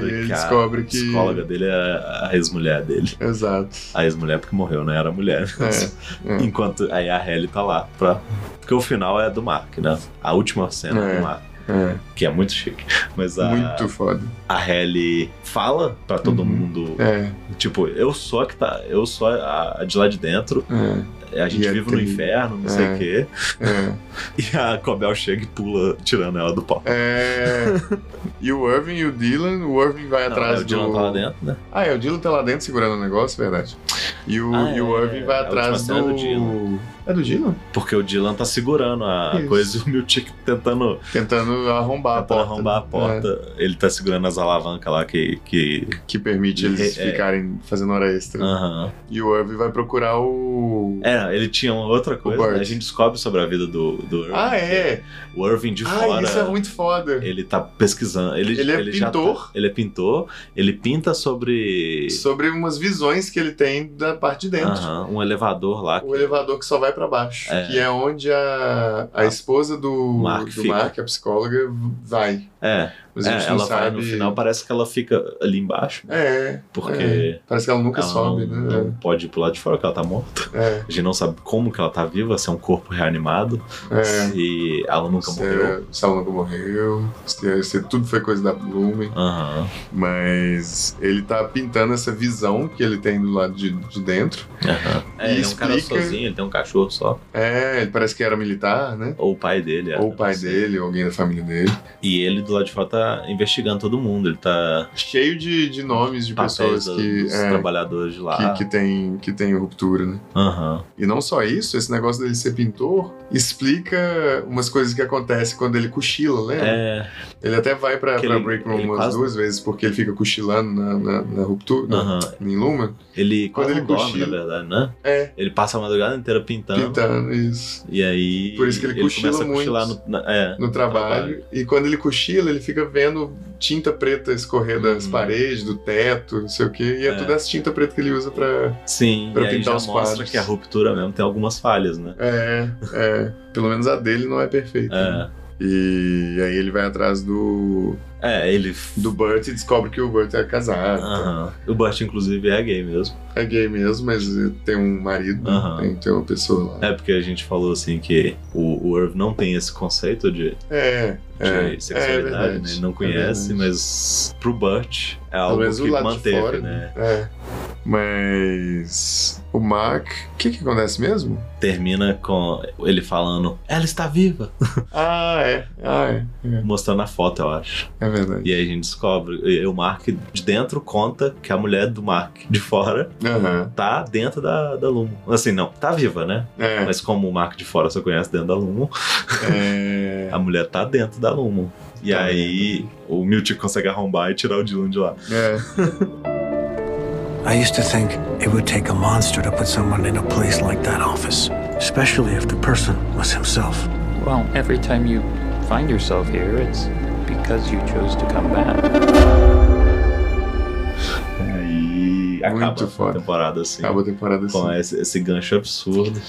descobre Ele que a descobre que. psicóloga dele é a ex-mulher dele. Exato. A ex-mulher porque morreu, né? Era mulher. É, é. Enquanto aí a Halle tá lá pra... Porque o final é do Mark, né? A última cena é, É. do Mark. É, que é muito chique. Mas a, Muito foda. a Ellie fala pra todo Uhum. mundo. É, Tipo, eu sou a que tá. Eu sou a, a de lá de dentro. é, A gente E a vive no tri- inferno, não sei é. o quê. é. E a Cobel chega e pula, tirando ela do pau. É. E o Irving e o Dylan, o Irving vai Não, atrás é, o do. Dylan tá lá dentro, né? Ah, é, o Dylan tá lá dentro segurando o negócio, verdade. E o, Ah, e o é, Irving vai a última atrás cena é do do. Dylan. É do Dylan? Porque o Dylan tá segurando a Isso. coisa e o Miltic tentando Tentando arrombar a porta. arrombar a porta. Ele tá segurando as alavancas lá que. que... É, que permite eles É, Ah. é. ficarem fazendo hora extra. Aham. E o Irving vai procurar o. É, ele tinha uma outra coisa. Bart. né? A gente descobre sobre a vida do, do Irving. Ah, é! O Irving de Ah, fora. isso é muito foda. Ele tá pesquisando. Ele, Ele é já pintor. tá- ele é pintor. Ele pinta sobre Sobre umas visões que ele tem da parte de dentro. Aham, um elevador lá. O elevador que só vai pra baixo. É. Que é onde a, a Ah. esposa do Mark do fica. Mark, a psicóloga, vai. É, Mas a é, gente não ela sabe. vai no final, parece que ela fica ali embaixo, É, porque parece que ela nunca ela sobe, não, né? não pode ir pro lado de fora, que ela tá morta. É, A gente não sabe como que ela tá viva, se é um corpo reanimado, é. se ela nunca Se, é. morreu. se ela nunca morreu, se, se tudo foi coisa da Blumen. Aham, Mas ele tá pintando essa visão que ele tem do lado de, de dentro. aham. É, E ele é um cara explica- sozinho, ele tem um cachorro só. É, ele parece que era militar, né? Ou o pai dele. é, Ou o pai não sei. dele, ou alguém da família dele. E ele do lado de fora tá investigando todo mundo, ele tá... Cheio de, de nomes de Papéis pessoas do- que, dos é, trabalhadores de lá. que, que, tem, que tem ruptura, né? Aham. E não só isso, esse negócio dele ser pintor explica umas coisas que acontecem quando ele cochila, lembra? É, Ele até vai pra, Que pra ele- Break Room ele umas quase- duas vezes, porque ele fica cochilando na, na, na ruptura, na- aham. em Luma. Ele Quando quase ele não dorme, cochila. na verdade, né? É, Ele passa a madrugada inteira pintando. pintando isso. E aí. Por isso que ele cochila começa a cochilar muito. no. na- é. No trabalho. E quando ele cochila, ele fica vendo tinta preta escorrer das Uhum. paredes, do teto, não sei o quê. E é, É. toda essa tinta preta que ele usa pra. Sim, Pra e aí pintar já os mostra quadros. que a ruptura mesmo tem algumas falhas, né? É, é. Pelo menos a dele não é perfeita. né? É. E aí ele vai atrás do. É, ele. do Burt e descobre que o Burt é casado. tá? Aham. O Bart, inclusive, é gay mesmo. É gay mesmo, mas tem um marido, né? Aham. tem, tem uma pessoa lá. É porque a gente falou assim que o, o Irv não tem esse conceito de, É, de é. sexualidade, verdade, né? Ele não é conhece, verdade. mas pro Burt é Pelo algo menos o que lado manteve, de fora, né? É. Mas o Mark, o que que acontece mesmo? Termina com ele falando, ela está viva! Ah, é. Ah, é. É, Mostrando a foto, eu acho. é verdade. E aí a gente descobre, e o Mark de dentro conta que a mulher do Mark de fora Aham. tá dentro da, da Lumo. Assim, não, tá viva, né? É, Mas como o Mark de fora só conhece dentro da Lumo, é, a mulher tá dentro da Lumo. E Tá aí o Milty consegue arrombar e tirar o Dylan de lá. é. I used to think it would take a monster to put someone in a place like that office, especially if the person was himself. Well, every time you find yourself here, it's because you chose to come back. E aí acaba É. Muito a foda. temporada assim. Acaba a temporada assim. Com esse, esse gancho absurdo.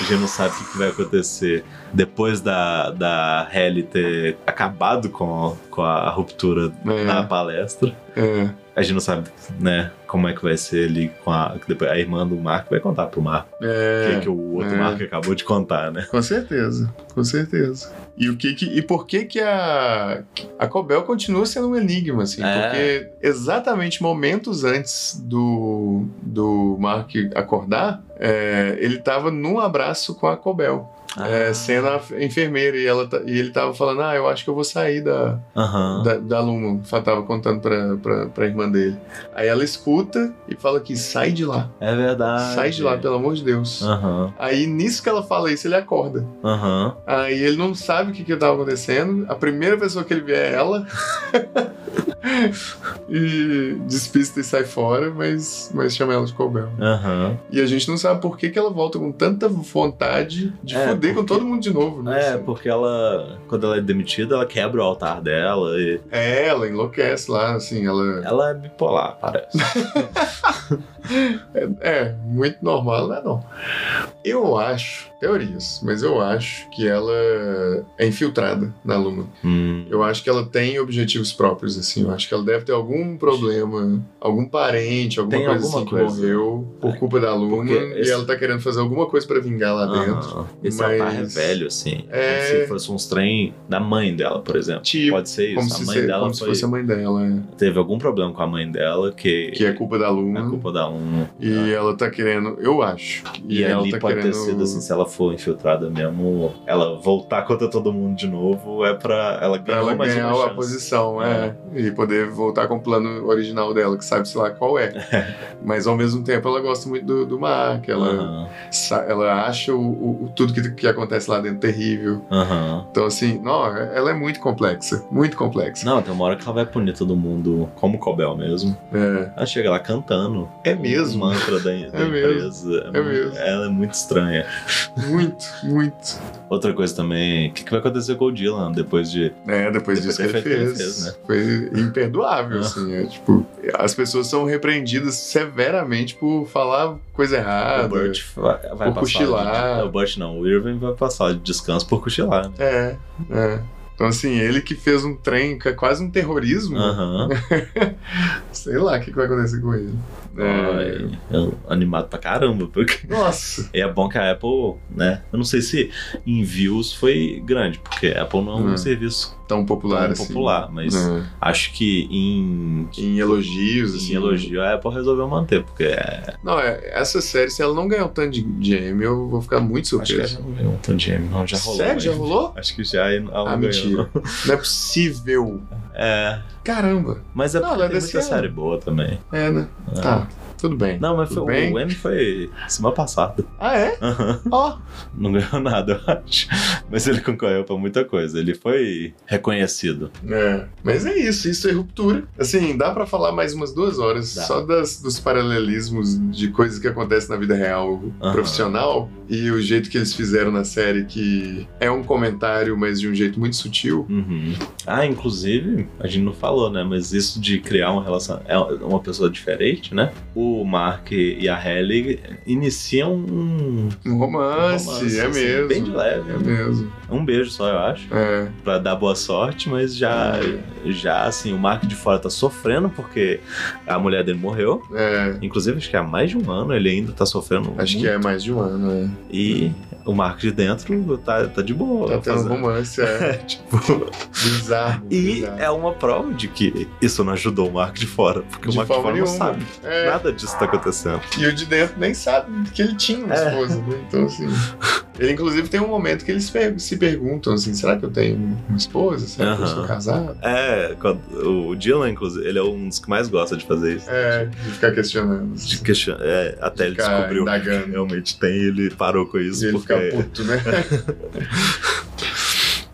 A gente não sabe o que que vai acontecer. Depois da, da Halle ter acabado com, com a ruptura É. na palestra, É, A gente não sabe, né, como é que vai ser ali com a. que Depois a irmã do Marco vai contar pro Marco. O é. que, que o outro é. Marco acabou de contar, né? Com certeza, com certeza. E o que, que e por que que a a Cobel continua sendo um enigma assim? É. Porque exatamente momentos antes do do Mark acordar, é, ele tava num abraço com a Cobel, é, sendo a enfermeira e ela ta- e ele tava falando, ah, eu acho que eu vou sair da Aham. da, da Luma. Fa- Tava contando pra, pra, pra irmã dele. Aí ela escuta e fala que sai de lá, É verdade. sai de lá um pelo amor de Deus. Aham, Aí nisso que ela fala isso ele acorda. aham. Aí ele não sabe o que que tava acontecendo. A primeira pessoa que ele vê é ela. e despista e sai fora, mas, mas chama ela de Cobel. Aham. E a gente não sabe por que, que ela volta com tanta vontade de É, foder com porque- todo mundo de novo, né? É, Assim. porque ela. Quando ela é demitida, ela quebra o altar dela e. É, ela enlouquece lá, assim, ela. Ela é bipolar, parece. É, é, muito normal, né? Não. Eu acho, teorias, mas eu acho que ela é infiltrada na Luma. Hum. Eu acho que ela tem objetivos próprios, assim. Eu acho que ela deve ter algum problema, algum parente, alguma Tem coisa alguma assim coisa. É. que morreu por culpa da Luma Porque e esse- ela tá querendo fazer alguma coisa pra vingar lá dentro. Aham. Esse mas- altar é velho, assim. É... É. Como se fosse uns trem da mãe dela, por exemplo. Tipo, Pode ser isso. Como, a se, mãe se- dela como se foi... fosse a mãe dela, é. teve algum problema com a mãe dela que, que é culpa da Luma. é culpa da um. E ela tá querendo, eu acho. E, ela ali tá pode querendo. ter sido assim, se ela for infiltrada mesmo, ela voltar contra todo mundo de novo, é pra ela Pra ganhar ela mais ganhar uma a chance. posição, é. E poder voltar com o plano original dela, que sabe-se lá qual é. Mas ao mesmo tempo ela gosta muito do, do Mark, ela, Aham, sa- ela acha o, o- o- tudo que, que acontece lá dentro terrível. aham. Então, assim, não, ela é muito complexa, muito complexa. Não, tem uma hora que ela vai punir todo mundo como Cobel mesmo. É, Ela chega lá cantando. É mesmo. O mantra da, da É mesmo. empresa. É muito- mesmo. Ela é muito estranha. muito, muito. Outra coisa também, o que, que vai acontecer com o Dylan depois de. É, depois, Depois disso que que ele ele fez. fez, né? Foi imperdoável, Ah. assim. é, tipo, as pessoas são repreendidas severamente por falar coisa errada. o Burt vai, vai passar. Ah, cochilar. De, o Burt não, o Irving vai passar de descanso por cochilar. né? É, é. Então, assim, ele que fez um trem, que é quase um terrorismo, Aham. sei lá o que, que vai acontecer com ele. É, Ai, eu- Animado pra caramba, porque. Nossa! E é bom que a Apple, né? Eu não sei se em views foi grande, porque a Apple não é um Hum. serviço Tão popular tão assim. popular, mas É. acho que em, Em elogios, em assim. elogio a Apple resolveu manter, porque é, Não, é, essa série, se ela não ganhar um tanto de, de Emmy, eu vou ficar muito acho que ela já surpreso. não ganhou um tanto de M, não, já rolou. Sério? né? Já rolou? Acho que já e ela não Ah, ganhou, mentira. não. Não é possível. É, Caramba. mas é Não, porque ela é tem desse muita ano. série boa também. É, né? É. Tá, tudo bem. Não, mas Tudo foi, bem? o M foi semana passada. Ah, é? Aham. Ó. Não ganhou nada, eu acho. Mas ele concorreu pra muita coisa. Ele foi reconhecido. É. Mas é isso, isso é ruptura. Assim, dá pra falar mais umas duas horas Dá. só das, dos paralelismos de coisas que acontecem na vida real Aham. profissional e o jeito que eles fizeram na série, que é um comentário, mas de um jeito muito sutil. Uhum. Ah, inclusive, a gente não falou, né? Mas isso de criar uma relação. É uma pessoa diferente, né? O Mark e a Halle iniciam um. Um romance, romance, é assim, mesmo. Bem de É leve. mesmo. Um beijo só, eu acho. É. Pra dar boa sorte, mas já. Já, assim, o Mark de fora tá sofrendo porque a mulher dele morreu. É. Inclusive, acho que há mais de um ano ele ainda tá sofrendo. Acho que é mais de um ano, é. E o Mark de dentro tá, tá de boa. Tá tendo um fazendo- romance, é. Tipo, Bizarro. E bizarro. é uma prova de que isso não ajudou o Mark de fora, porque De o Mark de forma fora não nenhuma. sabe. É. Nada disso tá acontecendo. E o de dentro nem sabe que ele tinha uma É. esposa, né? Então, assim. Ele, inclusive, tem um momento que eles per- se perguntam, assim, será que eu tenho uma esposa? Será que eu Aham. estou casado? É, quando- o Dylan, inclusive, ele é um dos que mais gosta de fazer isso. É, de ficar questionando. De question- é, até ele Ficar descobriu indagando. que realmente tem, ele parou com isso. E ele porque... ficar puto, né?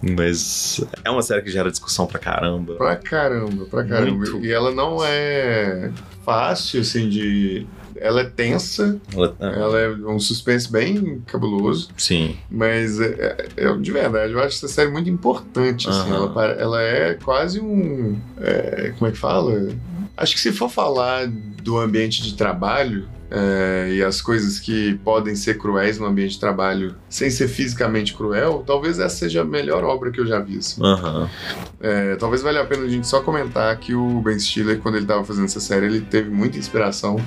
Mas é uma série que gera discussão pra caramba. pra caramba, pra caramba. Muito. E ela não é fácil, assim, de. Ela é tensa, Ela- ah, ela é um suspense bem cabuloso. Sim. Mas, é, é- de verdade, eu acho essa série muito importante. Assim, Aham. ela, pa- ela é quase um. é, como é que fala? Acho que se for falar do ambiente de trabalho é, e as coisas que podem ser cruéis no ambiente de trabalho sem ser fisicamente cruel, talvez essa seja a melhor obra que eu já vi. assim. Aham. É, talvez valha a pena a gente só comentar que o Ben Stiller, quando ele estava fazendo essa série, ele teve muita inspiração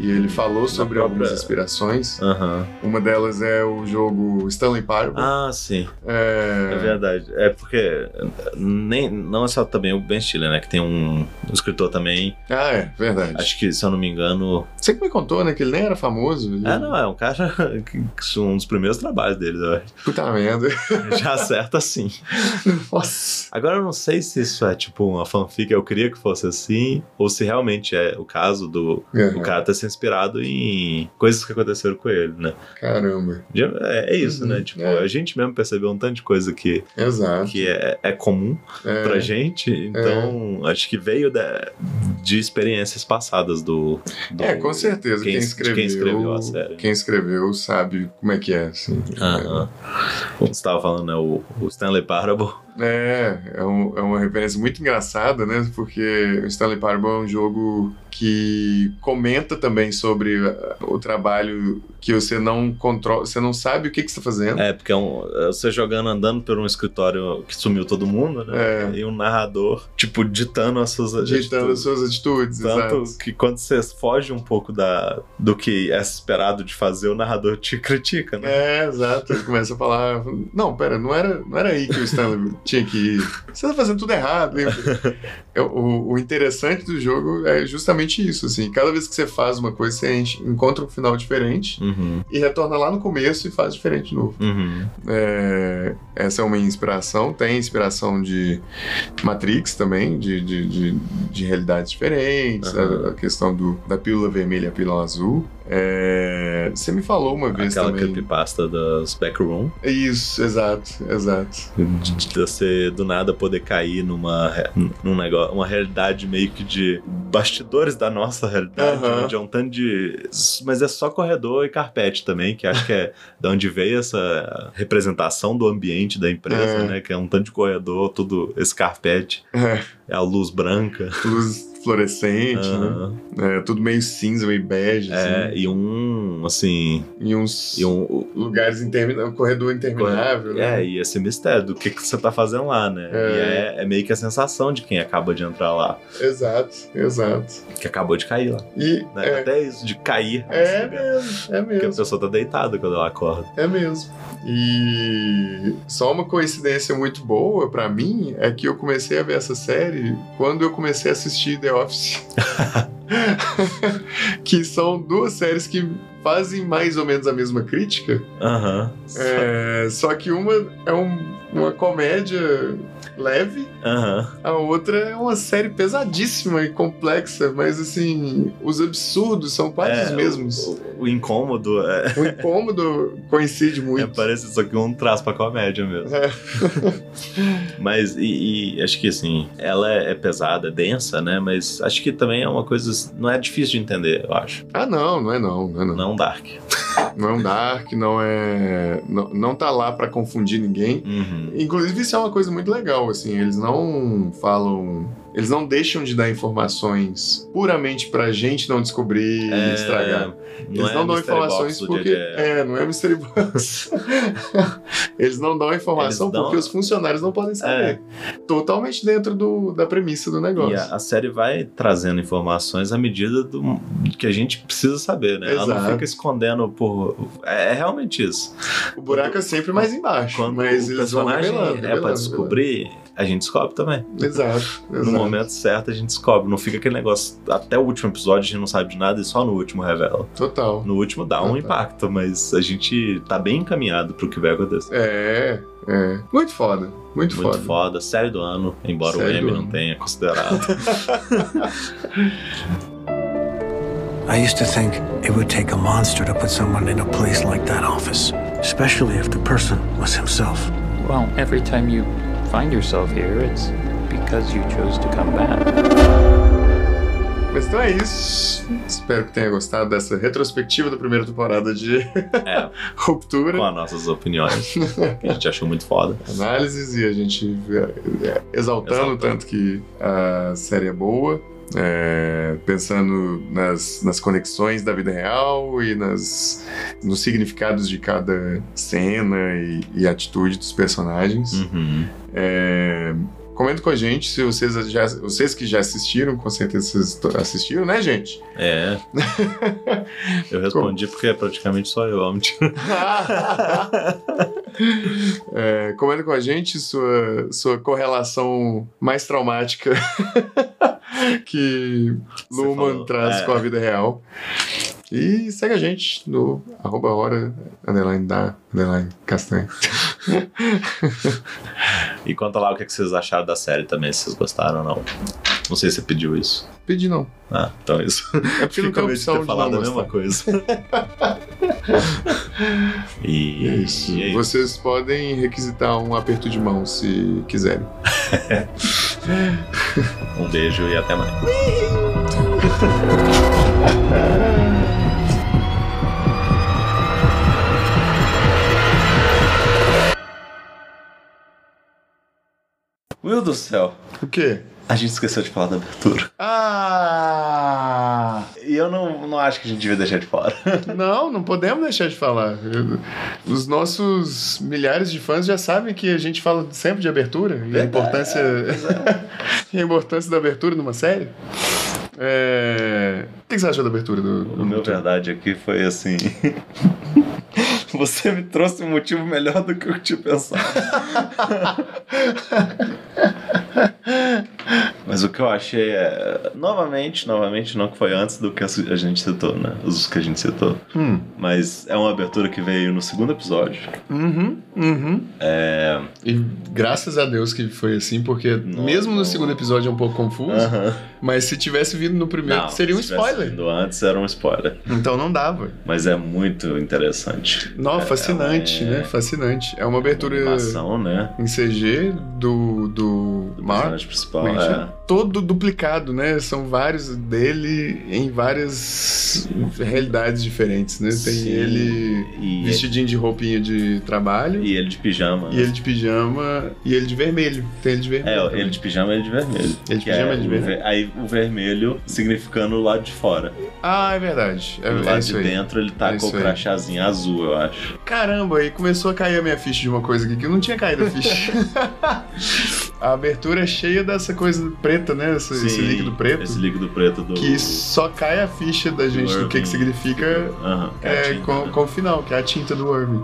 e ele falou sobre algumas própria- inspirações. Aham. Uma delas é o jogo Stanley Parable. Ah, sim. É É, verdade. É porque nem, não é só também o Ben Stiller, né? Que tem um, um escritor também. Ah, é, verdade. Acho que, se eu não me engano, Você que me contou, né, que ele nem era famoso. ele- É, não, é um cara que, que é um dos primeiros trabalhos dele, eu acho. Puta merda. já acerta assim. Nossa. Agora eu não sei se isso é tipo uma fanfic, eu queria que fosse assim, ou se realmente é o caso do o cara ter se inspirado em coisas que aconteceram com ele, né? Caramba. Já- É, é isso, Uhum, né? Tipo, é. a gente mesmo percebeu um tanto de coisa que, Exato. que é, é comum É, pra gente, então acho que veio da- de experiências passadas do. do- É, com certeza. Quem, quem- de escreveu. quem escreveu a série. Quem escreveu sabe como é que é, assim. Aham. Como você tava falando, né? O, o Stanley Parable. É, é, um- é uma referência muito engraçada, né? Porque o Stanley Parable é um jogo que comenta também sobre uh, o trabalho que você não controla, você não sabe o que, que você está fazendo. É, porque é um- é você jogando, andando por um escritório que sumiu todo mundo, né? E um narrador, tipo, ditando as suas Digitando É. as atitudes. suas atitudes, Tanto exato. que quando você foge um pouco da, do que é esperado de fazer, o narrador te critica, né? É, exato. Ele começa a falar: Não, pera, não era, não era aí que o Stanley tinha que ir. Você tá fazendo tudo errado. lembra?" É, o, o interessante do jogo é justamente isso, assim. Cada vez que você faz uma coisa, você enche- encontra um final diferente Uhum, e retorna lá no começo e faz diferente de novo. uhum. É, essa é uma inspiração. Tem inspiração de Matrix também, de, de, de, de realidades diferentes, Aham. a, a questão do, da pílula vermelha e a pílula azul. É, você me falou uma vez Aquela é também. creepypasta das Backroom, Isso, exato, exato. de, de você do nada poder cair numa re- num negócio, uma realidade meio que de bastidores da nossa realidade, Aham. onde é um tanto de. Mas é só corredor e carpete também, que acho que é da onde veio essa representação do ambiente da empresa, É. né? Que é um tanto de corredor, tudo esse carpete, É, é a luz branca. luz fluorescente, né? Aham. É, tudo meio cinza, meio bege, É, assim. e um, assim, E uns e um, lugares intermináveis, um corredor interminável, né? é, e esse mistério do que, que você tá fazendo lá, né? E É. é, é meio que a sensação de quem acaba de entrar lá, Exato, exato. que acabou de cair lá, E né? Até isso, de cair. é, é assim, mesmo, é porque a mesmo, pessoa tá deitada quando ela acorda. é mesmo. E só uma coincidência muito boa pra mim é que eu comecei a ver essa série quando eu comecei a assistir The Office. que são duas séries que fazem mais ou menos a mesma crítica, Aham. É, só que uma é um- uma comédia leve, Aham. a outra é uma série pesadíssima e complexa, mas assim, os absurdos são quase É, os mesmos. O, o incômodo é, O incômodo coincide é muito. parece só que um traz pra comédia mesmo. É. Mas, e, e acho que assim, ela é, é pesada, é densa, né? Mas acho que também é uma coisa. Não é difícil de entender, eu acho. Ah, não, não é não, não é não. Não é um Dark. Não é um Dark, não é. Não, não tá lá pra confundir ninguém. Uhum. Inclusive, isso é uma coisa muito legal, assim, eles não falam. Eles não deixam de dar informações puramente pra gente não descobrir É, e estragar. Eles não, dão Mystery Box informações do porque. JJ. É, não é Mystery Box. Eles não dão informação Eles dão- É. porque os funcionários não podem saber. Totalmente dentro do, da premissa do negócio. E a, a série vai trazendo informações à medida do que a gente precisa saber, né? Ela não Exato. fica escondendo por. É, é realmente isso. O buraco é sempre mais embaixo. Quando mas o eles vão personagem revelando. é revelando, pra descobrir, a gente descobre também. revelando. Exato. No exato. momento certo a gente descobre. Não fica aquele negócio. Até o último episódio a gente não sabe de nada e só no último revela. Total. No último dá um Total. impacto, mas a gente tá bem encaminhado pro que vai acontecer. É, é. Muito foda. Muito, Muito foda. foda. série do ano, embora Série o M do não ano. tenha considerado. I used to think it would take a monster to put someone in a place like that office, especially if the person was himself. Well, every time you find yourself here, it's because you chose to come back. Mas então é isso. Espero que tenha gostado dessa retrospectiva da primeira temporada de é, Ruptura. com as nossas opiniões, que a gente achou muito foda. análises e a gente é, é, exaltando Exaltando. o tanto que a série é boa, é, pensando nas, nas conexões da vida real e nas, nos significados de cada cena e, e atitude dos personagens. Uhum. É, comenta com a gente se vocês, já, vocês que já assistiram, com certeza vocês to- assistiram, né, gente? É. Eu respondi porque é praticamente só eu, homem. É, comenta com a gente sua, sua correlação mais traumática que Você Luman falou. traz É. com a vida real. E segue a gente no arroba hora underline da underline castanho. E conta lá o que é que vocês acharam da série também, se vocês gostaram ou não. Não sei se você pediu isso. Pedi não. Ah, então é isso. É porque não tem opção de, falado não a mesma gostar. coisa. e É isso. e é isso. Vocês podem requisitar um aperto de mão se quiserem. Um beijo e até mais. Will do céu. O quê? A gente esqueceu de falar da abertura. Ah! E eu não, não acho que a gente devia deixar de fora. Não, não podemos deixar de falar. Os nossos milhares de fãs já sabem que a gente fala sempre de abertura e a Verdade, é, importância, e a importância da abertura numa série. É... O que você achou da abertura do, O meu verdade aqui foi assim. Você me trouxe um motivo melhor do que eu tinha pensado. Mas o que eu achei é. Novamente, novamente, não que foi antes do que a gente citou, né? Os que a gente citou. Hum. Mas é uma abertura que veio no segundo episódio. Uhum, uhum. E graças a Deus que foi assim, porque É. Nossa. mesmo no segundo episódio é um pouco confuso, mas se tivesse vindo no primeiro, Não, seria um se tivesse spoiler. vindo Antes era um spoiler. Então não dava. Mas é muito interessante. Não, fascinante, ela é- né? Fascinante. É uma abertura Animação, né? em CG do, do Mark. personagem principal. Como é que chama? é. Todo duplicado, né? São vários dele em várias realidades diferentes, né? Tem Sim. ele E vestidinho de roupinha de trabalho, E ele de pijama. né? e ele de pijama, e ele de vermelho. Tem ele de É, vermelho. também. ele de pijama e ele de vermelho. Ele de Que pijama e é ele de o vermelho. ver- Aí o vermelho significando o lado de fora. Ah, é verdade. É, e é o lado isso de aí. dentro ele tá É com o isso aí. crachazinho azul, eu acho. Caramba, aí começou a cair a minha ficha de uma coisa aqui que eu não tinha caído a ficha. a abertura é cheia dessa coisa preta, né? Essa- Esse, Sim, líquido preto. Esse líquido preto do. Que só cai a ficha da gente do que, que Irving. significa Aham, que é, a tinta, com, né? com o final, que é a tinta do Irving.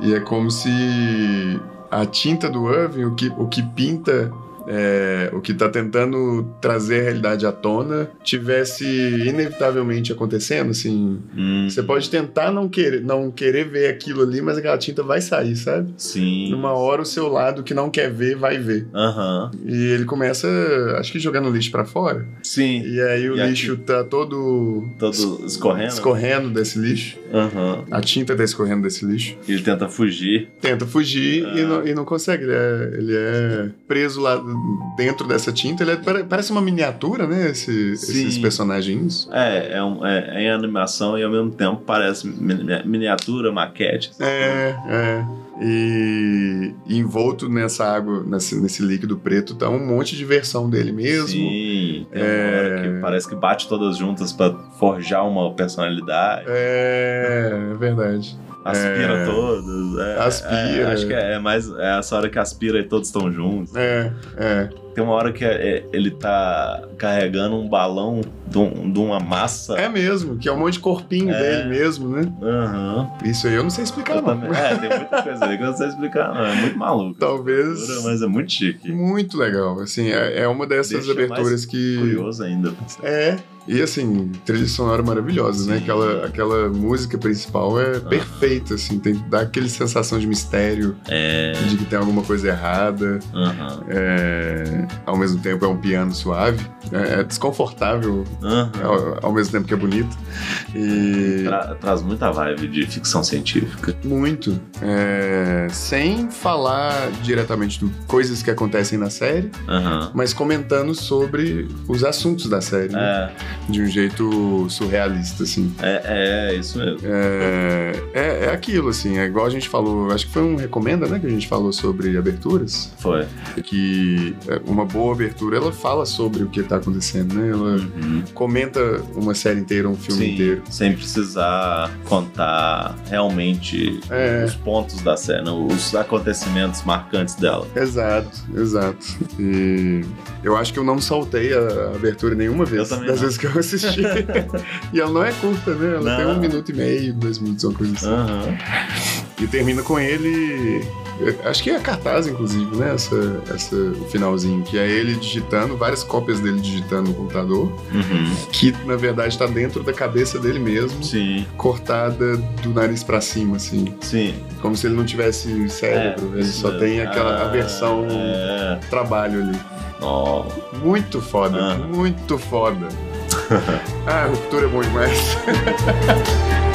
E é como se a tinta do Irving, o que, o que pinta. é, o que tá tentando trazer a realidade à tona tivesse inevitavelmente acontecendo, assim. Hum, Você pode tentar não querer, não querer ver aquilo ali, mas aquela tinta vai sair, sabe? Sim. Numa hora o seu lado que não quer ver vai ver. Aham. E ele começa, acho que jogando o lixo pra fora. Sim. E aí o E aqui- lixo tá todo Todo escorrendo. escorrendo desse lixo. Aham. A tinta tá escorrendo desse lixo. E ele tenta fugir. Tenta fugir Ah. e, não, e não consegue. Ele é, ele é preso lá dentro dessa tinta. Ele é- pare- parece uma miniatura, né? esse- Sim. esses personagens. É, é, um, é, é em animação e ao mesmo tempo parece mini- miniatura, maquete. É, é. E, e envolto nessa água, nesse, nesse líquido preto, tá um monte de versão dele mesmo. É. Sim, tem uma hora que parece que bate todas juntas pra forjar uma personalidade. É, é verdade. Aspira É. todas. é, Aspira. é, acho que é, é mais é essa hora que aspira e todos estão juntos. É, é. Tem uma hora que é- é- ele tá carregando um balão de, um- de uma massa. É mesmo, que é um monte de corpinho É. dele mesmo, né? Aham. Isso aí eu não sei explicar, Eu não. também- É, tem muita coisa ali que eu não sei explicar, não. É muito maluco. Talvez. Mas é muito chique. Muito legal. Assim, é, é uma dessas Deixa aberturas mais que. Curioso ainda. É. E assim, trilha sonora maravilhosa, né? Sim. Aquela, aquela música principal é perfeita, assim, tem, dá aquele sensação de mistério, É. de que tem alguma coisa errada. Aham. É, ao mesmo tempo é um piano suave, é, é desconfortável, Aham. ao, ao mesmo tempo que é bonito. E Tra- traz muita vibe de ficção científica. muito. É, sem falar diretamente de coisas que acontecem na série, Aham. mas comentando sobre os assuntos da série, né? É. de um jeito surrealista, assim. É, é, isso mesmo. É, é, é aquilo, assim, é igual a gente falou, acho que foi um recomenda, né, que a gente falou sobre aberturas, Foi. que é, uma boa abertura, ela fala sobre o que tá acontecendo, né, ela comenta uma série inteira, um filme Uhum. Sim, inteiro. sem precisar contar realmente É. os pontos da cena, os acontecimentos marcantes dela. Exato, exato. E eu acho que eu não saltei a abertura nenhuma vez, também das não. vezes que eu assisti. e ela não é curta, né? Ela Não. tem um minuto e meio, dois minutos, uma coisa assim. Aham. E termina com ele. eu Acho que é cartaz, inclusive, né? Essa, essa, o finalzinho, que é ele digitando, várias cópias dele digitando no computador, Uhum. que na verdade tá dentro da cabeça dele mesmo, Sim, cortada do nariz pra cima, assim. sim. É, Como se ele não tivesse cérebro, É, ele isso só mesmo. tem aquela Ah, aversão É. trabalho ali. Ó, Muito foda, Ah. muito foda. ah, ruptura é bom demais.